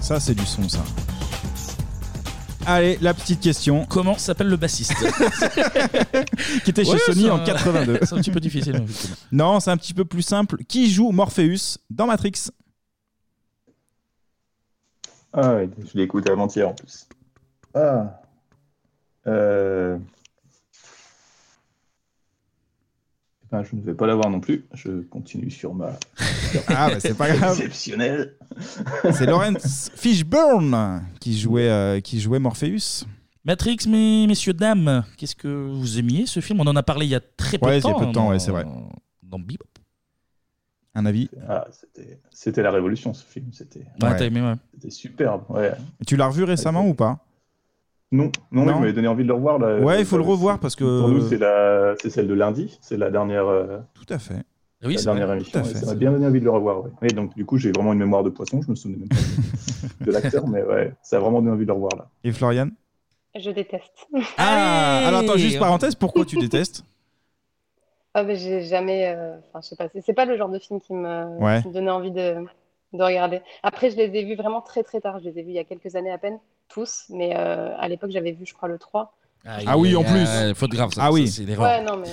G: Ça, c'est du son, ça. Allez, la petite question.
A: Comment s'appelle le bassiste
G: Qui était chez
A: Ouais,
G: Sony
A: c'est
G: en
A: un-
G: 82.
A: c'est un petit peu difficile, effectivement.
G: Non, c'est un petit peu plus simple. Qui joue Morpheus dans Matrix
I: Ah, ouais, je l'ai écouté avant-hier en plus. Ah. Euh... Putain, je ne vais pas l'avoir non plus. Je continue sur ma.
G: Ah, bah, c'est pas grave.
I: Exceptionnel.
G: C'est Lawrence Fishburne qui jouait, euh, qui jouait Morpheus.
A: Matrix, mes, messieurs, dames, qu'est-ce que vous aimiez ce film On en a parlé il y a très peu
G: Ouais, il
A: de
G: y
A: temps.
G: a peu de temps,
A: hein,
G: ouais,
A: dans-
G: c'est vrai.
A: Dans Bebop.
G: Un avis
I: Ah, c'était- C'était la révolution ce film. C'était
G: Ouais, t'as aimé, ouais.
I: C'était superbe. Ouais.
G: Tu l'as revu récemment ou pas
I: Non, Non, mais
G: Non.
I: vous m'avez donné envie de le revoir. Là,
G: Ouais, il faut le
I: Euh,
G: revoir parce que-
I: Pour nous, c'est la... c'est celle de lundi. C'est la dernière. euh,
G: Tout à fait.
A: Ah Oui,
I: la
A: c'est
I: dernière
A: vrai, tout
I: émission.
A: à
I: ouais,
A: fait.
I: ça m'a bien donné envie de le revoir. ouais. Et donc, du coup, j'ai vraiment une mémoire de poisson. Je me souvenais même pas de- de l'acteur, mais ouais, ça a vraiment donné envie de le revoir là.
G: Et Florian
H: Je déteste.
G: Ah Alors attends, juste parenthèse, pourquoi tu détestes
H: Ah, ben, j'ai jamais. euh, Enfin, je sais pas. C'est c'est pas le genre de film qui me,
G: Ouais.
H: qui me donnait envie de, de regarder. Après, je les ai vus vraiment très très tard. Je les ai vus il y a quelques années à peine, tous. Mais euh, à l'époque, j'avais vu, je crois, le 3.
G: Ah oui, en plus.
A: Faute grave, ça.
G: Ah oui.
A: ça, C'est l'erreur.
H: Ouais, non, mais.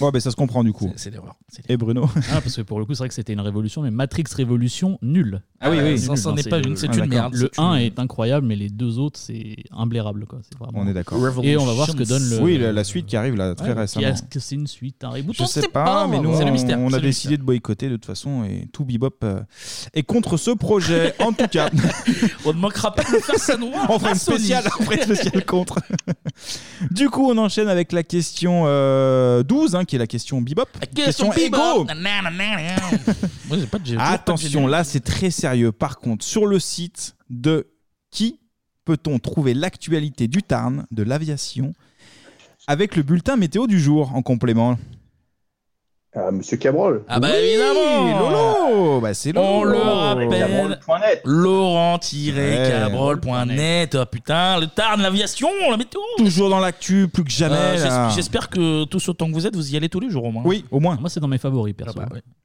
G: Ouais, mais ça se comprend du coup.
A: C'est l'erreur.
G: Et Bruno
J: Ah, parce que pour le coup, c'est vrai que c'était une révolution, mais Matrix Révolution, nul.
A: Ah oui, oui.
J: Nul,
A: Ça, ça
J: hein,
A: n'est pas
J: le-
A: une- c'est
J: Ah,
A: une
J: d'accord.
A: merde,
J: Le
A: c'est
J: 1
A: une-
J: est incroyable, mais les deux autres, c'est imblairable. Quoi. C'est vraiment...
G: On est d'accord.
J: Et on va voir ce que donne le.
G: Oui, la, la suite qui arrive là très
J: Ouais,
G: récemment.
J: Est-ce que c'est une suite, un reboot
G: Je
J: On
G: sais
J: sait hein.
G: pas, mais nous,
J: C'est
G: on,
J: le mystère,
G: on
J: c'est
G: a
J: le
G: décidé de boycotter de toute façon et tout bebop euh, est contre ce projet. en tout cas,
A: on ne manquera pas de le faire ça noir.
G: on fera
A: à
G: une
A: Sony.
G: spéciale, on fera une spéciale contre. du coup, on enchaîne avec la question euh, 12, hein, qui est la question bebop.
A: Question
G: égo.
A: Bebop. Nanana. Moi, j'ai pas de- j'ai toujours pas de
G: Attention,
A: générique.
G: là c'est très sérieux. Par contre, sur le site de qui peut-on trouver l'actualité du Tarn, de l'aviation, avec le bulletin météo du jour en complément
I: Ah, Monsieur Cabrol
A: Ah bah évidemment
G: Eh, Lolo Bah, c'est Lolo
A: On le rappelle, laurent-cabrol.net. Ah, putain, le Tarn, l'aviation, la météo.
G: Toujours dans l'actu, plus que jamais.
A: Euh, j'es-
G: là.
A: J'espère que tous autant que vous êtes, vous y allez tous les jours au moins.
G: Oui, au moins. Ah bah,
J: Moi, c'est dans mes favoris, perso.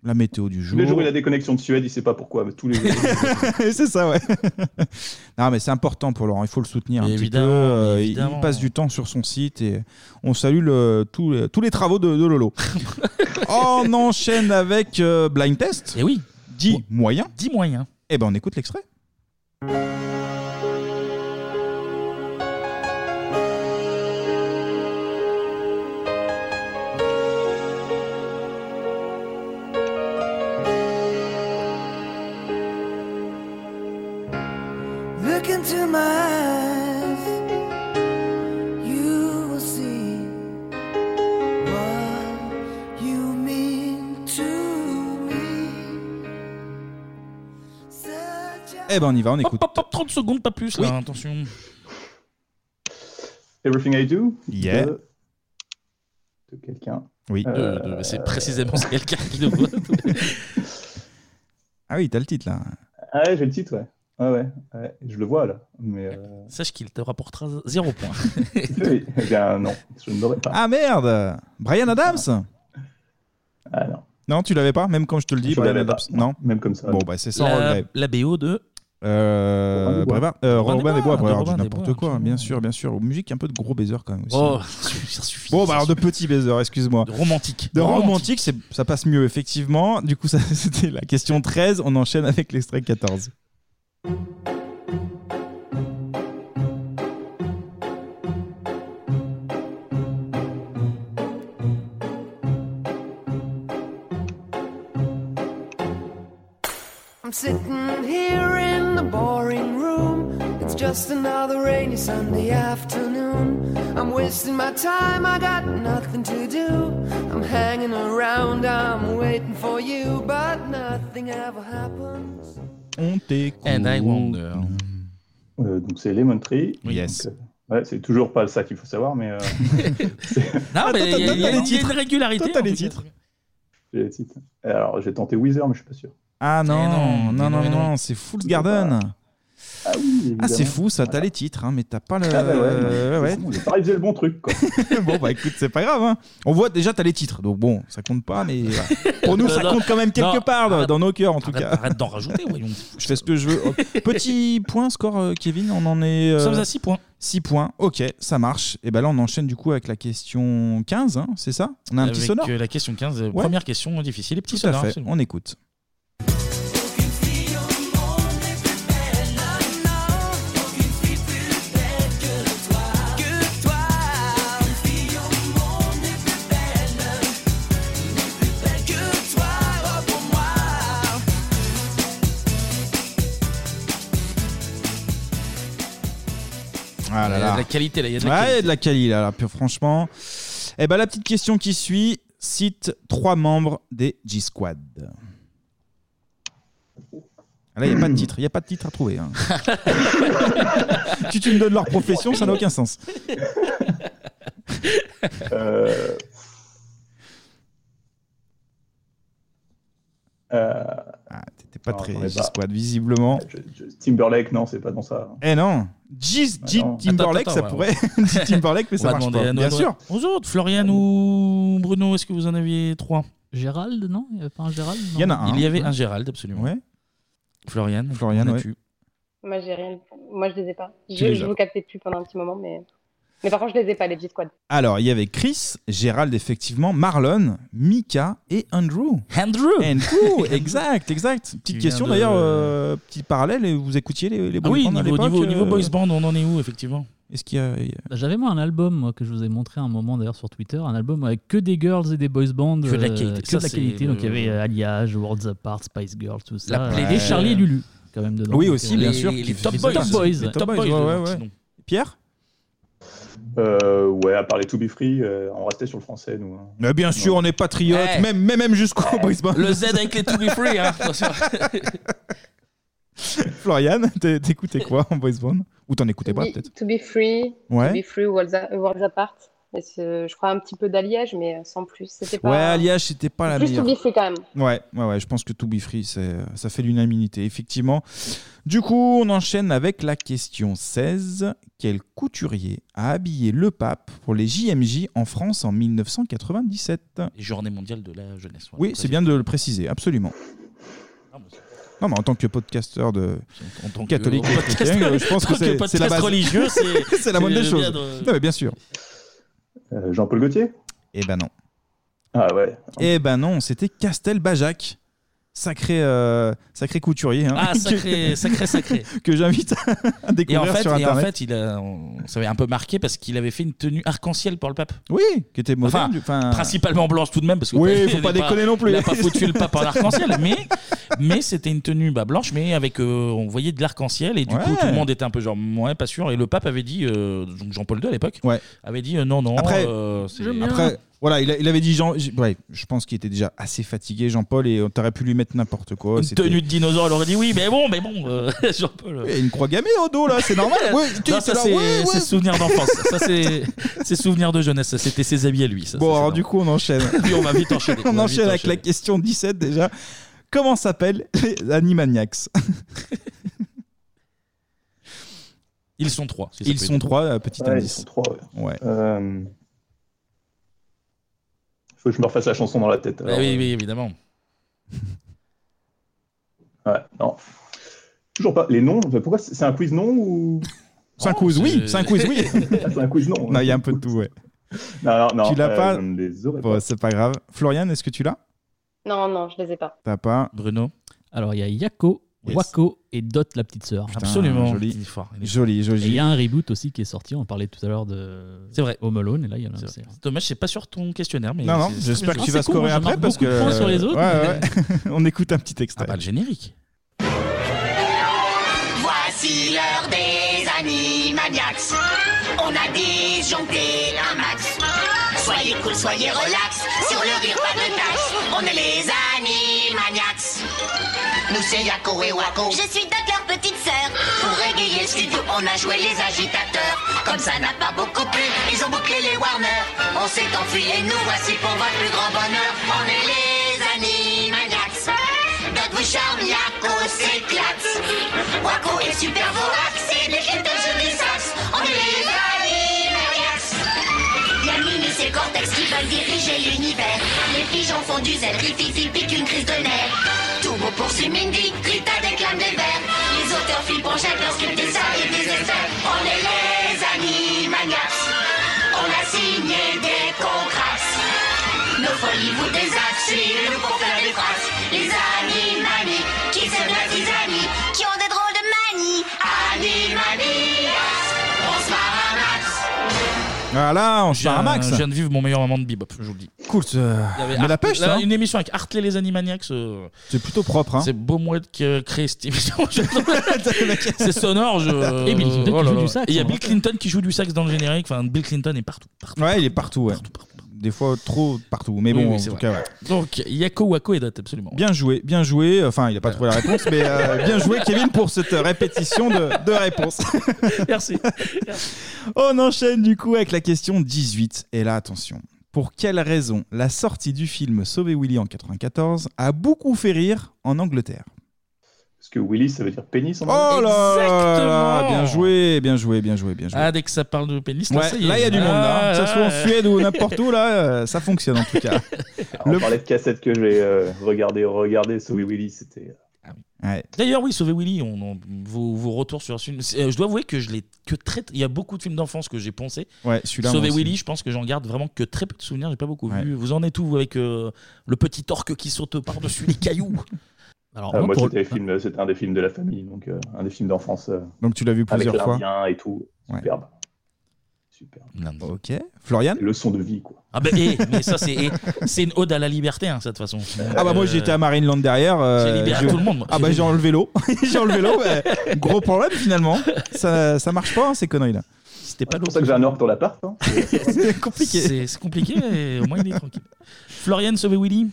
G: La météo du
I: Tous
G: jour.
I: les jours, il a des connexions de Suède, il sait pas pourquoi, mais tous les jours.
G: c'est ça, ouais. non, mais c'est important pour Laurent, il faut le soutenir un
A: Mais
G: petit
A: évidemment,
G: peu. Euh,
A: mais
G: il-
A: évidemment.
G: Il passe du temps sur son site et on salue le- tous les- tous les travaux de, de Lolo. on enchaîne avec euh, Blind Test.
A: Et Eh oui.
G: 10 moyens.
A: 10 moyens.
G: Eh ben, on écoute l'extrait.
D: Look into my eyes, you will see what you mean to me.
G: Eh ben, on y va, on écoute.
A: Hop, hop, 30 secondes, pas plus là, attention.
I: Everything I Do
G: Yeah.
I: de, de quelqu'un.
G: Oui.
I: Euh,
A: De- de- c'est précisément ce quelqu'un qui nous voit.
G: Ah oui, t'as le titre là.
I: Ah ouais, j'ai le titre, ouais. Ouais, ouais, ouais, Je le vois là. Mais euh,
A: Sache qu'il te rapportera 0 points.
I: oui, eh bien, non, je ne l'aurais pas.
G: Ah merde Brian Adams
I: Ah non.
G: Non, tu l'avais pas, même quand je te le dis,
I: Je
G: Brian
I: l'avais
G: Adams.
I: pas,
G: Non.
I: Même comme ça.
G: Bon, bah, c'est sans
A: la,
G: regret.
A: la BO de.
G: Euh,
A: Robin des
G: Brevard-
A: Bois.
G: euh,
A: Robin des
G: Robin des Bois,
A: Bois,
G: Brevard, je
A: de
G: dis
A: Robin des
G: n'importe
A: Bois,
G: quoi, hein, bien sûr, bien sûr. Musique un peu de gros baiser quand même aussi.
A: Oh, ça suffit.
G: Bon, bah alors
A: ça
G: de petits baisers, excuse-moi.
A: De romantique.
G: De
A: De romantique.
G: romantique, c'est- ça passe mieux, effectivement. Du coup, ça, c'était la question 13. On enchaîne avec l'extrait 14.
D: I'm sitting here in the boring room. It's just another rainy Sunday afternoon. I'm wasting my time, I got nothing to do. I'm hanging around, I'm waiting for you, but nothing ever happens.
G: On t'écoute.
A: And I wonder.
I: Euh, donc c'est Lemon Tree.
G: Mm. Yes.
I: Donc, euh, ouais, c'est toujours pas ça qu'il faut savoir, mais. euh,
A: Non,
G: toi,
A: mais
G: t'as-
A: il y a-
G: t'as
A: il y a
G: les
A: il y a une
G: titres.
A: régularité.
G: Toi, t'as
A: en
G: les
A: tout cas.
G: titres.
I: j'ai le titre. Alors j'ai tenté Weezer, mais je suis pas sûr.
G: Ah non,
A: Eh
G: non, non,
A: non, eh
G: non,
A: non, eh non.
G: c'est Fool's Garden.
I: Ah, oui,
G: Ah, c'est
I: évidemment.
G: fou, ça, t'as les titres, hein, mais t'as pas le.
I: Ah bah ouais,
G: Euh,
I: mais
G: ouais.
I: c'est bon, J'ai pas révisé le bon truc. Quoi.
G: bon, bah écoute, c'est pas grave. hein. On voit déjà, t'as les titres. Donc bon, ça compte pas, mais. euh, Pour nous,
A: Non,
G: ça
A: non.
G: compte quand même quelque
A: Non,
G: part dans-
A: arrête.
G: dans nos cœurs, en tout cas.
A: Arrête d'en rajouter, voyons.
G: Je fais ce que je veux. Hop. Petit point score, euh, Kevin. On en est.
A: Nous sommes à six points.
G: 6 points. Ok, ça marche. Et ben là, on enchaîne du coup avec la question 15, hein, c'est ça On a un petit
A: Avec,
G: sonore
A: euh, La question 15, euh,
G: Ouais.
A: première question difficile. Et petit
G: Tout
A: sonore,
G: à fait.
A: absolument.
G: On écoute. Ah là
A: Il y a
G: là.
A: de la qualité, là, il y a de la
G: Ouais, il
A: qualité.
G: y a de la quali, là, là, puis franchement. Et ben la petite question qui suit cite trois membres des G-Squad.
I: Euh.
G: Ah Là, il n'y a pas de titre. Il n'y a pas de titre à trouver. hein. tu, tu me donnes leur profession, ça n'a aucun sens.
I: Euh, Euh.
G: Ah, t'étais pas très G-Squad, visiblement.
I: Timberlake, non, c'est pas dans ça.
G: Eh non G, G
I: Bah non.
G: Timberlake,
A: Attends,
G: ça
A: attends,
G: pourrait.
A: ouais,
G: G Timberlake, mais
A: On
G: ça
A: va
G: marche
A: demander
G: pas.
A: à nos
G: Bien
A: adroits.
G: sûr.
A: Aux autres, Florian ou Bruno, est-ce que vous en aviez trois
J: Gérald, non Il n'y avait pas un Gérald non
A: Il y en a un. Il y avait
J: Ouais.
A: un Gérald, absolument. Florian.
G: Florian,
A: on a
G: ouais.
A: tu.
H: Moi, j'ai rien. Moi, je les ai pas.
G: Tu
H: Je,
G: les
H: je
G: as.
H: vous captais plus pendant un petit moment, mais. Mais par contre, je les ai pas, les G-Squad.
G: Alors, il y avait Chris, Gérald, effectivement, Marlon, Mika et Andrew. Andrew Andrew, exact, exact. Petite
A: vient
G: question
A: de-
G: d'ailleurs, euh, petit parallèle, et vous écoutiez les, les
A: Ah oui,
G: boys bands à
A: niveau,
G: l'époque,
A: niveau,
G: euh,
A: niveau boys band, on en est où, effectivement
G: Est-ce qu'il y a. il y a-
J: Bah, J'avais moi un album moi, que je vous ai montré à un moment d'ailleurs sur Twitter, un album avec que des girls et des boys bands.
A: Que de la
J: euh,
A: qualité.
J: que
A: Ça,
J: de la
A: c'est
J: qualité.
A: le-
J: Donc il y avait euh, Alliage, Worlds Apart, Spice Girls, tout ça.
A: La
J: Euh,
A: playlist.
J: Charlie et Lulu quand même dedans.
G: Oui,
J: Donc,
G: aussi,
J: euh,
G: bien
J: les-
G: sûr.
J: les
G: qui
J: Top
G: faisait
J: Boys.
G: partie.
J: Top Boys,
G: Les Top
J: Top
G: Boys,
J: Boys,
G: ouais,
J: le
G: ouais,
J: petit
G: ouais. Pierre
I: Euh, ouais, à part les To Be Free, euh, on restait sur le français, nous. hein.
G: Mais Bien sûr, on est patriote,
I: Eh.
G: même, même, même jusqu'au boys band.
A: Le Z avec les To Be Free, hein, attention.
G: Florian, t'é- t'écoutais quoi en boys band Ou t'en écoutais pas,
H: Be-
G: peut-être
H: To be free,
G: Ouais.
H: to be free, worlds, a- worlds apart. Et ce- je crois un petit peu d'alliage, mais euh, sans plus. C'était pas.
G: Ouais, Alliage, c'était pas la
H: plus
G: meilleure.
H: to be free quand même.
G: Ouais, ouais, ouais, je pense que To Be Free, c'est- ça fait l'unanimité, effectivement. Du coup, on enchaîne avec la question 16. Quel couturier a habillé le pape pour les JMJ en France en 1997
A: Les Journées mondiales de la jeunesse. ouais.
G: Oui, c'est bien de le préciser, absolument. Non, mais en tant que podcasteur de
A: En tant que-
G: catholique,
A: en tant que-
G: chrétien, je pense que
A: en tant que
G: c'est c'est la
A: podcast
G: base.
A: religieux, c'est-
G: c'est la bonne des
A: c'est bien
G: choses.
A: de-
G: Non, mais bien sûr.
I: Euh, Jean-Paul Gaultier
G: Eh ben non.
I: Ah ouais.
G: Eh ben non, c'était Castelbajac. Sacré, euh, sacré couturier. hein.
A: Ah, sacré,
G: Que-
A: sacré, sacré.
G: que j'invite à
A: Et
G: découvrir
A: en fait,
G: sur
A: et en
G: Internet.
A: fait il a, on, ça avait un peu marqué parce qu'il avait fait une tenue arc-en-ciel pour le pape.
G: Oui, qui était moderne,
A: Enfin,
G: du- enfin-
A: principalement blanche tout de même. Parce que
G: Oui,
A: il
G: faut
A: est
G: pas déconner non plus.
A: Il a pas foutu le pape en arc-en-ciel. mais mais c'était une tenue bah, blanche, mais avec. euh, on voyait de l'arc-en-ciel et du coup,
G: Ouais.
A: tout le monde était un peu genre, ouais, pas sûr. Et le pape avait dit, euh, donc Jean-Paul II à l'époque, avait dit, euh, non, non.
G: Après,
A: euh, c'est-
G: après, voilà, il, a- il avait dit Jean. j- ouais, je pense qu'il était déjà assez fatigué, Jean-Paul, et on t'aurait pu lui mettre n'importe quoi.
A: une
G: c'était-
A: tenue de dinosaure, elle aurait dit, oui, mais bon, mais bon, euh, Jean-Paul. euh.
G: Et une croix gammée au dos là, c'est normal. Ouais, tu-
A: Non,
G: t'es
A: ça
G: là,
A: c'est
G: ouais, ouais.
A: c'est souvenir d'enfance. Ça c'est c'est souvenir de jeunesse. Ça, C'était ses habits à lui. Ça,
G: Bon, alors du coup, on enchaîne.
A: Puis on va vite enchaîner.
G: on
A: va vite
G: enchaîne avec la question 17 déjà. Comment s'appellent les Animaniacs
A: Ils sont trois. si ça
G: Ils
A: peut
G: sont
A: être.
G: trois, euh, petit
I: Ouais,
G: indice.
I: ils sont trois, ouais.
G: Ouais.
I: Euh, Faut que je me refasse la chanson dans la tête.
A: Bah
I: alors.
A: oui, oui, évidemment.
I: Ouais, non. Toujours pas. Les noms, mais pourquoi c'est c'est un quiz non ou.
G: C'est un quiz, oui, c'est un quiz, oui.
I: Ah, c'est un quiz non.
G: Non, il y a un peu de tout, ouais.
I: Non, non, non.
G: tu l'as
I: euh,
G: pas
I: je ne les aurais
G: Bon,
I: pas.
G: c'est pas grave. Florian, est-ce que tu l'as
H: Non, non, je les ai pas.
G: T'as pas
A: Bruno
J: Alors il y a Yako, Wako et Dot la petite sœur.
G: Putain, Joli, joli,
J: Et il
G: joli.
J: y a un reboot aussi qui est sorti. On parlait tout à l'heure de
A: C'est vrai.
J: Home Alone et là il y en a. un, c'est-
A: Dommage, c'est pas sur ton questionnaire, mais
G: Non, non,
A: c'est-
G: j'espère que
A: Ah,
G: tu
A: c'est
G: vas
A: con,
G: scorer
A: moi, je
G: après
A: marque
G: parce
A: beaucoup de
G: que.
A: points sur les autres.
G: Ouais, ouais. On écoute un petit extrait.
A: Ah, bah, le générique.
B: Voici l'heure des animaniacs. On a disjoncté un max. Soyez cool, soyez relax. Sur le rire, pas de taxe. On est les animaniacs. Nous c'est Yako et Wako. Je suis Doc, leur petite sœur. Pour égayer le studio, on a joué les agitateurs. Comme ça n'a pas beaucoup plu, ils ont bouclé les Warner. On s'est enfui et nous voici pour votre plus grand bonheur. On est les animaniacs. Doc vous charme, Yako. Waco s'éclate. Waco est super vorax. C'est l'équipe de jeu des As. On est les Animaniacs. Yamine et ses cortex qui veulent diriger l'univers. Les pigeons font du zèle. Rififi pique une crise de nerfs. Turbo poursuit Mindy. Rita déclame des vers. Les auteurs filent projettent leurs scripts des et des effets. On est les Animaniacs. On a signé des contrats. Nos folies vous désactivent pour faire des phrases. Les animanis qui s'aiment la tisanie, qui ont des drôles de manies. Animanias, on se marre à max.
G: Voilà, on
A: Je
G: se
A: viens-
G: marre à max.
A: Je viens de vivre mon meilleur moment de bebop, je vous le dis.
G: Cool, ce-
A: Il y avait
G: mais la
A: Art-
G: pêche,
A: là,
G: ça. hein.
A: Une émission avec Hartley les Animaniacs. euh,
G: C'est plutôt propre. Hein.
A: C'est beau moi qui a créé cette émission. c'est sonore. Je...
J: Et Bill Clinton qui
A: oh là
J: joue
A: là.
J: du sax, hein.
A: Et
G: hein.
A: Il y a
J: on
A: Bill
J: rappelle.
A: Clinton qui joue du sax dans le générique. Enfin, Bill Clinton est partout.
G: Ouais, il est partout, ouais. Des fois trop partout, mais
A: Oui,
G: bon,
A: oui,
G: en
A: c'est
G: tout
A: vrai.
G: cas, ouais.
A: Donc, Yako Wako est date, absolument.
G: Bien joué, bien joué. Enfin, il n'a pas trouvé la réponse, mais euh, bien joué, Kevin, pour cette répétition de, de réponse.
A: Merci.
G: On enchaîne du coup avec la question 18. Et là, attention. Pour quelle raison la sortie du film Sauver Willy en 94 a beaucoup fait rire en Angleterre
I: Parce que Willy, ça veut dire pénis en
G: Oh là là
A: Exactement.
G: Bien joué, Eh, bien joué, bien joué, bien joué.
A: Ah, dès que ça parle de pénis,
G: Ouais,
A: ça
G: là, il y a du monde. hein.
A: Ah,
G: Que ce soit en
A: ah,
G: Suède ou n'importe où, là, euh, ça fonctionne en tout cas.
I: Ah, On parlait de cassettes que j'ai euh, regardé, regardé, Sauvé Willy, c'était. euh,
A: Ah, D'ailleurs, oui, Sauver Willy, on, on- vos, vos retours sur ce film. C'est- euh, Je dois avouer que je l'ai que très. Il y a beaucoup de films d'enfance que j'ai poncé.
G: Ouais, celui-là,
A: Sauver
G: moi aussi.
A: Willy, je pense que j'en garde vraiment que très peu de souvenirs. J'ai pas beaucoup vu. Vous en êtes où vous, avec euh, le petit orque qui saute par-dessus les cailloux Alors,
I: Ah,
A: moi,
I: moi,
A: pour-
I: c'était, le film, euh, c'était un des films de la famille, donc euh, un des films d'enfance. euh,
G: Donc, tu l'as vu plusieurs
I: avec
G: fois
I: l'Indien et tout.
G: Ouais.
I: Superbe.
G: Ok. Florian
I: Leçon de vie, quoi.
A: Ah, bah, eh, mais ça, c'est eh, c'est une ode à la liberté, hein, ça, de toute façon.
G: Ah bah moi
A: Euh,
G: j'étais à Marineland derrière. euh,
A: j'ai libéré
G: je-
A: tout le monde, moi.
G: Ah bah j'ai enlevé l'eau. j'ai enlevé l'eau. ouais. Gros problème finalement. Ça, ça marche pas hein, ces conneries là.
A: C'était pas
I: C'est pour ça que j'ai un orque dans l'appart. hein.
G: C'est compliqué.
A: Euh, C'est c'est compliqué, mais au moins il est tranquille. Florian Sauver Willy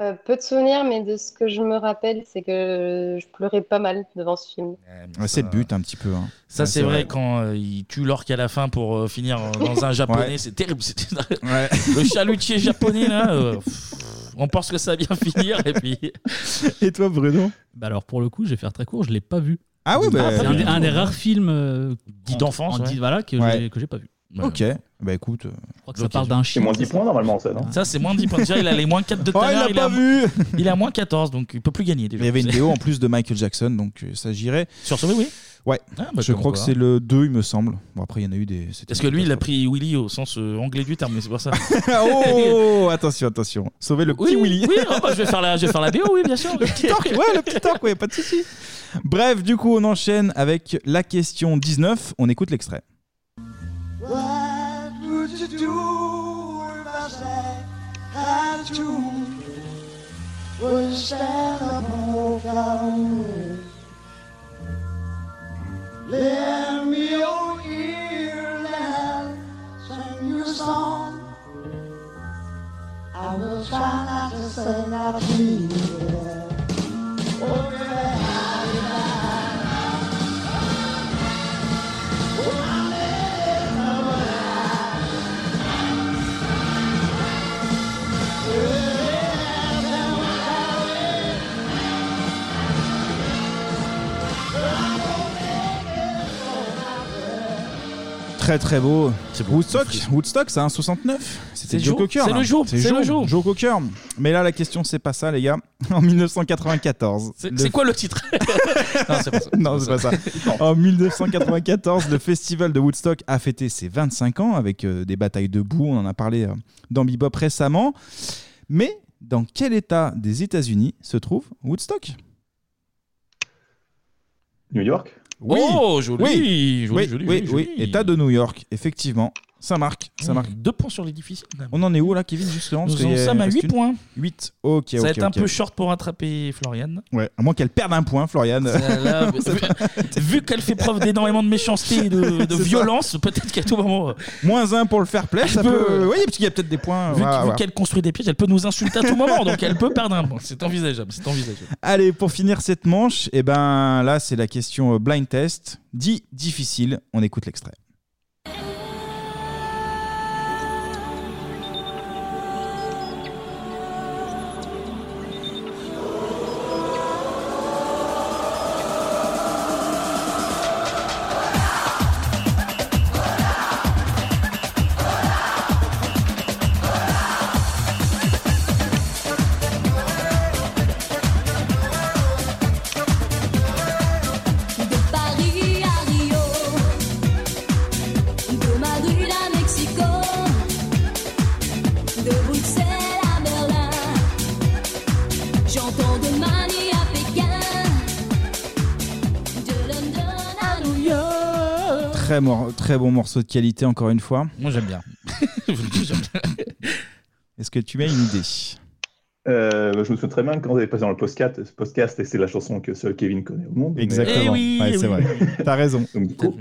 H: Euh, peu de souvenirs, mais de ce que je me rappelle, c'est que je pleurais pas mal devant ce film.
G: Ouais, c'est le but un petit peu. hein.
A: Ça,
G: Ouais,
A: c'est vrai, quand euh, il tue l'orque à la fin pour euh, finir euh, dans un japonais,
G: Ouais.
A: c'est terrible. c'était-
G: Ouais.
A: Le chalutier japonais, là, euh, pff, on pense que ça va bien finir, et puis.
G: Et toi, Bruno
J: bah Alors, pour le coup, je vais faire très court, je l'ai pas vu.
G: Ah ouais, bah,
J: c'est
G: pas
J: un,
G: du
J: des-
G: tout.
J: un des rares films euh,
A: Dit
J: en-
A: d'enfance,
J: en
A: ouais.
J: dit- voilà, que
A: Ouais.
J: j'ai- que j'ai pas vu.
G: Ok. Bah écoute. euh,
J: Je crois que ça parle d'un
I: C'est
J: chien.
I: moins 10 points normalement, ça, non
A: Ça, c'est moins 10 points. Déjà, il a les moins 4 de
G: Oh,
A: tout à
G: il
A: l'heure,
G: l'a pas
A: a-
G: vu
A: Il a moins 14, donc il peut plus gagner.
G: Il y avait une vidéo en plus de Michael Jackson, donc euh, ça girait.
A: Sur Sauvé, oui
G: Ouais.
A: Ah, bah,
G: je
A: comme
G: crois que
A: quoi.
G: c'est le 2, il me semble. Bon après il y en a eu des. c'était-
A: Parce que lui, il a pris Willy au sens euh, anglais du terme, mais c'est pour ça.
G: oh attention attention. Sauver le petit Willy.
A: Oui, ah bah, je, vais faire la, je vais faire la BO,
G: Ah
A: oui, bien sûr. Le petit
G: orque, ouais, le petit orque, ouais, pas de souci. Bref, du coup, on enchaîne avec la question 19. On écoute l'extrait.
B: What would you do if I sang out of tune? Would you stand up and walk out on me? Lend me your ear and I'll sing you a song. I will try not to sing out of key. Oh,
G: Très très beau.
A: beau.
G: Woodstock, Woodstock, c'est un 69.
A: C'est
G: C'était
A: le
G: Joe
A: jour.
G: Cocker.
A: C'est
G: là.
A: le jour, c'est le jour.
G: Joe Cocker. Mais là, la question, c'est pas ça, les gars. En 1994.
A: C'est
G: le-
A: c'est quoi le titre Non, c'est pas ça.
G: Non, c'est pas ça. En 1994, le festival de Woodstock a fêté ses 25 ans avec euh, des batailles debout. On en a parlé euh, dans Bebop récemment. Mais dans quel état des États-Unis se trouve Woodstock
I: New York
G: Oui.
A: Oh, joli,
G: oui. oui,
A: joli, joli,
G: oui,
A: joli,
G: oui.
A: joli.
G: État de New York, effectivement. Ça marque, ça
A: Mmh.
G: marque.
A: Deux points sur les difficiles.
G: On en est où là, Kevin, justement
A: Nous en sommes à huit points.
G: 8, ok,
A: ça
G: ok,
A: va être un
G: ok.
A: peu short pour rattraper Florian.
G: Ouais, à moins qu'elle perde un point, Florian.
A: Ça, là, vu vu qu'elle fait preuve d'énormément de méchanceté et de, de
G: C'est ça.
A: violence, peut-être qu'à tout moment. euh,
G: Moins un pour le fair play, ça
A: peut-
G: peut. Oui, parce qu'il y a peut-être des points.
A: euh, Vu,
G: voilà,
A: qu'- vu
G: voilà.
A: qu'elle construit des pièges, elle peut nous insulter à tout moment, donc elle peut perdre un point. C'est envisageable, c'est envisageable.
G: Allez, pour finir cette manche, et ben là, c'est la question euh, blind test. Dit difficile, on écoute l'extrait.
B: What
G: Très, mor- très bon morceau de qualité, encore une fois.
A: Moi, j'aime bien.
G: Est-ce que tu as une idée
I: Euh, bah, je me souviens très bien que quand vous avez passé dans le podcast, ce podcast et c'est la chanson que seul Kevin connaît au monde. mais-
G: Exactement.
A: Eh
G: Ouais, c'est vrai. T'as raison.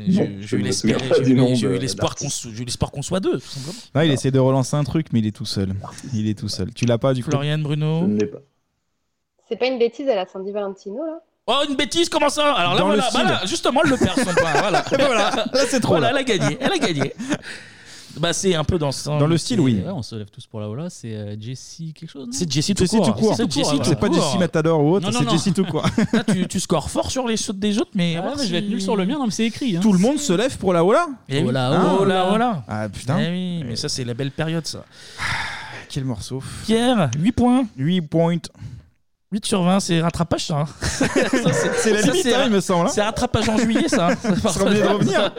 I: J'ai
A: J'ai eu l'espoir j'ai eu- j'ai eu l'espoir qu'on se- j'ai eu l'espoir qu'on soit deux, tout simplement.
G: Non, il essaie de relancer un truc, mais il est tout seul. Il est tout seul. Tu l'as pas du coup
A: Florian Bruno
H: C'est pas une bêtise à la Sandy Valentino, là
A: Oh, une bêtise, comment ça Alors là,
G: Dans le
A: voilà,
G: style.
A: voilà, justement, elle le perd son point. Voilà, voilà.
G: Là, c'est trop,
A: Voilà,
G: là.
A: elle a gagné, elle a gagné. bah, c'est un peu dans ce sens. euh,
J: Ouais, on se lève tous pour la Ola, c'est euh, Jessie quelque chose. non
A: C'est Jessie tout court.
J: tout court, ouais,
G: C'est
J: voilà.
G: pas Jessie Matador ou autre,
J: Non, non,
G: c'est
J: non.
G: Jessie tout court.
A: Là, tu, tu scores fort sur les sautes des autres, mais.
J: Ah, mais je vais être nul sur le mien, non, mais c'est écrit. hein.
G: Tout le monde se lève pour la Ola
A: Eh oui.
G: Ah,
A: Ah, voilà, voilà.
G: Ah putain.
A: Eh oui, mais ça, c'est la belle période, ça.
G: Quel morceau.
A: Pierre, 8 points.
G: 8 points.
A: 8 sur 20, c'est rattrapage, ça. hein. Ça,
G: C'est la
A: ça,
G: limite,
A: c'est-
G: hein, il me semble. hein.
A: C'est rattrapage en juillet, ça. hein.
G: Ça sera obligé de revenir.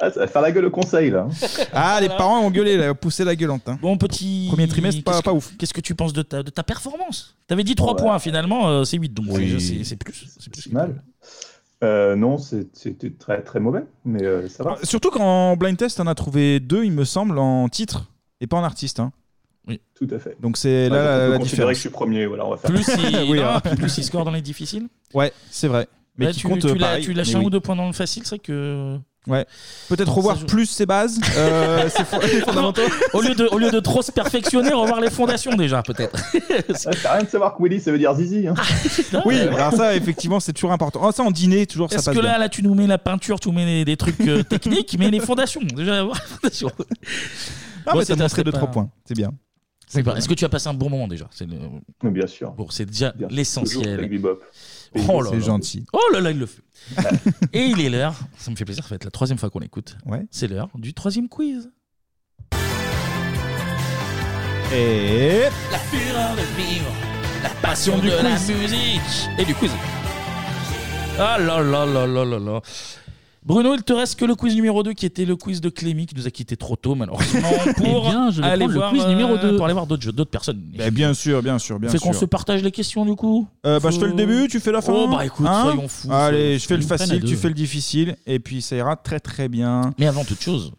I: Ah, ça va faire la gueule au conseil, là. hein.
G: Ah, les parents ont gueulé, là, poussé la gueulante. hein.
A: Bon, petit.
G: Premier trimestre, pas,
A: qu'est-ce
G: pas
A: que-
G: ouf.
A: Qu'est-ce que tu penses de ta, de ta performance T'avais dit 3
I: Ouais.
A: points, finalement, euh, c'est 8, donc c'est-
I: Oui.
A: c'est c'est plus. C'est plus.
I: C'est mal. Euh, non, c'est- c'était très très mauvais, mais euh, ça va.
G: Surtout qu'en blind test, on a trouvé deux, il me semble, en titre et pas en artiste. hein.
A: Oui.
I: Tout à fait.
G: Donc c'est
I: Ouais,
G: là
I: donc,
G: la,
I: on peut
G: la
I: considérer
G: différence.
I: que je suis premier, voilà, Bah, on va faire.
A: Plus il,
G: Oui,
A: non,
G: hein.
A: puis plus il score dans les difficiles.
G: Ouais, c'est vrai. Mais
A: Là,
G: qui
A: tu,
G: compte
A: tu,
G: euh,
A: l'as-
G: pareil,
A: tu
G: mais
A: lâches un
G: oui.
A: ou deux points dans le facile, c'est vrai que.
G: Ouais. Peut-être
A: Ça
G: revoir
A: joue.
G: plus ses bases, euh, ses fo- les fondamentaux.
A: au, lieu de, au lieu de trop se perfectionner, revoir les fondations déjà, peut-être. Ah,
I: Ça sert à rien de savoir que Willy, ça veut dire zizi. Hein.
G: Oui, alors ça, effectivement, c'est toujours important. Ah, ça, en dîner, toujours, ça
A: Parce
G: passe
A: que là,
G: bien.
A: là, tu nous mets la peinture, tu nous mets des, des trucs euh, techniques, mais les fondations. Déjà, voir les fondations.
G: Ah, mais
A: Bon,
G: ça
A: c'était-
G: montrait
A: c'était
G: 2-3
A: pas-
G: points. C'est bien.
A: c'est pas- Est-ce que tu as passé un bon moment déjà C'est le-
I: Bien sûr.
A: Bon, c'est déjà
I: Toujours avec
A: l'essentiel.
I: Bebop.
A: Oh là
G: C'est
A: là.
G: gentil.
A: Oh là là, il le fait. Et il est l'heure, ça me fait plaisir, ça va être la troisième fois qu'on l'écoute.
G: Ouais.
A: C'est l'heure du troisième quiz.
G: Et.
A: La fureur de vivre, la passion
G: du
A: de la
G: quiz.
A: musique et du quiz. Ah là là là là là là. Bruno, il te reste que le quiz numéro 2 qui était le quiz de Clémy qui nous a quitté trop tôt malheureusement pour
J: bien, je vais
A: aller
J: prendre le
A: voir
J: quiz
A: euh,
J: numéro deux.
A: pour aller voir d'autres jeux, d'autres personnes.
G: Bah, bien sûr, bien sûr, bien
A: C'est
G: sûr.
A: qu'on se partage les questions du coup
G: Euh, bah, je fais le début, tu fais la fin.
A: Oh bah écoute,
G: Hein
A: soyons fous.
G: Allez,
A: soyons
G: je fais le
A: fous. Ils prennent à
G: facile, tu
A: deux.
G: fais le difficile, et puis ça ira très très bien.
A: Mais avant toute chose,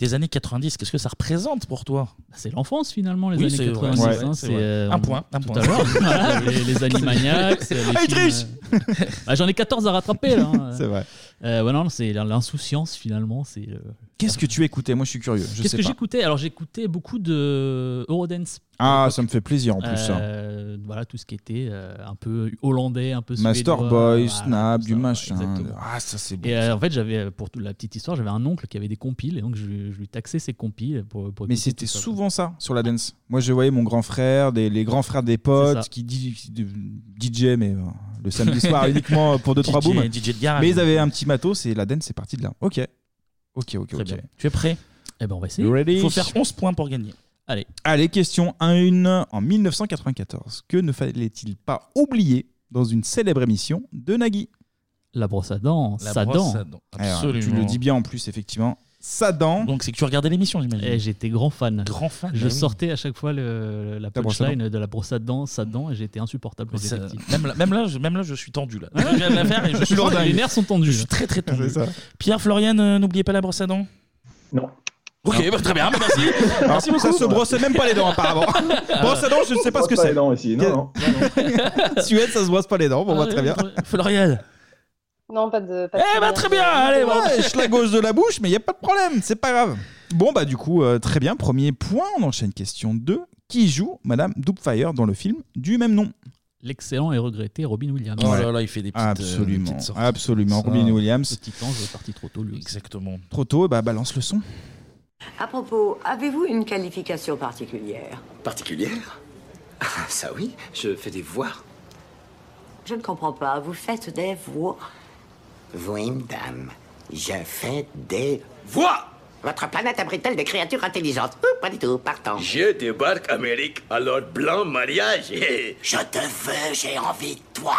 A: des années 90, qu'est-ce que ça représente pour toi
J: Bah, C'est l'enfance finalement, les
A: Oui, c'est
J: années
A: vrai,
J: 90.
A: c'est vrai,
J: hein,
A: c'est
J: c'est,
A: vrai.
J: euh,
A: Un
J: on-
A: point, un
J: tout
A: point.
J: à l'heure, voilà, les, les Animaniacs. les
A: Ah, il
J: films,
A: triche
J: euh, bah, J'en ai 14 à rattraper là. hein.
G: C'est vrai.
J: Euh, ouais, non, c'est l'insouciance finalement. C'est euh,
G: Qu'est-ce que tu écoutais Moi, je suis curieux. Je
J: Qu'est-ce
G: sais
J: que
G: pas.
J: j'écoutais Alors j'écoutais beaucoup de Eurodance.
G: Ah, ça me fait plaisir en plus. ça.
J: Euh, Voilà tout ce qui était euh, un peu hollandais, un peu
G: Master
J: suédois,
G: Boy,
J: voilà.
G: Snap, du machin.
J: exactement.
G: Ah, ça c'est bon.
J: Et euh, en fait, j'avais euh, pour toute la petite histoire, j'avais un oncle qui avait des compiles et donc je, lui- je lui taxais ses compiles pour. pour
G: Mais
J: écouter
G: c'était
J: tout ça.
G: souvent ça sur la dance. Moi, je voyais mon grand frère, des, les grands frères des
J: C'est
G: potes
J: ça.
G: qui di- qui de- DJ, mais euh, le samedi soir uniquement pour 2-3
A: DJ,
G: booms.
A: DJ de garage.
G: Mais ils avaient un petit matos et la dance, c'est parti de là. Ok. Ok, ok,
A: Très
G: ok.
A: bien. Tu es prêt
J: Eh ben on va essayer.
G: You ready
A: Il faut faire 11 points pour gagner.
J: Allez.
G: Allez, question 1-1. En 1994, que ne fallait-il pas oublier dans une célèbre émission de Nagui
J: La brosse à dents,
A: La
J: sa
A: brosse
J: dent.
A: à dents,
G: Alors,
A: absolument.
G: Tu le dis bien en plus, effectivement. Sa dent.
A: Donc c'est que tu regardais l'émission, j'imagine.
J: Et j'étais grand fan.
A: Eh, Grand fan.
J: Je
A: bah oui.
J: sortais à chaque fois le- la
G: brosse à
J: punchline de la brosse à dents, sa dent, et j'étais insupportable. quand
A: Mais ça-
J: j'étais petit. Ah
A: même, là, même, là, je, même là, je suis tendu. Là. Je viens de la faire et je suis
J: Lourdingue.
A: tendu.
J: Les nerfs sont tendus. hein.
A: Je suis très très tendu.
G: C'est ça.
A: Pierre, Florian, euh, n'oubliez pas la brosse à dents
I: Non.
A: Ok, bah, très bien, bah, merci.
G: Alors,
A: merci beaucoup.
G: Ça se brossait même pas les dents, apparemment. brosse à dents, je ne sais pas ce que
I: Pas les
G: c'est.
I: dents ici. Non,
G: Quel-
I: non.
G: Suède, ça se brosse pas les dents. Bon, bah, très bien.
A: Florian.
H: Non, pas de. Pas de
A: Eh bah
H: Sandy
A: très bien,
H: Valentino.
A: allez, bon.
G: Ouais, je la gauche de la bouche, mais il n'y a pas de problème, c'est pas grave. Bon, bah, du coup, euh, très bien. Premier point, on enchaîne question 2. Qui joue Madame Doubtfire dans le film du même nom
J: L'excellent et regretté Robin Williams.
A: Oh
G: Ouais.
A: là là, il fait des petites, euh, des
G: Absolument.
A: petites sorties.
G: Absolument.
A: Ça,
G: Robin Williams.
J: Petit ange parti trop tôt, lui.
A: Exactement.
G: Trop tôt, bah, balance le son.
F: À propos, avez-vous une qualification particulière
K: Particulière Ah, Ça oui, je fais des voix.
F: Je ne comprends pas. Vous faites des voix.
K: Oui, madame, je fais des voix
F: Votre planète abrite-t-elle des créatures intelligentes Ouh, Pas du tout, partant.
K: Je débarque Amérique, alors blanc mariage Eh, Je te veux, j'ai envie de toi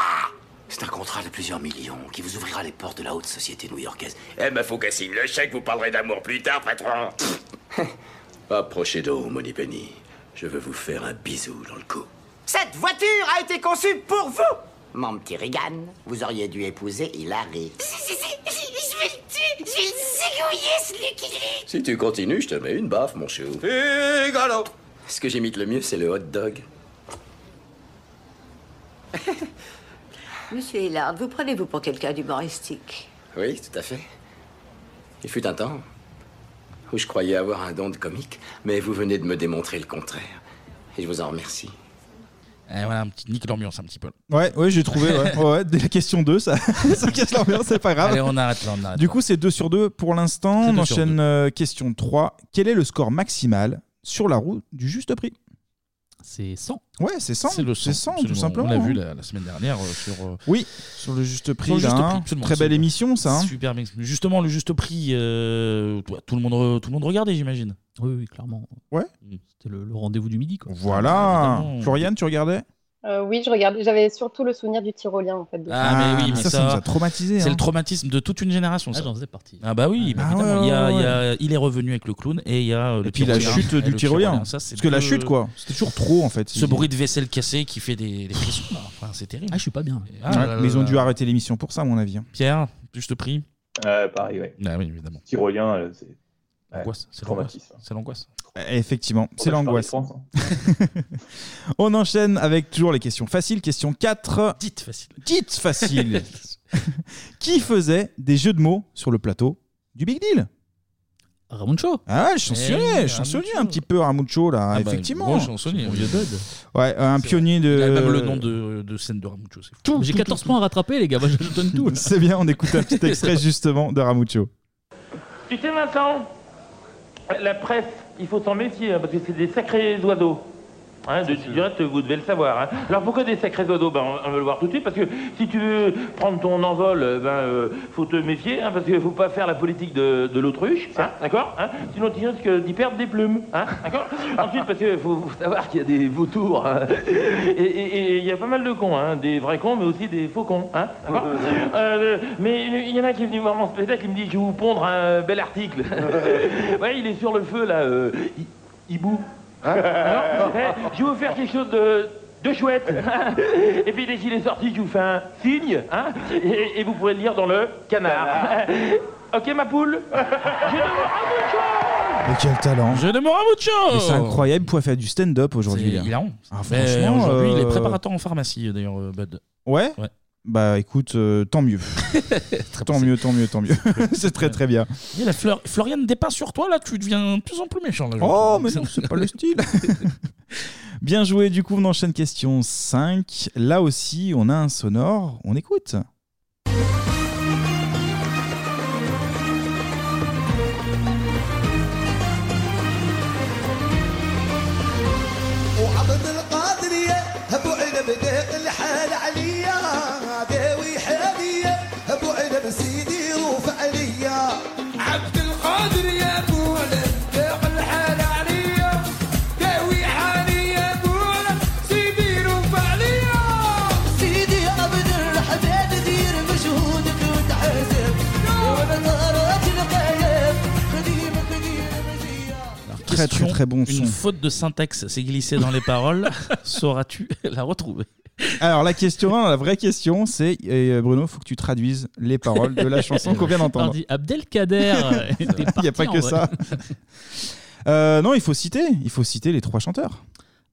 K: C'est un contrat de plusieurs millions qui vous ouvrira les portes de la haute société new-yorkaise. Eh ben, faut qu'elle signe le chèque, vous parlerez d'amour plus tard, patron Approchez donc, Moneypenny. Je veux vous faire un bisou dans le cou.
F: Cette voiture a été conçue pour vous
B: Mon petit Regan, vous auriez dû épouser Hilary.
L: Si, si, si, je vais le tuer, je vais le zigouiller, ce Lucky Luke.
K: Si tu continues, je te mets une baffe, mon chou. Et galop Ce que j'imite le mieux, c'est le hot dog.
F: Monsieur Hillard, vous prenez-vous pour quelqu'un d'humoristique
K: Oui, tout à fait. Il fut un temps où je croyais avoir un don de comique, mais vous venez de me démontrer le contraire. Et je vous en remercie.
A: Et voilà, un petit nique l'ambiance un petit peu.
G: Ouais, ouais, j'ai trouvé. Ouais. Ouais, ouais, dès la question 2, ça, ça casse l'ambiance, c'est pas grave.
A: Allez, on arrête là, on arrête
G: Du coup, c'est 2 sur 2 pour l'instant.
A: C'est
G: On
A: deux sur
G: enchaîne euh, question 3. Quel est le score maximal sur la roue du juste prix
J: C'est 100.
G: Ouais, c'est 100.
A: C'est le 100,
G: tout
A: absolument.
G: simplement.
A: On l'a vu la, la semaine dernière euh, sur. euh,
G: Oui, sur le juste prix.
A: Sur le
G: là,
A: juste
G: hein.
A: prix, absolument.
G: Très belle
A: C'est-
G: émission, ça. hein.
A: Super bien. Justement, le juste prix, euh, toi, tout, le monde, re- tout le monde regardait, j'imagine.
J: Oui, oui, clairement.
G: Ouais.
A: Mm.
J: C'était le, le rendez-vous du midi.
A: Ah,
J: Quoi.
G: Voilà.
J: Évidemment.
G: Floriane, tu regardais
H: Euh, oui, je regardais. J'avais surtout le souvenir du tyrolien en fait. de ça.
A: Ah, mais oui,
G: mais
A: mais
G: ça,
A: ça,
G: ça nous a traumatisés,
A: C'est
G: hein.
A: le traumatisme de toute une génération.
J: Ah,
A: ça.
J: j'en faisais partie.
A: Ah, bah oui, bah,
G: Ah,
A: évidemment.
G: ouais,
A: il, y a-
G: ouais,
A: il y a- il est revenu avec le clown et il y a. euh, le
G: Et puis la
A: tyrolien.
G: chute
A: Et
G: du
A: le
G: tyrolien.
A: Ça,
G: Parce
A: c'est
G: que la
A: deux-
G: chute, quoi. C'était toujours trop, en fait.
A: Ce bruit de vaisselle cassée qui fait des, des frissons, là. Enfin, c'est terrible.
J: Ah, je suis pas bien.
A: Ah,
G: Ouais,
A: là, là,
G: mais ils ont
A: là.
G: dû arrêter l'émission pour ça, à mon avis. hein.
A: Pierre, juste prix.
I: Euh, pareil, ouais.
A: Ah oui, évidemment.
I: Tyrolien, euh, c'est.
A: L'angoisse, c'est
I: traumatisme. hein.
A: l'angoisse. C'est l'angoisse.
G: Euh, Effectivement, c'est
I: ça que Oh, bah,
G: l'angoisse.
I: je parle
G: On enchaîne avec toujours les questions faciles. Question 4.
A: Dites facile.
G: Dites facile. Qui faisait des jeux de mots sur le plateau du Big Deal
J: Ramucho.
G: Ah ouais, le chansonnier,
J: Eh oui,
G: le chansonnier un petit peu Ramucho là,
A: Ah bah,
G: effectivement.
A: gros chansonnier, oui.
G: Ouais, euh, un pionnier de.
A: Il a Ah, même le nom de, de scène de Ramucho, c'est fou.
J: J'ai 14 points à rattraper,
A: Ah
J: les gars.
A: bah,
J: Moi, je, je donne tout. là.
G: C'est bien, on écoute un petit extrait justement de Ramucho.
N: Tu sais maintenant, la presse, il faut s'en méfier, hein, parce que c'est des sacrés oiseaux. Hein, de, du reste, vous devez le savoir. hein. Alors pourquoi des sacrés oiseaux ben, on, on veut le voir tout de suite, parce que si tu veux prendre ton envol, euh, ben, euh, faut te méfier, hein, parce qu'il faut pas faire la politique de, de l'autruche, hein, d'accord hein Sinon tu risques d'y perdre des plumes, hein, d'accord Ensuite, parce qu'il faut, faut savoir qu'il y a des vautours, hein. et et- et il y a pas mal de cons, hein, des vrais cons, mais aussi des faux cons, hein, d'accord Euh, Mais il y en a qui est venu voir mon spectacle, il me dit, je vais vous pondre un bel article. ouais, il est sur le feu, là, euh, hi- hibou. Hein Alors, eh, je vais vous faire quelque chose de, de chouette. et puis dès qu'il est sorti, je vous fais un signe. hein, et, et vous pourrez le lire dans le canard. ok, ma poule J'ai de-
G: Mais quel talent
A: Jeu de mots Ramucho
G: Mais C'est incroyable pour faire du stand-up aujourd'hui.
A: Il a honte.
G: Ah,
A: Mais
G: franchement,
A: Euh, Aujourd'hui, il est
G: euh,
A: préparateur en pharmacie, d'ailleurs, euh, Bud.
G: Ouais, Bah écoute, euh, tant mieux. tant mieux, tant mieux, tant mieux. C'est très très bien.
A: Il y a la fleur. Floriane dépeint sur toi, là, tu deviens de plus en plus méchant. Là,
G: Oh, mais non, c'est pas le style. Bien joué, du coup on enchaîne question 5. Là aussi, on a un sonore, on écoute.
W: وعبد القادرية أبو عنب دق الحال عليا داوي حالية أبو عنب سيدي روف عليا عبد القادر يا أبو عنب دق الحال عليا داوي حالية أبو عنب سيدي روف عليا سيدي عبد الحداد دير مجهودك وتحاسب وأنا نارات القلب قديم قديم
G: Très, très, très bon son.
A: Une faute de syntaxe s'est glissée dans les paroles. Sauras-tu la retrouver
G: Alors la question 1, la vraie question, c'est euh, Bruno, faut que tu traduises les paroles de la chanson qu'on vient
J: Alors,
G: d'entendre.
J: dit Abdelkader euh, était
G: Il n'y a pas
J: parti
G: que
J: en vrai.
G: ça. Euh, non, il faut citer, il faut citer les trois chanteurs.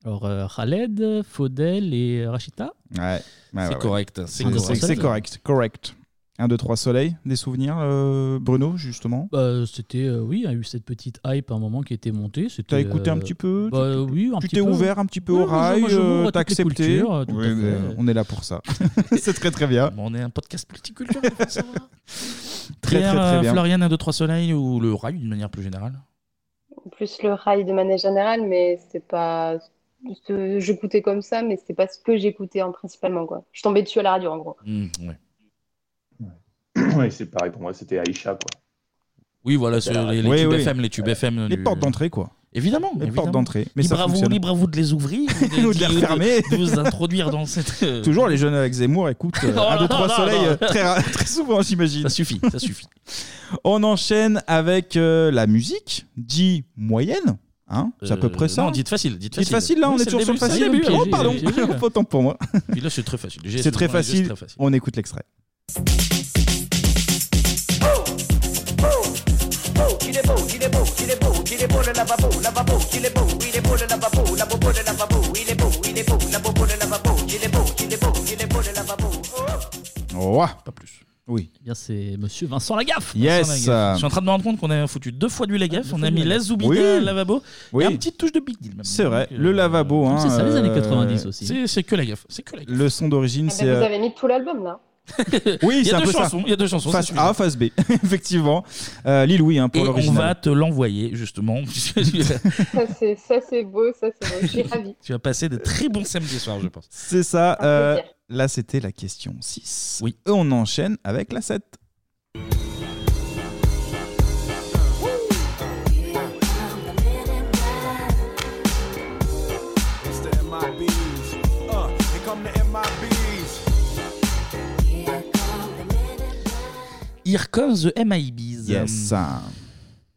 J: Alors, euh, Khaled, Faudel et Rachita.
G: Ouais, ouais, ouais, ouais.
A: correct,
G: C'est
A: c'est correct.
G: c'est- c'est correct, correct. 1, 2, 3, soleil, des souvenirs, euh, Bruno, justement
J: Bah, c'était, euh, oui, il y a eu cette petite hype à un moment qui était montée. C'était,
G: T'as écouté
J: euh,
G: un petit peu
J: bah, oui, un
G: Tu
J: petit
G: t'es
J: peu.
G: ouvert un petit peu
J: Oui,
G: au
J: moi, je-
G: rail,
J: moi, je m'ouvre à
G: euh,
J: toutes
G: t'as
J: les
G: accepté.
J: cultures, euh, tout
G: Oui,
J: à
G: mais
J: fait.
G: on est là pour ça. C'est très très bien.
A: On est un podcast multiculturel, il faut le savoir.
G: Très,
A: Pierre,
G: très, très
A: euh,
G: bien.
A: Floriane, 1, 2, 3 soleil ou le rail d'une manière plus générale
H: Plus le rail de manière générale, mais c'était pas. ce- J'écoutais comme ça, mais c'était pas ce que j'écoutais hein, principalement quoi. Je tombais dessus à la radio en gros.
A: Mmh,
I: Ouais, c'est pareil pour moi, c'était Aïcha, quoi.
A: Oui, voilà,
I: c'est
A: c'est les, les
G: Bah, Oui,
A: tubes
G: oui. Euh,
A: FM, les tubes FM.
G: Les
A: du-
G: portes d'entrée, quoi.
A: Évidemment.
G: Les
A: évidemment.
G: portes d'entrée. Mais
A: libre,
G: ça
A: à vous,
G: fonctionne.
A: libre à vous de les ouvrir
G: Ou de les refermer.
A: de vous introduire dans cette. euh,
G: Toujours les jeunes avec Zemmour écoutent
A: Oh
G: 1,
A: là
G: 2, 3
A: là
G: soleil
A: là
G: euh,
A: là.
G: très, ra- très souvent, j'imagine. Ça
A: suffit, ça suffit.
G: On enchaîne avec euh, la musique, dit moyenne. Hein c'est à peu
A: Euh,
G: près ça.
A: non, dites facile, dites facile.
G: là, on
A: Oui,
G: est
A: c'est
G: toujours
A: le
G: sur le
A: début, c'est
G: facile.
A: le début,
G: oh,
A: j'ai-
G: pardon,
A: j'ai- j'ai-
G: autant pour moi.
A: Puis là, c'est très facile. J'ai-
G: C'est très
A: vraiment, c'est
G: facile.
A: très facile.
G: On écoute l'extrait.
B: beau, il est beau, il est beau, il est beau, il est beau le lavabo, lavabo, il est beau, il est beau le lavabo, la bobo le lavabo, il est beau, il est beau, la bobo le lavabo, il est beau, il est beau, il est beau le lavabo.
G: Pas plus. Oui.
J: Eh bien, c'est monsieur Vincent Lagaffe.
G: Yes.
J: Vincent Lagaffe.
A: Je suis en train de me rendre compte qu'on a foutu deux fois du Lagaffe.
J: Deux
A: On
J: fois
A: a
J: du
A: mis la
J: Lagaffe.
A: Zoubida,
G: Oui.
A: le euh, lavabo.
G: Oui.
A: Et un petit touche de Big Deal. même. euh,
G: C'est vrai, le lavabo.
A: Comme
G: Hein,
A: ça, c'est les années
G: euh,
A: 90 aussi. C'est- C'est que Lagaffe. C'est que
G: Le son d'origine,
H: Eh
G: c'est.
H: ben,
G: euh,
H: vous avez mis tout l'album là.
G: Oui,
A: Il y a
G: c'est un
A: deux
G: peu ça.
A: chansons, il y a deux chansons,
G: Face
A: c'est
G: A, face B, effectivement. Euh, Lil Louis, hein, pour
A: Et on
G: l'original.
A: va te l'envoyer, justement.
H: Ça c'est ça c'est beau, ça c'est beau. Je suis ravie.
A: tu vas passer de très bons samedis soirs, je pense.
G: C'est ça. euh,
H: plaisir.
G: là, c'était la question 6. Oui. Et on enchaîne avec la 7.
M: It's the MIBs. Uh, here come the MIBs.
A: Here comes the MIBs.
G: Yes.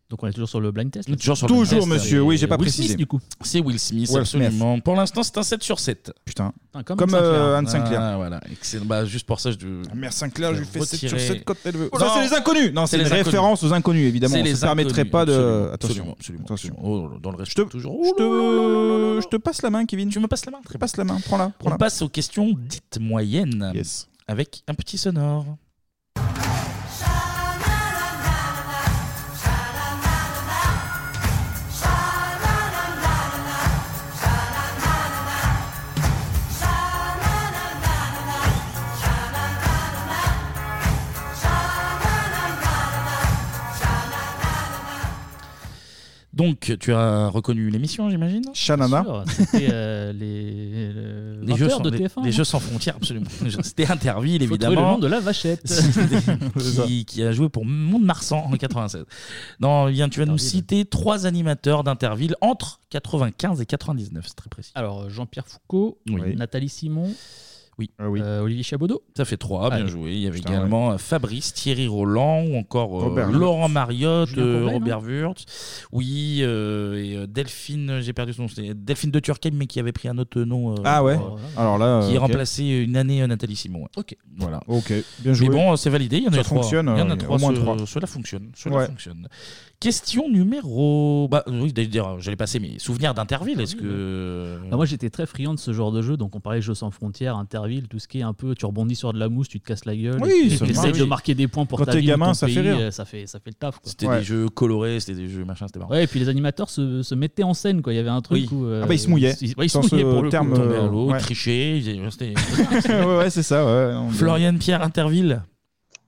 J: Donc on est toujours sur le blind test. là.
A: Toujours, sur le
G: Toujours,
A: blind test.
G: monsieur, oui, j'ai pas
A: Will
G: précisé.
A: Smith, du coup. C'est Will Smith,
G: Will
A: absolument. Pour l'instant, c'est un 7 sur 7.
G: Putain.
J: Ah,
G: Comme euh, Anne Sinclair.
A: Ah, voilà, excellent. Bah, juste pour ça, je.
G: Mère Sinclair, je lui fais 7 sur 7 quand elle veut.
A: Non,
G: Oh, ça, c'est les inconnus Non, c'est
A: les
G: une
A: inconnus.
G: référence aux inconnus, évidemment.
A: C'est
G: On
A: les
G: ne permettrait
A: inconnus,
G: pas de.
A: absolument,
G: attention.
A: absolument,
G: attention.
A: absolument. Oh, dans le reste, toujours.
G: Je te... je te passe la main, Kevin. Tu
A: me passes la main Je
G: te passe la main. Prends-la.
A: On passe aux questions dites moyennes. Avec un petit sonore. Donc, tu as reconnu l'émission, j'imagine
G: Shanana.
J: Sûr, C'était euh, les, le-
A: Les
J: 20
A: jeux,
J: heures
A: sans,
J: Euh, de
A: les-
J: TF1.
A: les jeux sans frontières, absolument. C'était Interville,
J: hein. Faut
A: évidemment.
J: trouver le nom de la vachette.
A: qui, qui a joué pour Mont-de-Marsan en 96. Non, bien, tu vas nous citer trois animateurs d'Interville entre 95 et 99, c'est très précis.
J: Alors, Jean-Pierre Foucault,
A: Oui.
J: Nathalie Simon.
A: Oui.
G: Ah
J: Euh, Olivier Chabaudot.
A: Ça fait trois, bien
J: Allez.
A: joué. Il y avait
J: Putain,
A: également euh, Fabrice, Thierry Roland ou encore euh,
J: Robert
A: Laurent Mariotte,
J: Julien
A: euh,
J: Courbet,
A: Robert Wurtz. Oui, euh, et euh, Delphine, j'ai perdu son nom, c'était Delphine de Turckheim, mais qui avait pris un autre nom. euh,
G: Ah ouais.
A: pour, euh,
G: Alors là,
A: Qui
G: euh, ok.
A: remplaçait une année euh, Nathalie Simon. ouais. Ok. Voilà.
G: Ok, bien joué.
A: Mais bon, euh, c'est validé, il y en a
G: Ça
A: trois.
G: fonctionne,
A: Il y en
G: euh,
A: a
G: au
A: trois,
G: moins
A: ce-
G: trois.
A: Cela fonctionne. Cela
G: Ouais.
A: fonctionne. Question numéro. Bah, oui, d'ailleurs, j'allais passer mes souvenirs d'Interville. Est-ce que.
J: Bah, moi j'étais très friand de ce genre de jeu, donc on parlait de jeux sans frontières, Interville, tout ce qui est un peu tu rebondis sur de la mousse, tu te casses la gueule,
A: Oui,
J: et puis
A: ça
J: t'essayes
A: marche.
J: de marquer des points pour
A: Quand
J: ta
A: t'es
J: ville ou
A: gamin,
J: ton
A: ça fait
J: pays,
A: rire.
J: euh, ça fait ça fait le taf quoi.
A: C'était des jeux colorés, c'était des jeux machin, c'était marrant.
J: Ouais, et puis les animateurs se, se mettaient en scène quoi, il y avait un truc où euh,
A: Ah bah, ils se mouillaient.
J: Ils, ouais, ils
A: Sans
J: se mouillaient
A: ce
J: pour le
A: terme,
J: coup,
A: euh,
J: à l'eau,
A: ouais.
J: ils
A: trichaient, ils- euh, c'était-
G: ouais, ouais, c'est ça. Ouais, on-
A: Florian Pierre Interville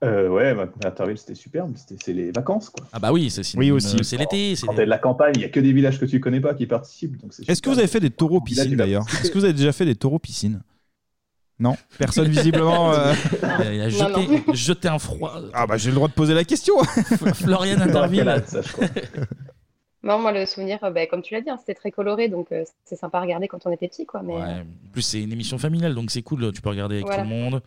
I: Euh, ouais, bah, Interville, c'était superbe. C'était- C'est les vacances, quoi.
A: Ah bah oui, c'est synonyme, Oui, aussi. euh, c'est l'été, c'est
I: Quand
A: les-
I: t'es de la campagne, il n'y a que des villages que tu connais pas qui participent. Donc
G: Est-ce que vous avez fait des taureaux piscines
I: il a-
G: d'ailleurs Est-ce que vous avez déjà fait des taureaux piscines Non, personne visiblement. euh,
A: Il a jeté, jeté un froid.
G: Ah bah j'ai le droit de poser la question.
A: Florian Interville.
H: Non, moi le souvenir, euh, bah, comme tu l'as dit, hein, c'était très coloré, donc euh, c'est sympa à regarder quand on était petit quoi. Mais euh,
A: Ouais. En plus, c'est une émission familiale, donc c'est cool. Tu peux regarder avec
H: Voilà.
A: tout le monde.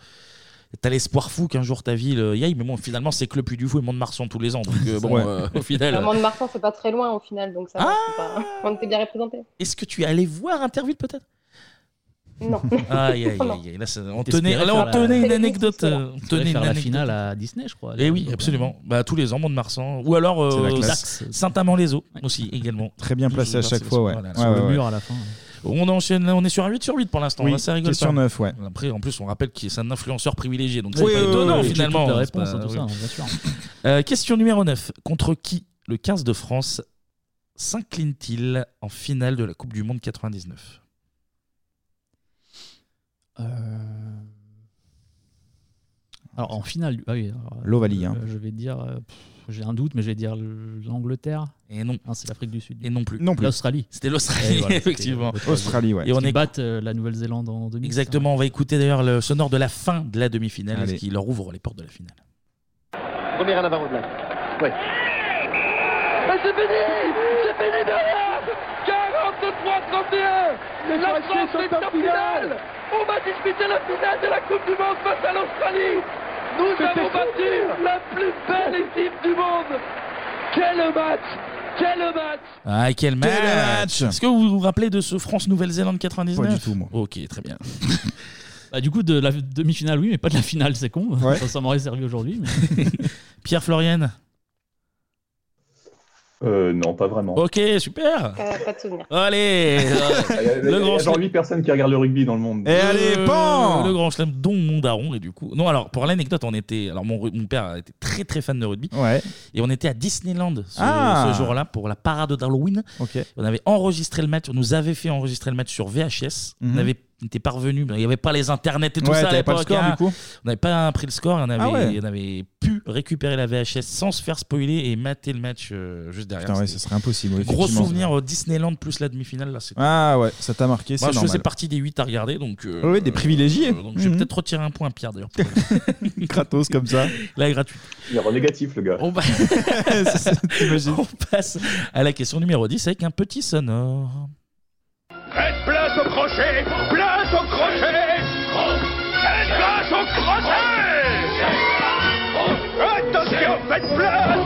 A: T'as l'espoir fou qu'un jour ta ville euh, y aille, mais bon, finalement, c'est que le Puy du Fou et Mont-de-Marsan tous les ans. Donc, euh, bon,
G: Ouais.
A: euh, au final.
H: vraiment de Marsan, c'est pas très loin au final, donc ça. va, c'est
G: Ah
H: pas- On était bien représentés.
A: euh, Est-ce que tu es allé voir Interville peut-être
H: Non.
A: Aïe, aïe,
H: Non.
A: aïe, aïe. Là, ça- on
J: T'espérais
A: tenait, là,
J: faire
A: on
J: la-
A: tenait une anecdote. euh, On
J: T'espérais
A: tenait
J: faire
A: une
J: la
A: anecdote.
J: finale à hein. Disney, je crois.
A: Eh oui, absolument. Bah, tous les ans, Mont-de-Marsan. Ou alors
J: C'est la
A: euh,
J: classe.
A: Saint-Amand-les-Eaux aussi, également.
G: Très bien placé à chaque fois, ouais.
A: Voilà,
G: Ouais,
A: sur
G: ouais,
A: le
G: ouais.
A: mur à la fin. On enchaîne, là, on est sur un 8 sur 8 pour l'instant.
G: Oui,
A: hein, ça rigole
G: question
A: pas.
G: neuf, ouais.
A: Après, en plus, on rappelle que c'est un influenceur privilégié, donc c'est
J: Oui,
A: pas
J: oui, oui,
A: étonnant
J: oui, j'ai
A: finalement.
J: toutes les
A: C'est pas-
J: réponses, hein, tout ça,
A: oui.
J: bien sûr.
A: Euh, question numéro 9. Contre qui le 15 de France s'incline-t-il en finale de la Coupe du Monde 99
J: Euh, Alors en finale, du- ah oui, alors, euh,
G: L'Ovalie, hein.
J: euh, je vais dire, euh, pff, j'ai un doute, mais je vais dire l- l'Angleterre. Ah,
A: Et non.
J: c'est l'Afrique du Sud.
A: Et non plus.
G: Non plus.
J: L'Australie.
A: C'était l'Australie,
J: Et voilà, c'était
A: effectivement.
J: l'Australie.
G: Australie, ouais.
J: Et on
A: Qui
J: est battent euh, la Nouvelle-Zélande en demi.
A: Exactement, on va écouter d'ailleurs le sonore de la fin de la demi-finale,
J: Allez.
A: ce qui leur ouvre les portes de la finale.
K: Premier à Navarro de là. Ouais.
B: C'est fini C'est fini de rien 43-31 La France est en finale On va disputer la finale de la Coupe du Monde face à l'Australie Nous avons battu la plus belle équipe du monde Quel match
N: Quel match
A: Ah, quel match,
G: match
A: Est-ce que vous vous rappelez de ce France-Nouvelle-Zélande 99
J: Pas du tout, moi.
A: Ok, très bien.
J: Bah, du coup, de la demi-finale, oui, mais pas de la finale, c'est con.
A: Ouais.
J: Ça, ça m'aurait servi aujourd'hui. mais-
A: Pierre Florian
I: Euh, non, pas vraiment.
A: Ok, Eh, super
H: Euh, Pas de souvenir.
A: Allez
I: Il y
A: Eh, euh, Le
I: a
A: grand
I: genre
A: chelem.
I: 8 personnes qui regardent le rugby dans le monde.
G: Eh,
A: Euh, Le grand chelem, dont mon daron, et du coup. Non, alors, pour l'anecdote, on était. Alors, mon, ru- mon père était très très fan de rugby.
G: Ouais.
A: Et on était à Disneyland ce,
G: Ah.
A: ce jour-là pour la parade d'Halloween.
G: Ok.
A: On avait enregistré le match, on nous avait fait enregistrer le match sur VHS. On
G: Mhm.
A: avait on n'était pas revenu, il n'y avait pas les internets et tout
G: Ouais,
A: ça. à
G: t'avais pas le
A: l'époque,
G: score,
A: hein.
G: du coup
A: On n'avait pas pris le score, et on avait,
G: Ah ouais.
A: on avait pu récupérer la VHS sans se faire spoiler et mater le match euh, juste derrière.
G: Putain, ouais,
A: C'était-
G: ce serait impossible, oui,
A: Gros
G: effectivement.
A: souvenir euh, Disneyland plus la demi-finale, là, c'est
G: Ah ouais, ça t'a marqué, c'est
A: moi, Bah, je
G: normal.
A: faisais partie des 8 à regarder, donc. euh,
G: Ouais, ouais, des privilégiés.
A: donc je vais
G: Mhm.
A: peut-être retirer un point à Pierre d'ailleurs.
G: Kratos comme ça.
A: Là, gratuit.
I: Il est négatif, le gars.
A: On, va- On passe à la question numéro 10 avec un petit sonore.
B: Place au crochet Place au crochet Place au crochet Attention, faites place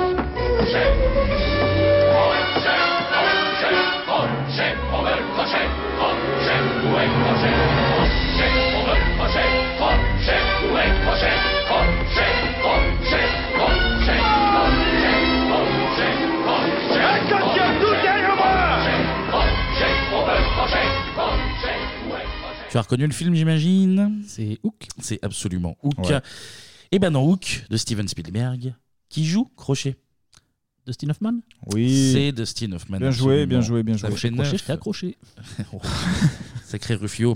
A: Tu as reconnu le film, j'imagine C'est Hook. C'est absolument Hook.
J: Ouais.
A: Et ben dans Hook de Steven Spielberg, qui joue Crochet.
J: Dustin Hoffman
G: Oui.
A: C'est Dustin Hoffman.
G: Bien joué, bien
A: absolument.
G: joué, bien
A: Ça
G: joué.
A: fait
G: Crochet,
A: neuf.
G: j'étais accroché.
A: Oh, Sacré Ruffio.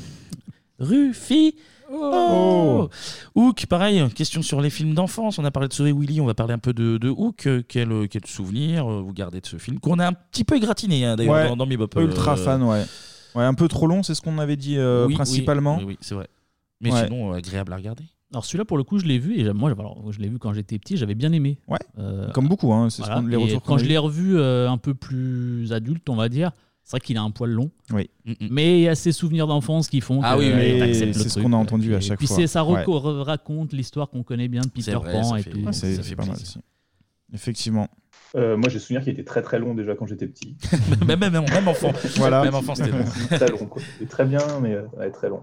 A: Ruffy
G: Oh.
A: Hook, pareil, question sur les films d'enfance. On a parlé de Sauver Willy, on va parler un peu de, de Hook. Euh, Quel, euh, quel souvenir euh, vous gardez de ce film Qu'on a un petit peu égratigné hein, d'ailleurs
G: Ouais,
A: dans, dans Bebop. euh,
G: Ultra fan, ouais. Ouais, un peu trop long, c'est ce qu'on avait dit euh,
A: oui, oui,
G: principalement.
A: Oui, oui, c'est vrai. Mais
G: Ouais.
A: sinon, euh, agréable à regarder.
J: Alors celui-là pour le coup je l'ai vu et j'a- moi alors, je l'ai vu quand j'étais petit j'avais bien aimé. Euh,
G: Ouais. Comme beaucoup, hein, c'est ce qu'on- les
J: Et
G: retours qu'on
J: Quand
G: a
J: je
G: eu.
J: l'ai revu euh, un peu plus adulte on va dire c'est vrai qu'il a un poil long.
G: Oui.
J: Mais il y a ces souvenirs d'enfance qui font.
G: Ah
J: que,
G: oui,
J: euh,
G: oui,
J: t'acceptes le
G: c'est ce
J: truc,
G: qu'on a
J: quoi.
G: entendu à
J: Et
G: chaque
J: puis
G: fois.
J: c'est- ça
G: Ouais.
J: reco- re- raconte l'histoire qu'on connaît bien de Peter Pan et tout.
G: Ouais, c'est- c'est pas mal aussi. Effectivement.
I: Euh, moi, j'ai souvenir qu'il était très très long déjà quand j'étais petit.
A: même, même, même enfant.
G: Voilà.
A: Même enfant, c'était long.
I: très long, quoi. Il est très bien, mais euh, ouais, très long.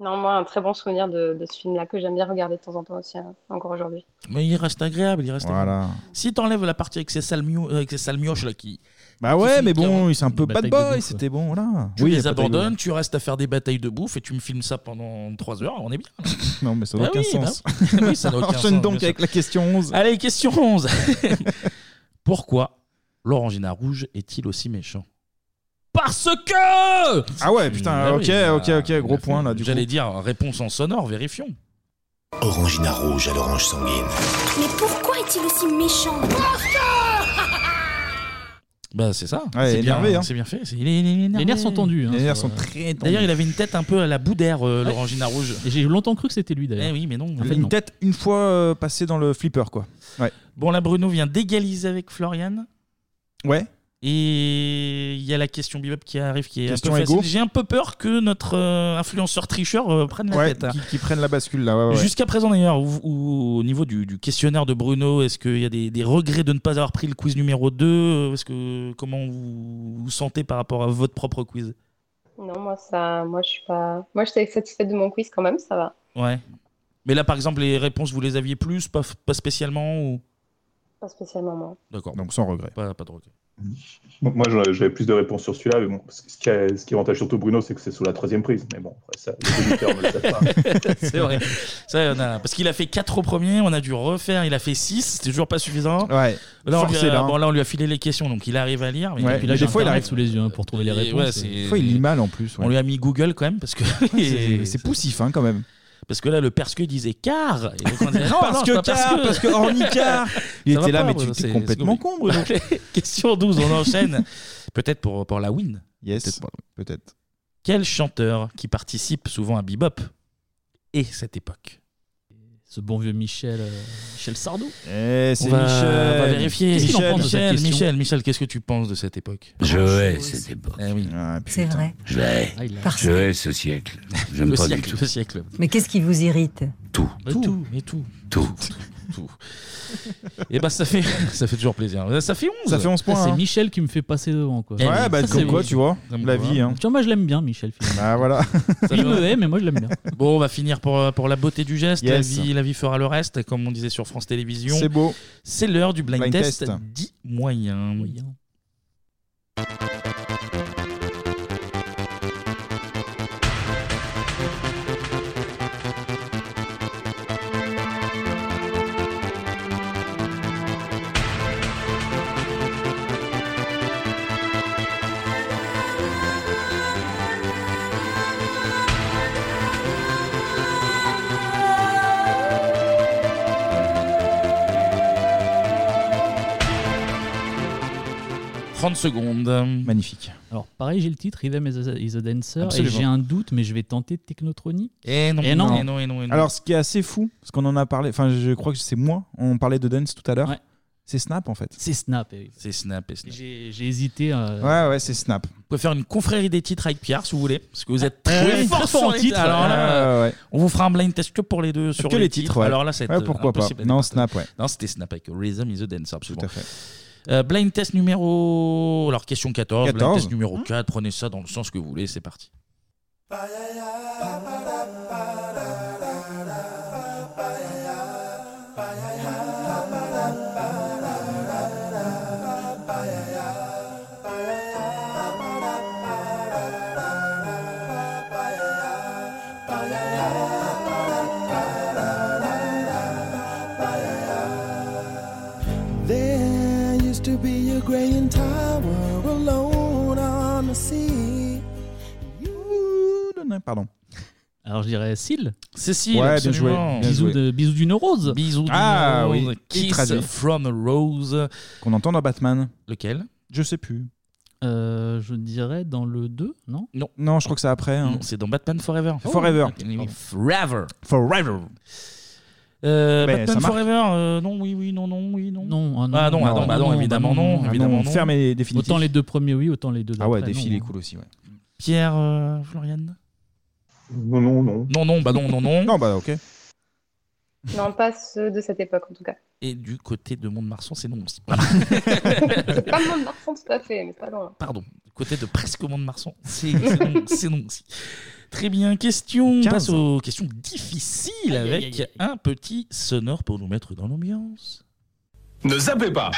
H: Non, moi, un très bon souvenir de, de ce film-là que j'aime bien regarder de temps en temps aussi, hein, encore aujourd'hui.
A: Mais il reste agréable, il reste
G: Voilà.
A: agréable. Si t'enlèves la partie avec ses sales, mio- avec ses sales mioches là qui.
G: Bah
A: qui
G: ouais,
A: finit
G: mais bon,
A: clairement
G: c'est un peu
A: une
G: bad
A: bataille de
G: boy,
A: bouffe.
G: c'était bon, voilà.
A: Tu
G: Ah. Oui, bataille
A: les
G: de bouffe.
A: abandonnes, tu restes à faire des batailles de bouffe et tu me filmes ça pendant 3 heures, on est bien. là.
G: Non, mais ça n'a
A: Ah
G: aucun
A: oui,
G: sens.
A: bah oui. Oui, ça n'a aucun
G: Enchaîne
A: sens,
G: donc
A: bien sûr.
G: avec la question 11.
A: Allez, question 11. Bah Pourquoi l'orangina rouge est-il aussi méchant Parce que
G: Ah ouais, putain,
A: Bah
G: ok,
A: oui, bah,
G: ok, ok, gros point là. Du
A: J'allais dire réponse en sonore, vérifions.
K: Orangina rouge à l'orange sanguine.
L: Mais pourquoi est-il aussi méchant
A: Bah c'est ça.
G: Ouais,
A: c'est
G: énervé,
A: bien,
G: hein.
A: c'est bien fait. c'est- il est- il est énervé.
J: Les nerfs sont tendus. hein,
G: Les nerfs
J: sur,
G: sont
J: euh,
G: très tendus.
A: D'ailleurs, il avait une tête un peu à la boudère, euh, l'orangina rouge.
J: Et j'ai longtemps cru que c'était lui d'ailleurs.
A: Eh oui, mais non. en fait,
G: Une
A: non.
G: tête une fois euh, passée dans le flipper, quoi. Ouais.
A: Bon, là, Bruno vient d'égaliser avec Florian.
G: Ouais.
A: Et il y a la question bebop qui arrive, qui est
G: Question
A: un peu facile.
G: égo.
A: J'ai un peu peur que notre euh, influenceur tricheur euh, prenne la
G: Ouais,
A: tête. hein.
G: qui, qui prennent la bascule là. ouais, ouais.
A: Jusqu'à présent d'ailleurs, ou- ou au niveau du, du questionnaire de Bruno, est-ce qu'il y a des, des regrets de ne pas avoir pris le quiz numéro 2 Est-ce que comment vous vous sentez par rapport à votre propre quiz
H: Non, moi, ça, moi, je suis pas. Moi, j'étais satisfaite de mon quiz quand même, ça va.
A: Ouais. Mais là par exemple, les réponses vous les aviez plus, pas, f- pas spécialement ou
H: Pas spécialement, moi.
A: D'accord.
G: Donc sans regret.
A: Pas, pas de regret.
I: Bon, Moi, j'en- j'avais plus de réponses sur celui-là, mais bon, ce ce qui, est- ce qui avantage surtout Bruno, c'est que c'est sous la troisième prise. Mais bon, après, ça, les auditeurs ne le savent pas.
A: c'est vrai. Ça, on a- Parce qu'il a fait 4 au premier, on a dû refaire, il a fait 6, c'était toujours pas suffisant.
G: Ouais.
A: Là on, lui
G: Forcé,
A: a,
G: là, hein.
A: bon, là, on lui a filé les questions, donc il arrive à lire. Mais
G: Ouais,
A: et puis
G: mais
A: là,
G: des
A: j'ai
G: fois, il
A: Internet
G: arrive
A: sous les yeux hein, pour trouver les
J: réponses.
G: Des fois, il lit mal en plus. ouais.
A: On lui a mis Google quand même parce que
G: C'est c'est poussif hein, quand même.
A: Parce que là, le Persque disait car. Et donc on disait, non,
G: Parce
A: non,
G: que
A: c'est pas
G: car, parce que hormis car. Il
A: Ça
G: était
A: va
G: là,
A: pas,
G: mais
A: Bruno,
G: tu
A: c'est-
G: t'es complètement
A: c'est
G: con,
A: compliqué.
G: Bruno.
A: Question 12, on enchaîne. Peut-être pour, pour la win.
G: Yes, peut-être.
A: Quel chanteur qui participe souvent à Bebop et cette époque
J: Ce bon vieux Michel, euh, Michel Sardou.
G: Eh,
A: on va, on va vérifier.
J: Qu'est-ce qu'il en
A: Michel,
J: pense de cette
A: Michel,
J: question
A: Michel, Michel, qu'est-ce que tu penses de cette époque
K: Je hais cette époque.
A: Eh oui.
C: C'est vrai.
K: Je la hais.
C: Ah, il l'a.
K: Je hais ce siècle. J'aime
A: Le
K: pas
A: siècle,
K: du tout.
A: le siècle.
J: Euh,
C: Mais qu'est-ce qui vous irrite
A: Tout. Tout. Et tout.
K: Tout.
A: tout. Et bah ça fait, ça fait toujours plaisir. Ça fait 11.
G: Ça fait 11 points,
J: C'est
G: hein.
J: Michel qui me fait passer devant. Quoi.
G: Ouais, bah,
J: Ça,
G: comme
J: c'est
G: quoi,
J: vrai.
G: tu vois,
J: Comme
G: la
J: quoi.
G: vie, hein.
J: Tiens, moi, je l'aime bien, Michel. finalement.
G: Ah voilà.
J: Il me hait, mais moi, je l'aime bien.
A: Bon, on va finir pour, euh, pour la beauté du geste.
J: Yes.
A: La, vie, la vie fera le reste, comme on disait sur France Télévisions.
G: C'est beau.
A: C'est l'heure du blind,
G: Blind
A: test,
G: test.
A: dit moyen. secondes.
G: Magnifique.
J: Alors, pareil, j'ai le titre Rhythm is a, is a Dancer.
G: Absolument.
J: Et j'ai un doute, mais je vais tenter Technotronic.
A: Et Eh non,
J: et Eh non.
G: Alors, ce qui est assez fou, parce qu'on en a parlé, enfin, je crois que c'est moi, on parlait de dance tout à l'heure. C'est Snap en fait.
J: C'est Snap, eh oui.
A: C'est Snap et Snap.
J: J'ai j'ai hésité. euh,
G: Ouais, ouais, c'est Snap.
A: Vous pouvez faire une confrérie des titres avec Pierre si vous voulez, parce que vous êtes
J: Ah,
A: très
J: oui,
A: fort
J: très fort en
A: sur les
J: titres,
A: Alors là,
J: ouais.
A: euh,
G: Ah Ouais, ouais.
A: on vous fera un blind test que pour les deux sur
G: que les titres, ouais.
A: Alors là, c'est euh,
G: Ouais, pourquoi pas. Non, Snap, ouais.
A: Non, c'était Snap avec Rhythm is a Dancer, absolument.
G: Tout à fait.
A: Euh, blind test numéro. Alors, question 14, blind
G: 14.
A: test numéro 4. Prenez ça dans le sens que vous voulez, c'est parti.
W: There used to be a graying tower alone on the sea.
G: Pardon.
J: Alors, je dirais Seal.
A: Cécile,
J: Ouais, bien
A: absolument.
J: joué, bien Bisous joué. de- bisous d'une rose.
A: Bisous d'une
G: Ah
A: rose.
G: oui, qui
A: Kiss
G: traduit.
A: from a rose.
G: Qu'on entend dans Batman.
A: Lequel
G: Je sais plus.
J: Euh, je dirais dans le 2, non
A: Non.
G: Non, je crois que c'est après. hein.
A: Non, c'est dans Batman Forever.
G: Oh, Forever.
A: Pardon. Forever.
G: Forever.
A: Euh,
G: Mais ça
A: Batman
G: marque.
A: Forever, euh, non, oui, oui, non, non, oui, non.
J: Non, ah non,
A: ah non,
J: non,
A: ah non,
J: ah
A: bah non,
J: non,
A: évidemment
J: bah non,
A: non,
J: ah non,
A: évidemment non.
J: ferme
G: les
J: définitifs. Autant les deux premiers, oui, autant les deux
G: Ah ouais,
J: d'après,
G: défi,
J: non.
G: il
J: hein.
G: est cool aussi, ouais.
A: Pierre, euh, Florian
I: Non, non, non.
A: Non, non, bah non, non, non.
G: non, bah ok.
H: Non, pas ceux de cette époque en tout cas.
A: Et du côté de Mont-de-Marsan, c'est non aussi. Voilà.
H: C'est pas le monde marchand tout à fait, mais pas loin.
A: Pardon, du côté de presque Mont-de-Marsan, c'est c'est non, c'est non aussi. Très bien, question. On
J: 15.
A: passe aux questions difficiles
J: Aïe, aïe,
A: avec un petit sonore pour nous mettre dans l'ambiance.
K: Ne zappez pas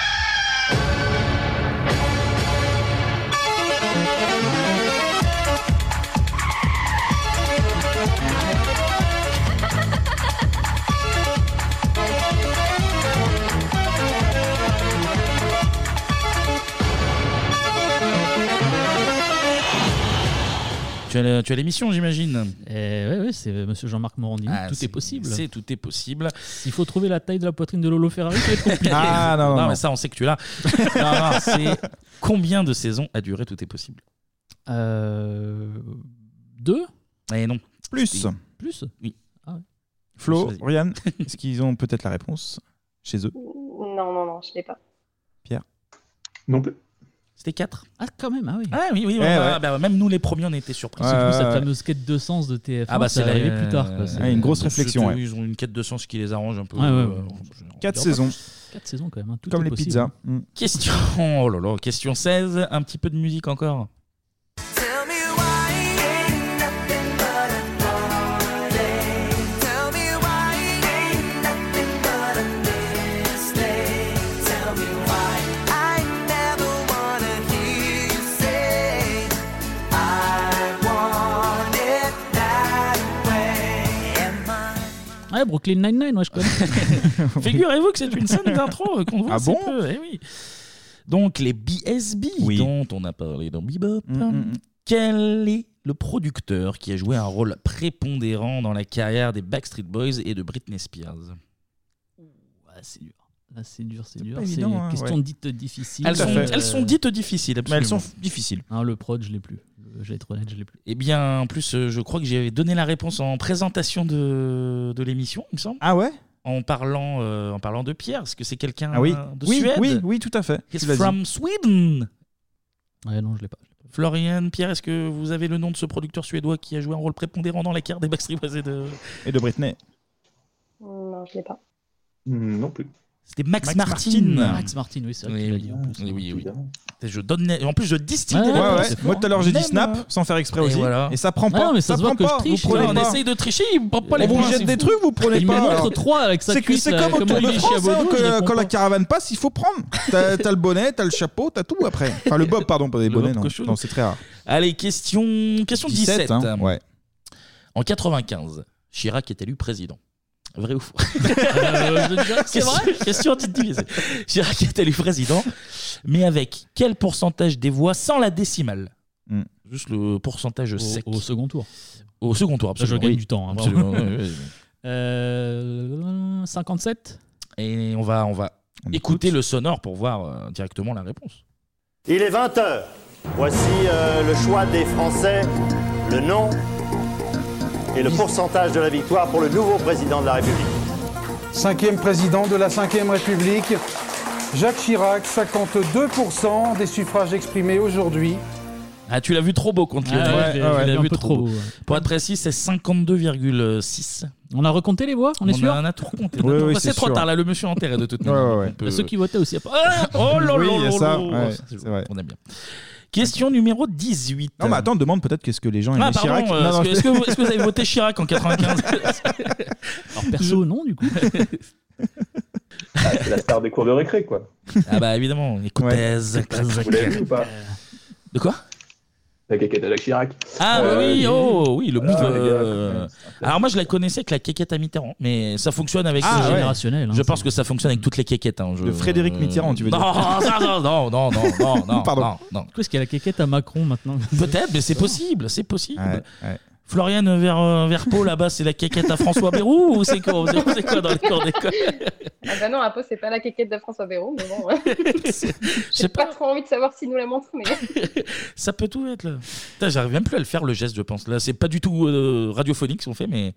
A: Tu as la- tu as l'émission, j'imagine
J: Eh ouais, ouais, c'est euh, Monsieur Jean-Marc Morandini.
A: Ah,
J: tout
A: c'est-
J: est possible.
A: c'est- tout est possible.
J: Il faut trouver la taille de la poitrine de Lolo Ferrari, ça va être compliqué.
G: Ah,
A: mais ça, on sait que tu l'as. non, non, c'est combien de saisons a duré Tout est possible
J: Euh, Deux
A: Eh non.
G: Plus.
J: Plus
A: Oui.
J: Ah ouais.
G: Flo, Ryan, est-ce qu'ils ont peut-être la réponse chez eux
H: Non, non, non, je l'ai pas.
G: Pierre
I: Non plus.
A: C'était 4
J: Ah, quand même, ah oui.
A: Ah oui, oui,
G: Eh
A: ouais,
G: ouais.
A: ouais, bah, même nous les premiers, on était surpris.
J: C'est
G: ouais,
J: tout cette
G: ouais.
J: fameuse quête de sens de TF1.
A: Ah bah
J: ça
A: c'est la-
J: arrivait plus tard. quoi.
A: euh,
J: C'est- Ah,
G: Ah, une grosse
A: c'est-
G: réflexion, ouais.
A: Ils ont une quête de sens qui les arrange un peu.
J: Ouais, ouais, ouais.
A: euh,
G: Quatre saisons.
J: Quatre saisons quand même. hein, tout
G: Comme
J: est
G: les
J: possible.
G: pizzas. Mm.
A: Question, oh là là, question 16, un petit peu de musique encore.
W: Tell me why it ain't nothing but a mistake. Tell me why I never wanna hear you say I want it that way. Am I
J: Ouais, Brooklyn Nine-Nine, ouais, je connais.
A: Figurez-vous que c'est une scène d'intro qu'on voit
J: Ah
A: assez
J: bon
A: peu, eh oui. Donc les BSB dont on a parlé dans Bebop.
G: Mm,
A: Quel est le producteur qui a joué un rôle prépondérant dans la carrière des Backstreet Boys et de Britney Spears
J: Ah, c'est dur. Ah, c'est dur, c'est dur.
A: pas
J: C'est
A: évident, hein,
J: question Euh,
A: ouais.
J: dites difficiles.
A: Elles sont, elles sont dites difficiles,
J: Mais elles
A: absolument.
J: sont
G: difficiles.
J: Ah, le prod, je l'ai plus. Le- Je vais être honnête, je l'ai plus.
A: Eh bien, en plus, euh, je crois que j'avais donné la réponse en présentation de, de l'émission, il me semble.
G: Ah ouais
A: en parlant, euh, en parlant de Pierre, parce que c'est quelqu'un
G: Ah oui.
A: euh, de
G: Oui,
A: Suède.
G: oui, oui, tout à fait.
A: He's
G: Tu l'as
A: from
G: dit.
A: Sweden.
J: Ouais, non, je l'ai pas.
A: Florian, Pierre, est-ce que vous avez le nom de ce producteur suédois qui a joué un rôle prépondérant dans la carrière des Backstreet Boys et de...
G: Et de Britney.
H: Non, je l'ai pas.
A: Hmm,
I: Non plus.
A: C'était Max,
J: Max
A: Martin.
J: Martin. Max Martin, oui, c'est vrai qu'il l'a dit, en
A: Oui, oui, oui. Je donne, en plus, je distille
J: Ouais,
A: des
J: ouais,
A: réponses.
J: ouais.
A: C'est fort.
G: Moi tout à l'heure j'ai dit
A: Même,
G: snap
A: euh,
G: sans faire exprès
A: et
G: aussi.
A: voilà.
G: Et ça prend
A: Ah
G: pas.
A: non, mais ça
G: ça
A: se
G: prend
A: voit que je
G: pas.
A: triche,
G: vous prenez
A: là, on
G: pas.
A: essaye de tricher, il me prend pas les
G: On vous
A: points,
G: jette
A: c'est
G: des
A: fou.
G: trucs, vous prenez
A: Il
G: pas.
A: me montre
G: alors.
A: trois avec sa
G: C'est que-
A: cuisse,
G: C'est
A: là,
G: comme au
A: comment
G: Tour
A: il
G: de
A: est
G: France,
A: chiabodo,
G: hein,
A: je
G: que-
A: réponds
G: quand la
A: pas.
G: caravane passe, il faut prendre. T'as t'as le bonnet, t'as le chapeau, t'as tout après. Enfin le bob, pardon, pas des bonnets, non. Non, c'est très rare.
A: Allez, question, question 17.
G: 17, hein, ouais.
A: En 95, Chirac est élu président. Vrai ou faux
J: Euh, je dirais que c'est vrai.
A: Question divisée. Chirac est élu président, mais avec quel pourcentage des voix sans la décimale
J: Hmm.
A: Juste le pourcentage sec. Au
J: second tour.
A: Au second tour,
J: Là, je
A: absolument.
J: gagne
A: oui.
J: du temps. hein,
A: Absolument,
J: vraiment.
A: oui, oui, oui.
J: Euh, 57
A: Et on va, on va écouter le sonore pour voir euh, directement la réponse.
C: Il est 20h. Voici euh, le choix des Français, le nom et le pourcentage de la victoire pour le nouveau président de la République.
O: Cinquième président de la Ve République, Jacques Chirac, 52% des suffrages exprimés aujourd'hui.
A: Ah, tu l'as vu trop beau contre
O: Ah
A: Lionel.
O: ouais, je l'ai- je l'ai
A: tu l'as
O: un
A: vu
O: peu
A: trop
O: trop
A: beau.
O: beau, ouais.
A: Pour être précis, c'est 52,6.
J: On a recompté les voix On est sûr
A: On a tout recompté.
J: Oui, oui,
A: Bah, c'est
J: c'est
A: trop
J: sûr.
A: tard, là, le monsieur est enterré de toute manière.
J: Ouais, ouais, ouais.
A: On peut-
J: Bah, ceux qui votaient aussi, après- Ah,
A: oh là
G: Oui,
A: là
G: il y a
A: là
G: ça,
A: là.
G: ouais,
A: Ça, c'est vrai. On aime bien. Question numéro 18.
G: Non mais attends, demande peut-être qu'est-ce que les gens
A: Ah,
G: aimaient
A: pardon,
G: Chirac.
A: euh,
G: Non, non,
A: est-ce, que, est-ce que vous, est-ce que vous avez voté Chirac en 95 Alors,
J: perso, non, du coup.
I: Ah, c'est la star des cours de récré, quoi.
A: Ah, bah évidemment, écoutez.
I: Vous l'avez vu ou pas
A: De quoi
I: La caquette à Jacques Chirac.
A: Ah bah
I: Euh,
A: oui,
I: il-
A: oh oui, le move.
G: Ah,
I: Voilà, les gars.
A: euh, Alors moi je la connaissais avec la quéquette à Mitterrand, mais ça fonctionne avec
G: Ah,
A: euh,
G: ouais.
J: générationnel, hein,
A: je pense que ça fonctionne avec toutes les quéquettes. Hein, je-
G: Le Frédéric
A: euh,
G: Mitterrand, tu veux dire.
A: Non, non, non, non, non, non, non,
G: Pardon.
A: non, non.
J: Qu'est-ce qu'il y a la quéquette à Macron maintenant
A: Peut-être, mais c'est possible, c'est possible.
J: Ouais,
A: Floriane vers euh, Verpo là-bas, c'est la quéquette à François Bérou ou c'est quoi, c'est c'est quoi dans le corps d'école
H: Ah bah non, après, c'est pas la quéquette de François Bayrou, mais bon. ouais.
A: J'ai
H: pas trop envie de savoir s'il nous la montre, mais.
A: Ça peut tout être là. Putain, j'arrive même plus à le faire le geste, je pense. Là, c'est pas du tout euh, radiophonique ce qu'on fait, mais.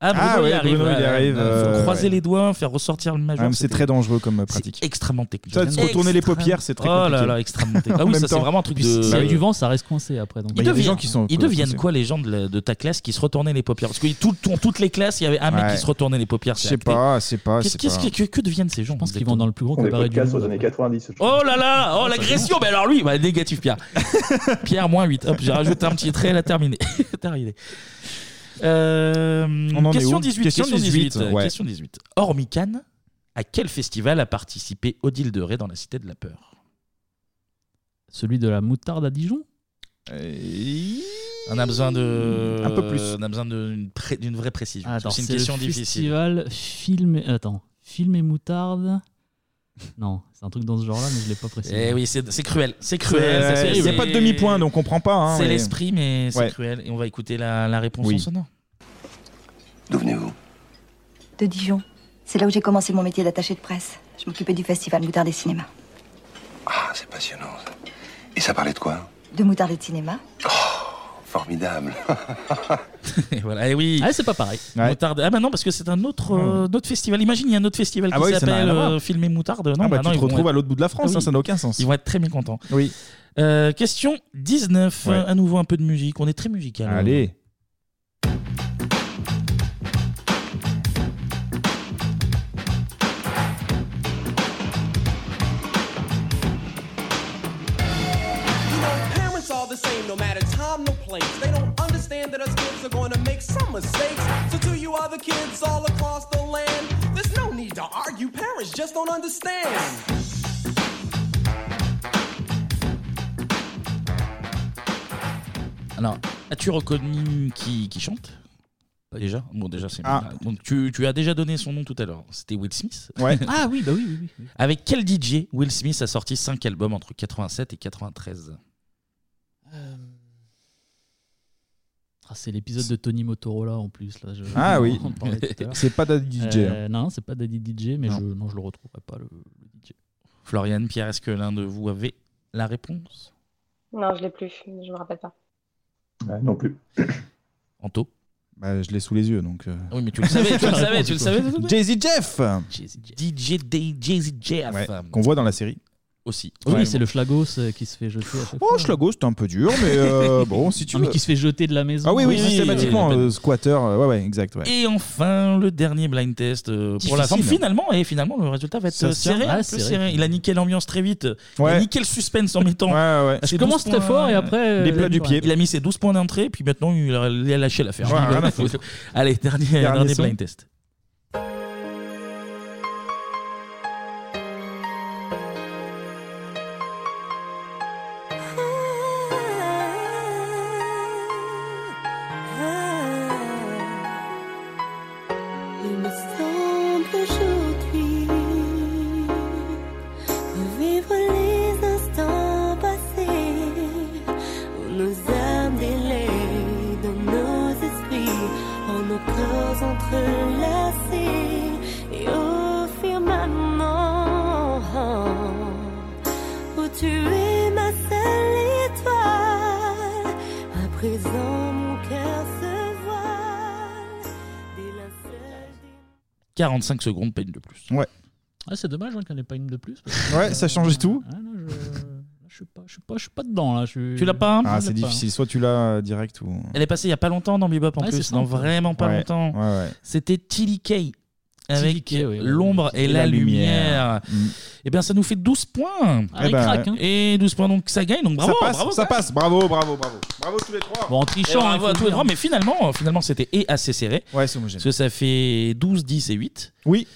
A: Ah, Bruno,
G: Ah ouais,
A: il arrive.
G: Bruno, il
A: ouais,
G: arrive,
A: ouais,
G: euh,
A: faut croiser
G: ouais.
A: les doigts, faire ressortir le
G: Ah,
A: majeur.
G: mais c'est très dangereux comme euh, pratique.
A: extrêmement technique.
G: Ça, de se retourner les paupières, c'est très
A: Oh là
G: compliqué.
A: là, extrêmement technique. Ah
G: En
A: oui,
G: même
A: ça c'est
G: temps.
A: vraiment un truc
G: Puis
A: de.
G: s'il y a du
J: vent, ça reste coincé après. Donc.
A: Ils,
G: Il y a des
A: deviennent-
G: gens qui sont-
A: ils deviennent
G: coincés.
A: quoi les gens de, la- de ta classe qui se retournaient les paupières Parce que tout, dans toutes les classes, il y avait un mec
G: Ouais.
A: qui se retournait les paupières.
G: Je
A: c'est
G: sais
A: acté.
G: pas, c'est pas,
A: Qu'est-ce
G: c'est
A: qu'est-ce
G: pas.
A: que, que deviennent ces gens Je pense qu'ils vont
J: dans le plus gros
I: On est
J: cabaret du
I: podcast
J: monde.
I: aux années 90.
A: Oh là là Oh l'agression Mais alors lui, bah, négatif Pierre. Pierre, moins 8. Hop, j'ai rajouté un petit trait, elle a terminé. terminé. Euh,
G: On en est
A: question,
G: où
A: 18,
G: Question 18, ouais.
A: question 18. Hormis Cannes, à quel festival a participé Odile de Ray dans la Cité de la Peur
J: Celui de la moutarde à Dijon
A: On a besoin de.
J: Un peu plus.
A: On a besoin d'une pré- d'une vraie précision.
G: Ah,
J: Attends,
A: c'est une
J: c'est
A: question
J: le
A: difficile.
J: Festival film. et- Attends, film et moutarde. Non, c'est un truc dans ce genre-là, mais je l'ai pas précisé.
A: Eh oui, c'est c'est cruel. C'est cruel.
G: C'est-
A: c'est-
G: il y a
A: c'est-
G: pas de demi-point, donc on prend pas, hein,
A: c'est
G: mais-
A: l'esprit, mais c'est
G: Ouais.
A: cruel. Et on va écouter la, la réponse
G: Oui.
A: en sonore.
Q: De Dijon. C'est là où j'ai commencé mon métier d'attaché de presse. Je m'occupais du festival Moutarde et Cinéma.
X: Ah, c'est passionnant ça. Et ça parlait de quoi
Q: De Moutarde et de Cinéma
X: Formidable.
A: Et voilà, et oui.
J: Ah, c'est pas pareil.
A: Moutarde. Ah, bah non, parce que c'est un autre, euh, autre festival. Imagine, il y a un autre festival
G: Hmm. Ah
A: qui
G: bah oui, ça n'a
A: s'appelle
G: rien à
A: euh,
G: voir.
A: Film et Moutarde. Non,
G: Ah bah,
A: non,
G: tu
A: ils
G: te
A: vont
G: retrouves
A: être-
G: à l'autre bout de la France,
A: Ah
G: hein,
A: oui.
G: ça n'a aucun sens.
A: Ils vont être très mécontents.
G: Oui.
A: Euh, question 19.
G: Ouais.
A: À nouveau un peu de musique. On est très musical. hein.
G: Allez.
Y: You know, parents are the same, no matter time, no place. They don't understand that us kids are gonna make some mistakes. So to you other kids all across the land, there's no need to argue. Parents just don't understand.
A: Alors, as-tu reconnu qui, qui chante Déjà Bon, déjà, c'est.
G: Ah.
A: Donc, tu, tu as déjà donné son nom tout à l'heure. C'était Will Smith.
G: Ouais.
J: Ah oui, bah oui, oui. oui.
A: Avec quel DJ Will Smith a sorti 5 albums entre 87 et 93
J: Ah, c'est l'épisode de Tony Motorola en plus. Là, je-
G: Ah oui.
J: on en parlait tout à l'heure.
G: C'est pas Daddy DJ,
J: Euh, non, c'est pas Daddy DJ, mais
A: Non.
J: Je, non, je le retrouverai pas. Le, le DJ.
A: Floriane, Pierre, est-ce que l'un de vous avait la réponse
H: Non, je l'ai plus, je me rappelle pas.
I: non plus.
A: Anto Ah
G: bah, Je l'ai sous les yeux, donc. euh.
A: Oui, mais tu le savais, tu le savais, tu le savais.
G: Jay-Z Jeff
A: DJ Day Jay-Z Jeff.
G: Qu'on voit dans la série.
A: aussi.
J: Oui,
A: Ouais,
J: c'est le Schlagos euh, qui se fait jeter. À chaque
G: Oh, Schlago, c'était un peu dur, mais euh, bon, si tu
A: Ah,
J: Non,
G: veux.
J: mais qui se fait jeter de la maison.
G: Ah oui, oui,
J: Oui,
G: systématiquement,
J: oui, oui.
G: euh, squatter, euh, ouais, ouais, exact. Ouais.
A: Et enfin, le dernier blind test euh, pour
G: Difficile.
A: la femme. Finalement, et finalement, le résultat va être
G: Ça
A: euh,
G: se tient.
A: serré, un
G: Ah,
A: peu
G: serré.
A: serré. Il a niqué l'ambiance très vite. Il
G: Ouais.
A: a niqué le suspense en mettant.
J: Parce
A: ses
J: que commence
A: 12
J: très
A: points,
J: fort et
A: euh,
J: après, euh, Les plats du pied.
A: Il a mis ses 12 points d'entrée, puis maintenant, il a, il a lâché l'affaire.
J: Ouais,
A: Il a-
J: rien à foutre.
A: Allez, dernier,
J: Dernier
A: dernier
J: son.
A: blind test.
P: Ah. Il me semble aujourd'hui revivre les instants passés où nos âmes délaient dans nos esprits, en nos corps entrelacés et au firmament où tu es ma seule étoile. À présent, mon cœur se voile des linceuls.
A: 45 secondes, peine de plus.
G: Ouais.
J: Ah, c'est dommage hein, qu'il n'y en ait pas une de plus. euh,
G: Ouais, ça change tout.
J: ah, Je suis pas, je suis pas, je suis pas dedans là. Je...
A: Tu l'as pas, hein
G: Ah,
A: Je
G: c'est
A: l'ai pas.
G: difficile. Soit tu l'as euh, direct ou.
A: Elle est passée il y a pas longtemps dans Bebop en
J: Ouais, c'est
A: plus,
J: ça,
A: dans
J: en fait.
A: vraiment pas
G: Ouais,
A: longtemps.
G: ouais, ouais.
A: C'était Tilly Kay
J: Tilly
A: avec
J: Kay, oui, oui,
A: l'ombre
J: oui.
A: et, la, lumière. Et bien ça nous fait 12 points.
G: Ah, Mm. Eh il ben, craque, hein.
A: Et 12 points donc ça gagne donc bravo,
G: ça passe,
A: bravo.
G: ça passe. Bravo, bravo, bravo. Bravo tous les trois.
J: Bon, en
A: Et Eh,
G: Eh,
A: bravo à tous les trois, mais finalement, euh, finalement c'était et assez serré.
G: Ouais, c'est homogène.
A: Parce que ça fait 12, 10 et 8.
G: Oui.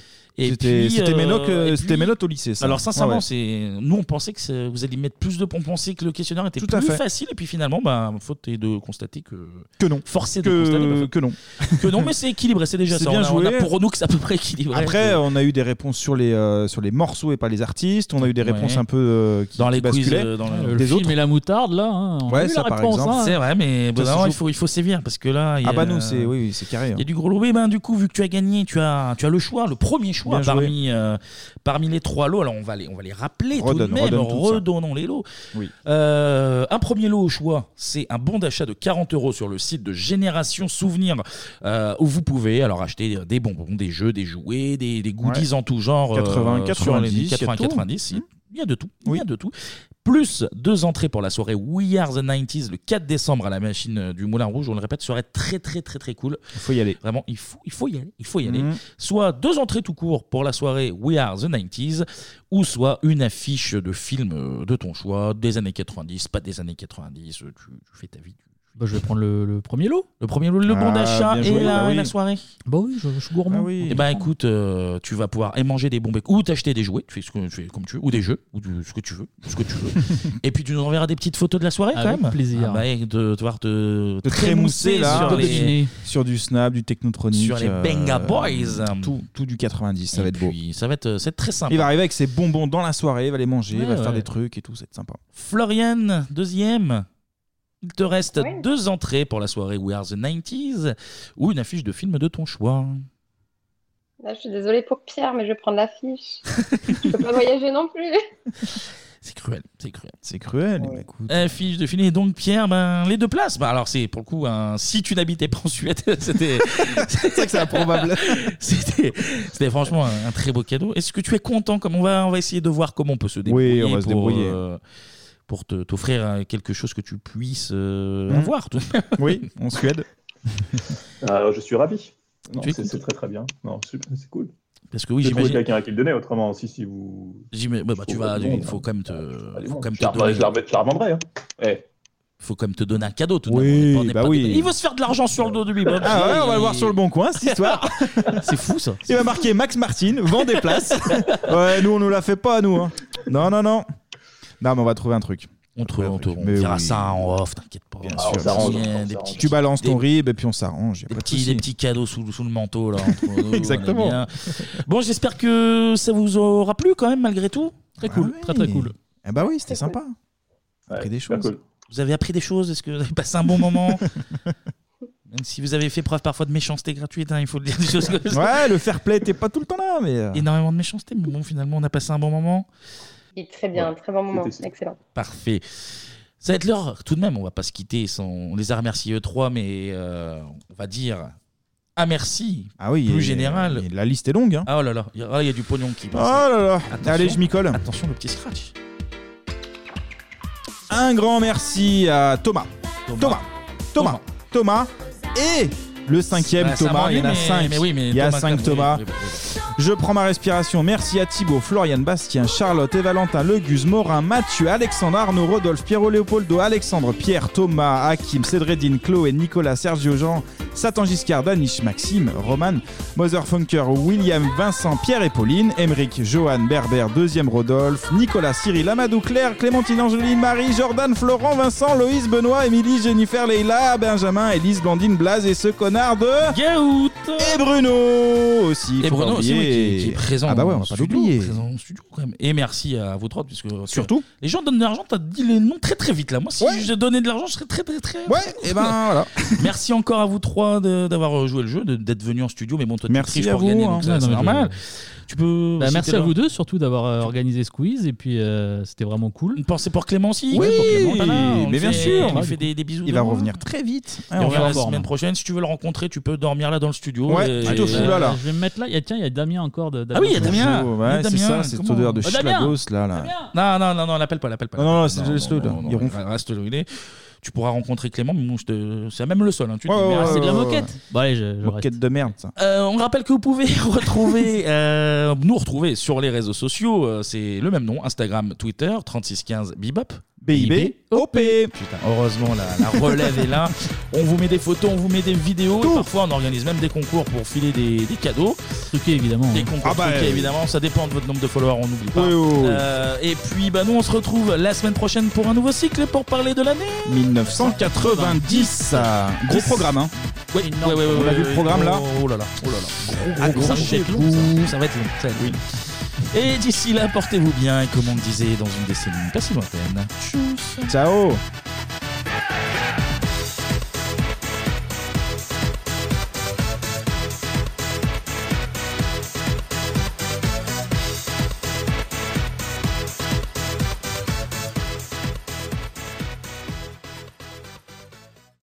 A: Et
G: C'était-
A: puis,
G: c'était
A: euh,
G: Ménoc, euh,
A: et
G: c'était Ménoc au lycée, ça.
A: Alors
G: Ouais,
A: sincèrement,
G: ouais.
A: c'est nous on pensait que c'est- vous alliez mettre plus de points, on pensait que le questionnaire était
G: à
A: plus
G: fait.
A: facile et puis finalement bah faute est de constater que
G: Que non.
A: Forcé de constater, bah,
G: que,
A: faute.
G: que non.
A: que non mais c'est équilibré, c'est déjà
G: C'est
A: ça.
G: bien
A: on a, on a
G: joué.
A: pour nous que c'est à peu près équilibré. Euh,
G: Après, euh, on a eu des réponses sur les, euh, sur les morceaux et pas les artistes. On a eu des réponses
A: Ouais.
G: un peu euh, qui,
A: dans les
G: qui
A: quiz,
G: basculaient.
A: euh, dans
J: Le
A: le-
G: Des
J: film
G: autres.
J: et la moutarde là. hein, on a eu
G: Ouais, ça
J: la
G: par
J: réponse,
G: exemple.
J: hein.
A: C'est vrai, mais bon,
G: Ça se
A: non, il,
G: joue.
A: faut, il faut sévir parce que là. il y
G: Ah
A: a-
G: bah non, c'est oui, oui, c'est carré. hein.
A: Il y a du gros lot. Et ben, du coup, vu que tu as gagné, tu as, tu as le choix, le premier choix
G: Bien joué.
A: parmi, euh, parmi les trois lots. Alors, on va les, on va les rappeler
G: Redonne-
A: tout de même.
G: redonne tout ça.
A: redonnons les lots.
G: Oui.
A: Euh, un premier lot au choix, c'est un bon d'achat de 40 euros sur le site de Génération Souvenir, euh, où vous pouvez alors acheter des bonbons, des jeux, des jouets, des, des goodies
G: Ouais.
A: en tout genre. euh,
G: 80,
A: sur les
G: 90, il y a
A: 80,
G: tout.
A: 90, il- il y a de tout. Il y a de tout. Plus deux entrées pour la soirée We Are the 90s le 4 décembre à la machine euh, du Moulin Rouge. On le répète, soirée très très très très cool.
G: Il faut y aller.
A: Vraiment, il faut, il faut y aller. Il faut y aller.
G: Mhm.
A: Soit deux entrées tout court pour la soirée We Are the 90s ou soit une affiche de film euh, de ton choix, des années 90, pas des années 90. euh, Tu, tu fais ta vie.
J: Bah, je vais prendre le, le premier lot.
A: Le premier lot, le
G: Ah,
A: bon d'achat et, la, et la soirée.
J: Bah oui, je, je suis gourmand.
A: Et ben écoute, euh, tu vas pouvoir et manger des bons becs ou t'acheter des jouets, tu fais, ce que, tu fais comme tu veux, ou des jeux, ou du- ce que tu veux, ce que tu veux. et puis tu nous enverras des petites photos de la soirée quand
J: Avec
A: même.
J: plaisir.
A: Ah bah, et de, de devoir te
G: de trémousser là,
A: sur
G: sur,
A: les,
G: du Snap, du Technotronic,
A: sur les
G: euh,
A: Benga Boys.
G: tout, tout du 90, ça va être beau.
A: Ça va être, euh, c'est très sympa.
G: Il va arriver avec ses bonbons dans la soirée, il va les manger, il
A: Ouais,
G: va faire
A: ouais.
G: des trucs et tout, ça va être sympa.
A: Florian, deuxième. Il te reste deux entrées pour la soirée We Are the 90s ou une affiche de film de ton choix.
H: Là, je suis désolée pour Pierre, mais je vais prendre l'affiche. je peux pas voyager non plus.
A: C'est cruel, c'est cruel.
G: C'est cruel. mais écoute.
A: Affiche de film. Et donc, Pierre, ben, les deux places. Bah, alors, c'est pour le coup, un... si tu n'habitais pas en Suède, c'était. c'est
G: ça que c'est improbable.
A: c'était c'était franchement un, un très beau cadeau. Est-ce que tu es content comme on va, on va essayer de voir comment on peut se débrouiller
G: on va se
A: pour,
G: débrouiller.
A: euh, pour te- t'offrir euh, quelque chose que tu puisses euh,
G: Mhm.
A: avoir. toi.
G: Oui, en Suède.
I: Alors, Ah, je suis ravi. Non,
A: Tu es
I: C'est c'est très très bien. Non, c'est c'est cool.
A: Parce que oui,
I: J'ai trouvé
A: j'imagine-
I: quelqu'un à qui le donner, autrement, si, si vous.
A: J'imagine. Bah, bah, tu vas, il faut quand même te. faut quand même te donner-
I: Je la remets- je la revendrai. hein. Eh.
A: faut quand même te donner un cadeau tout de
G: Oui,
A: même. On est pas- on est
G: bah
A: pas-
G: oui.
A: Il veut se faire de l'argent sur le dos de lui. Bob.
G: Ah ouais, on va le voir
A: Il-
G: sur le bon coin cette histoire.
A: C'est fou ça.
G: Il va marquer Max Martin, vend des places. ouais, nous on nous la fait pas, nous. hein. Non, non, non. Non, mais on va trouver un truc.
A: On, trouve, Oh, on, trouve, on verra ça en off, t'inquiète pas. Bien
G: sûr, bien sûr. Tu balances ton rib et puis on s'arrange. y a
A: Des
G: pas de
A: petits,
G: souci.
A: des petits cadeaux sous, sous le manteau là. entre nous, on est
G: Exactement.
A: bien. Bon, j'espère que ça vous aura plu quand même malgré tout. Très cool,
G: très, très cool. Eh bah Ah oui, c'était sympa.
A: Vous
G: appris des choses. cool.
A: Vous avez appris des choses. Est-ce que vous avez passé un bon moment Même si vous avez fait preuve parfois de méchanceté gratuite, hein, il faut le dire des choses comme ça.
G: Ouais, le fair play était pas tout le temps là, mais. euh,
A: Énormément de méchanceté, mais bon, finalement, on a passé un bon moment.
H: Et très bien, très bon moment,
A: C'était-
H: excellent.
A: Parfait. Ça va être l'heure, tout de même, on va pas se quitter. sans- On les a remerciés eux trois, mais euh, on va dire un merci
G: Ah oui,
A: plus
G: et-
A: général.
G: et la liste est longue. hein.
A: Ah oh là là, il y, a- ah, il y a du pognon qui passe.
G: Oh là là.
A: Attention.
G: Allez, je m'y colle.
A: Attention, le petit scratch.
G: Un grand merci à Thomas. Thomas. Thomas. Thomas. Thomas. Et le cinquième
A: Ouais, Bah, ça
G: Thomas. Il y en a
A: m'ennuie, mais-
G: cinq.
A: mais oui, mais
G: Il y a
A: Thomas,
G: cinq
A: oui,
G: Thomas.
A: oui, oui, oui.
G: Je prends ma respiration. Merci à Thibaut, Florian, Bastien, Charlotte et Valentin, Leguz, Morin, Mathieu, Alexandre, Arnaud, Rodolphe, Pierrot, Léopoldo, Alexandre, Pierre, Thomas, Hakim, Cédredine, Chloé, Nicolas, Sergio, Jean, Satan Giscard, Danish, Maxime, Roman, Motherfunker, William, Vincent, Pierre et Pauline, Emeric, Johan, Berber, Deuxième Rodolphe, Nicolas, Cyril, Amadou, Claire, Clémentine, Angeline, Marie, Jordan, Florent, Vincent, Loïs, Benoît, Émilie, Jennifer, Leila, Benjamin, Élise, Blandine, Blaze et ce connard de... Et Bruno aussi,
A: Et
G: faut
A: Bruno
G: pas
A: aussi, oui,
G: oublier.
A: qui, qui est présent.
G: Ah bah ouais, on
A: en
G: va pas
A: studio,
G: l'oublier.
A: présent en studio, quand même. Et merci à vous trois, puisque
G: Surtout.
A: les gens donnent de l'argent. T'as dit les noms très très vite là. Moi, si je donnais de l'argent, je serais très très très.
G: Ouais. Et ben voilà.
A: merci encore à vous trois de- d'avoir euh, joué le jeu, de- d'être venus en studio. Mais bon, toi, t'es
G: Merci
A: pris, je
G: à
A: peux
G: vous,
A: regagner,
G: hein.
A: donc ça,
G: Ouais, non,
A: c'est
G: mais je-
A: normal. Tu peux.
J: Bah,
A: si
J: merci
A: t'es
J: à
A: là-
J: vous deux surtout d'avoir euh, organisé ce quiz et puis euh, c'était vraiment cool.
A: Une pensée pour Clémency.
J: Oui,
G: mais bien sûr.
A: On lui fait des, des bisous.
G: Il va
A: demain.
G: revenir très vite.
A: Il
G: Hein, on
A: revient
G: va
A: la
G: voir.
A: semaine prochaine. Si tu veux le rencontrer, tu peux dormir là dans le studio.
G: Ouais,
A: et-
G: plutôt sous là, là.
J: Je vais me mettre là. Il y a, tiens, il y a Damien encore. De,
A: Ah oui, il y a Damien.
G: Ouais,
A: Il y
G: c'est
A: a Damien,
G: ça, c'est cette
A: comment-
G: odeur de
A: Oh, Damien
G: schlagos là. là.
A: Non, non, non, non, l'appelle pas, l'appelle pas.
G: Non, non, non, c'est- laisse-le, là. Il ronfle.
A: Reste le, il est. Tu pourras rencontrer Clément, mais bon, je te- c'est même le sol. Hein. Tu te
G: Ouais,
A: dis,
G: ouais,
A: mais
G: ouais,
A: c'est de la
G: ouais,
A: moquette.
G: ouais.
J: Bon, allez, je,
G: Moquette de merde, ça.
A: Euh, on rappelle que vous pouvez retrouver, euh, nous retrouver sur les réseaux sociaux. euh, c'est le même nom Instagram, Twitter, 3615 Bibop.
G: BIB, OP.
A: Putain, heureusement, la, la relève est là. On vous met des photos, on vous met des vidéos. Et parfois, on organise même des concours pour filer des, des cadeaux.
J: Truqué, évidemment.
A: Des concours
J: Ah bah,
A: truqués,
J: euh,
A: évidemment. Ça dépend de votre nombre de followers, on n'oublie pas. Euh, et puis, bah, nous, on se retrouve la semaine prochaine pour un nouveau cycle pour parler de l'année.
G: 1990. euh, Gros programme, hein.
A: Oui, ouais, ouais, ouais,
G: On a
A: ouais,
G: vu le
A: ouais.
G: programme, là
A: Oh, oh là là, oh là là. Gros,
G: Ah,
A: gros,
G: ça,
A: gros,
G: c'est
A: gros,
G: long,
A: ça. Ça va être long, ça va être long. Et d'ici là, portez-vous bien et comme on le disait dans une décennie pas si lointaine. Tchuss.
G: Ciao.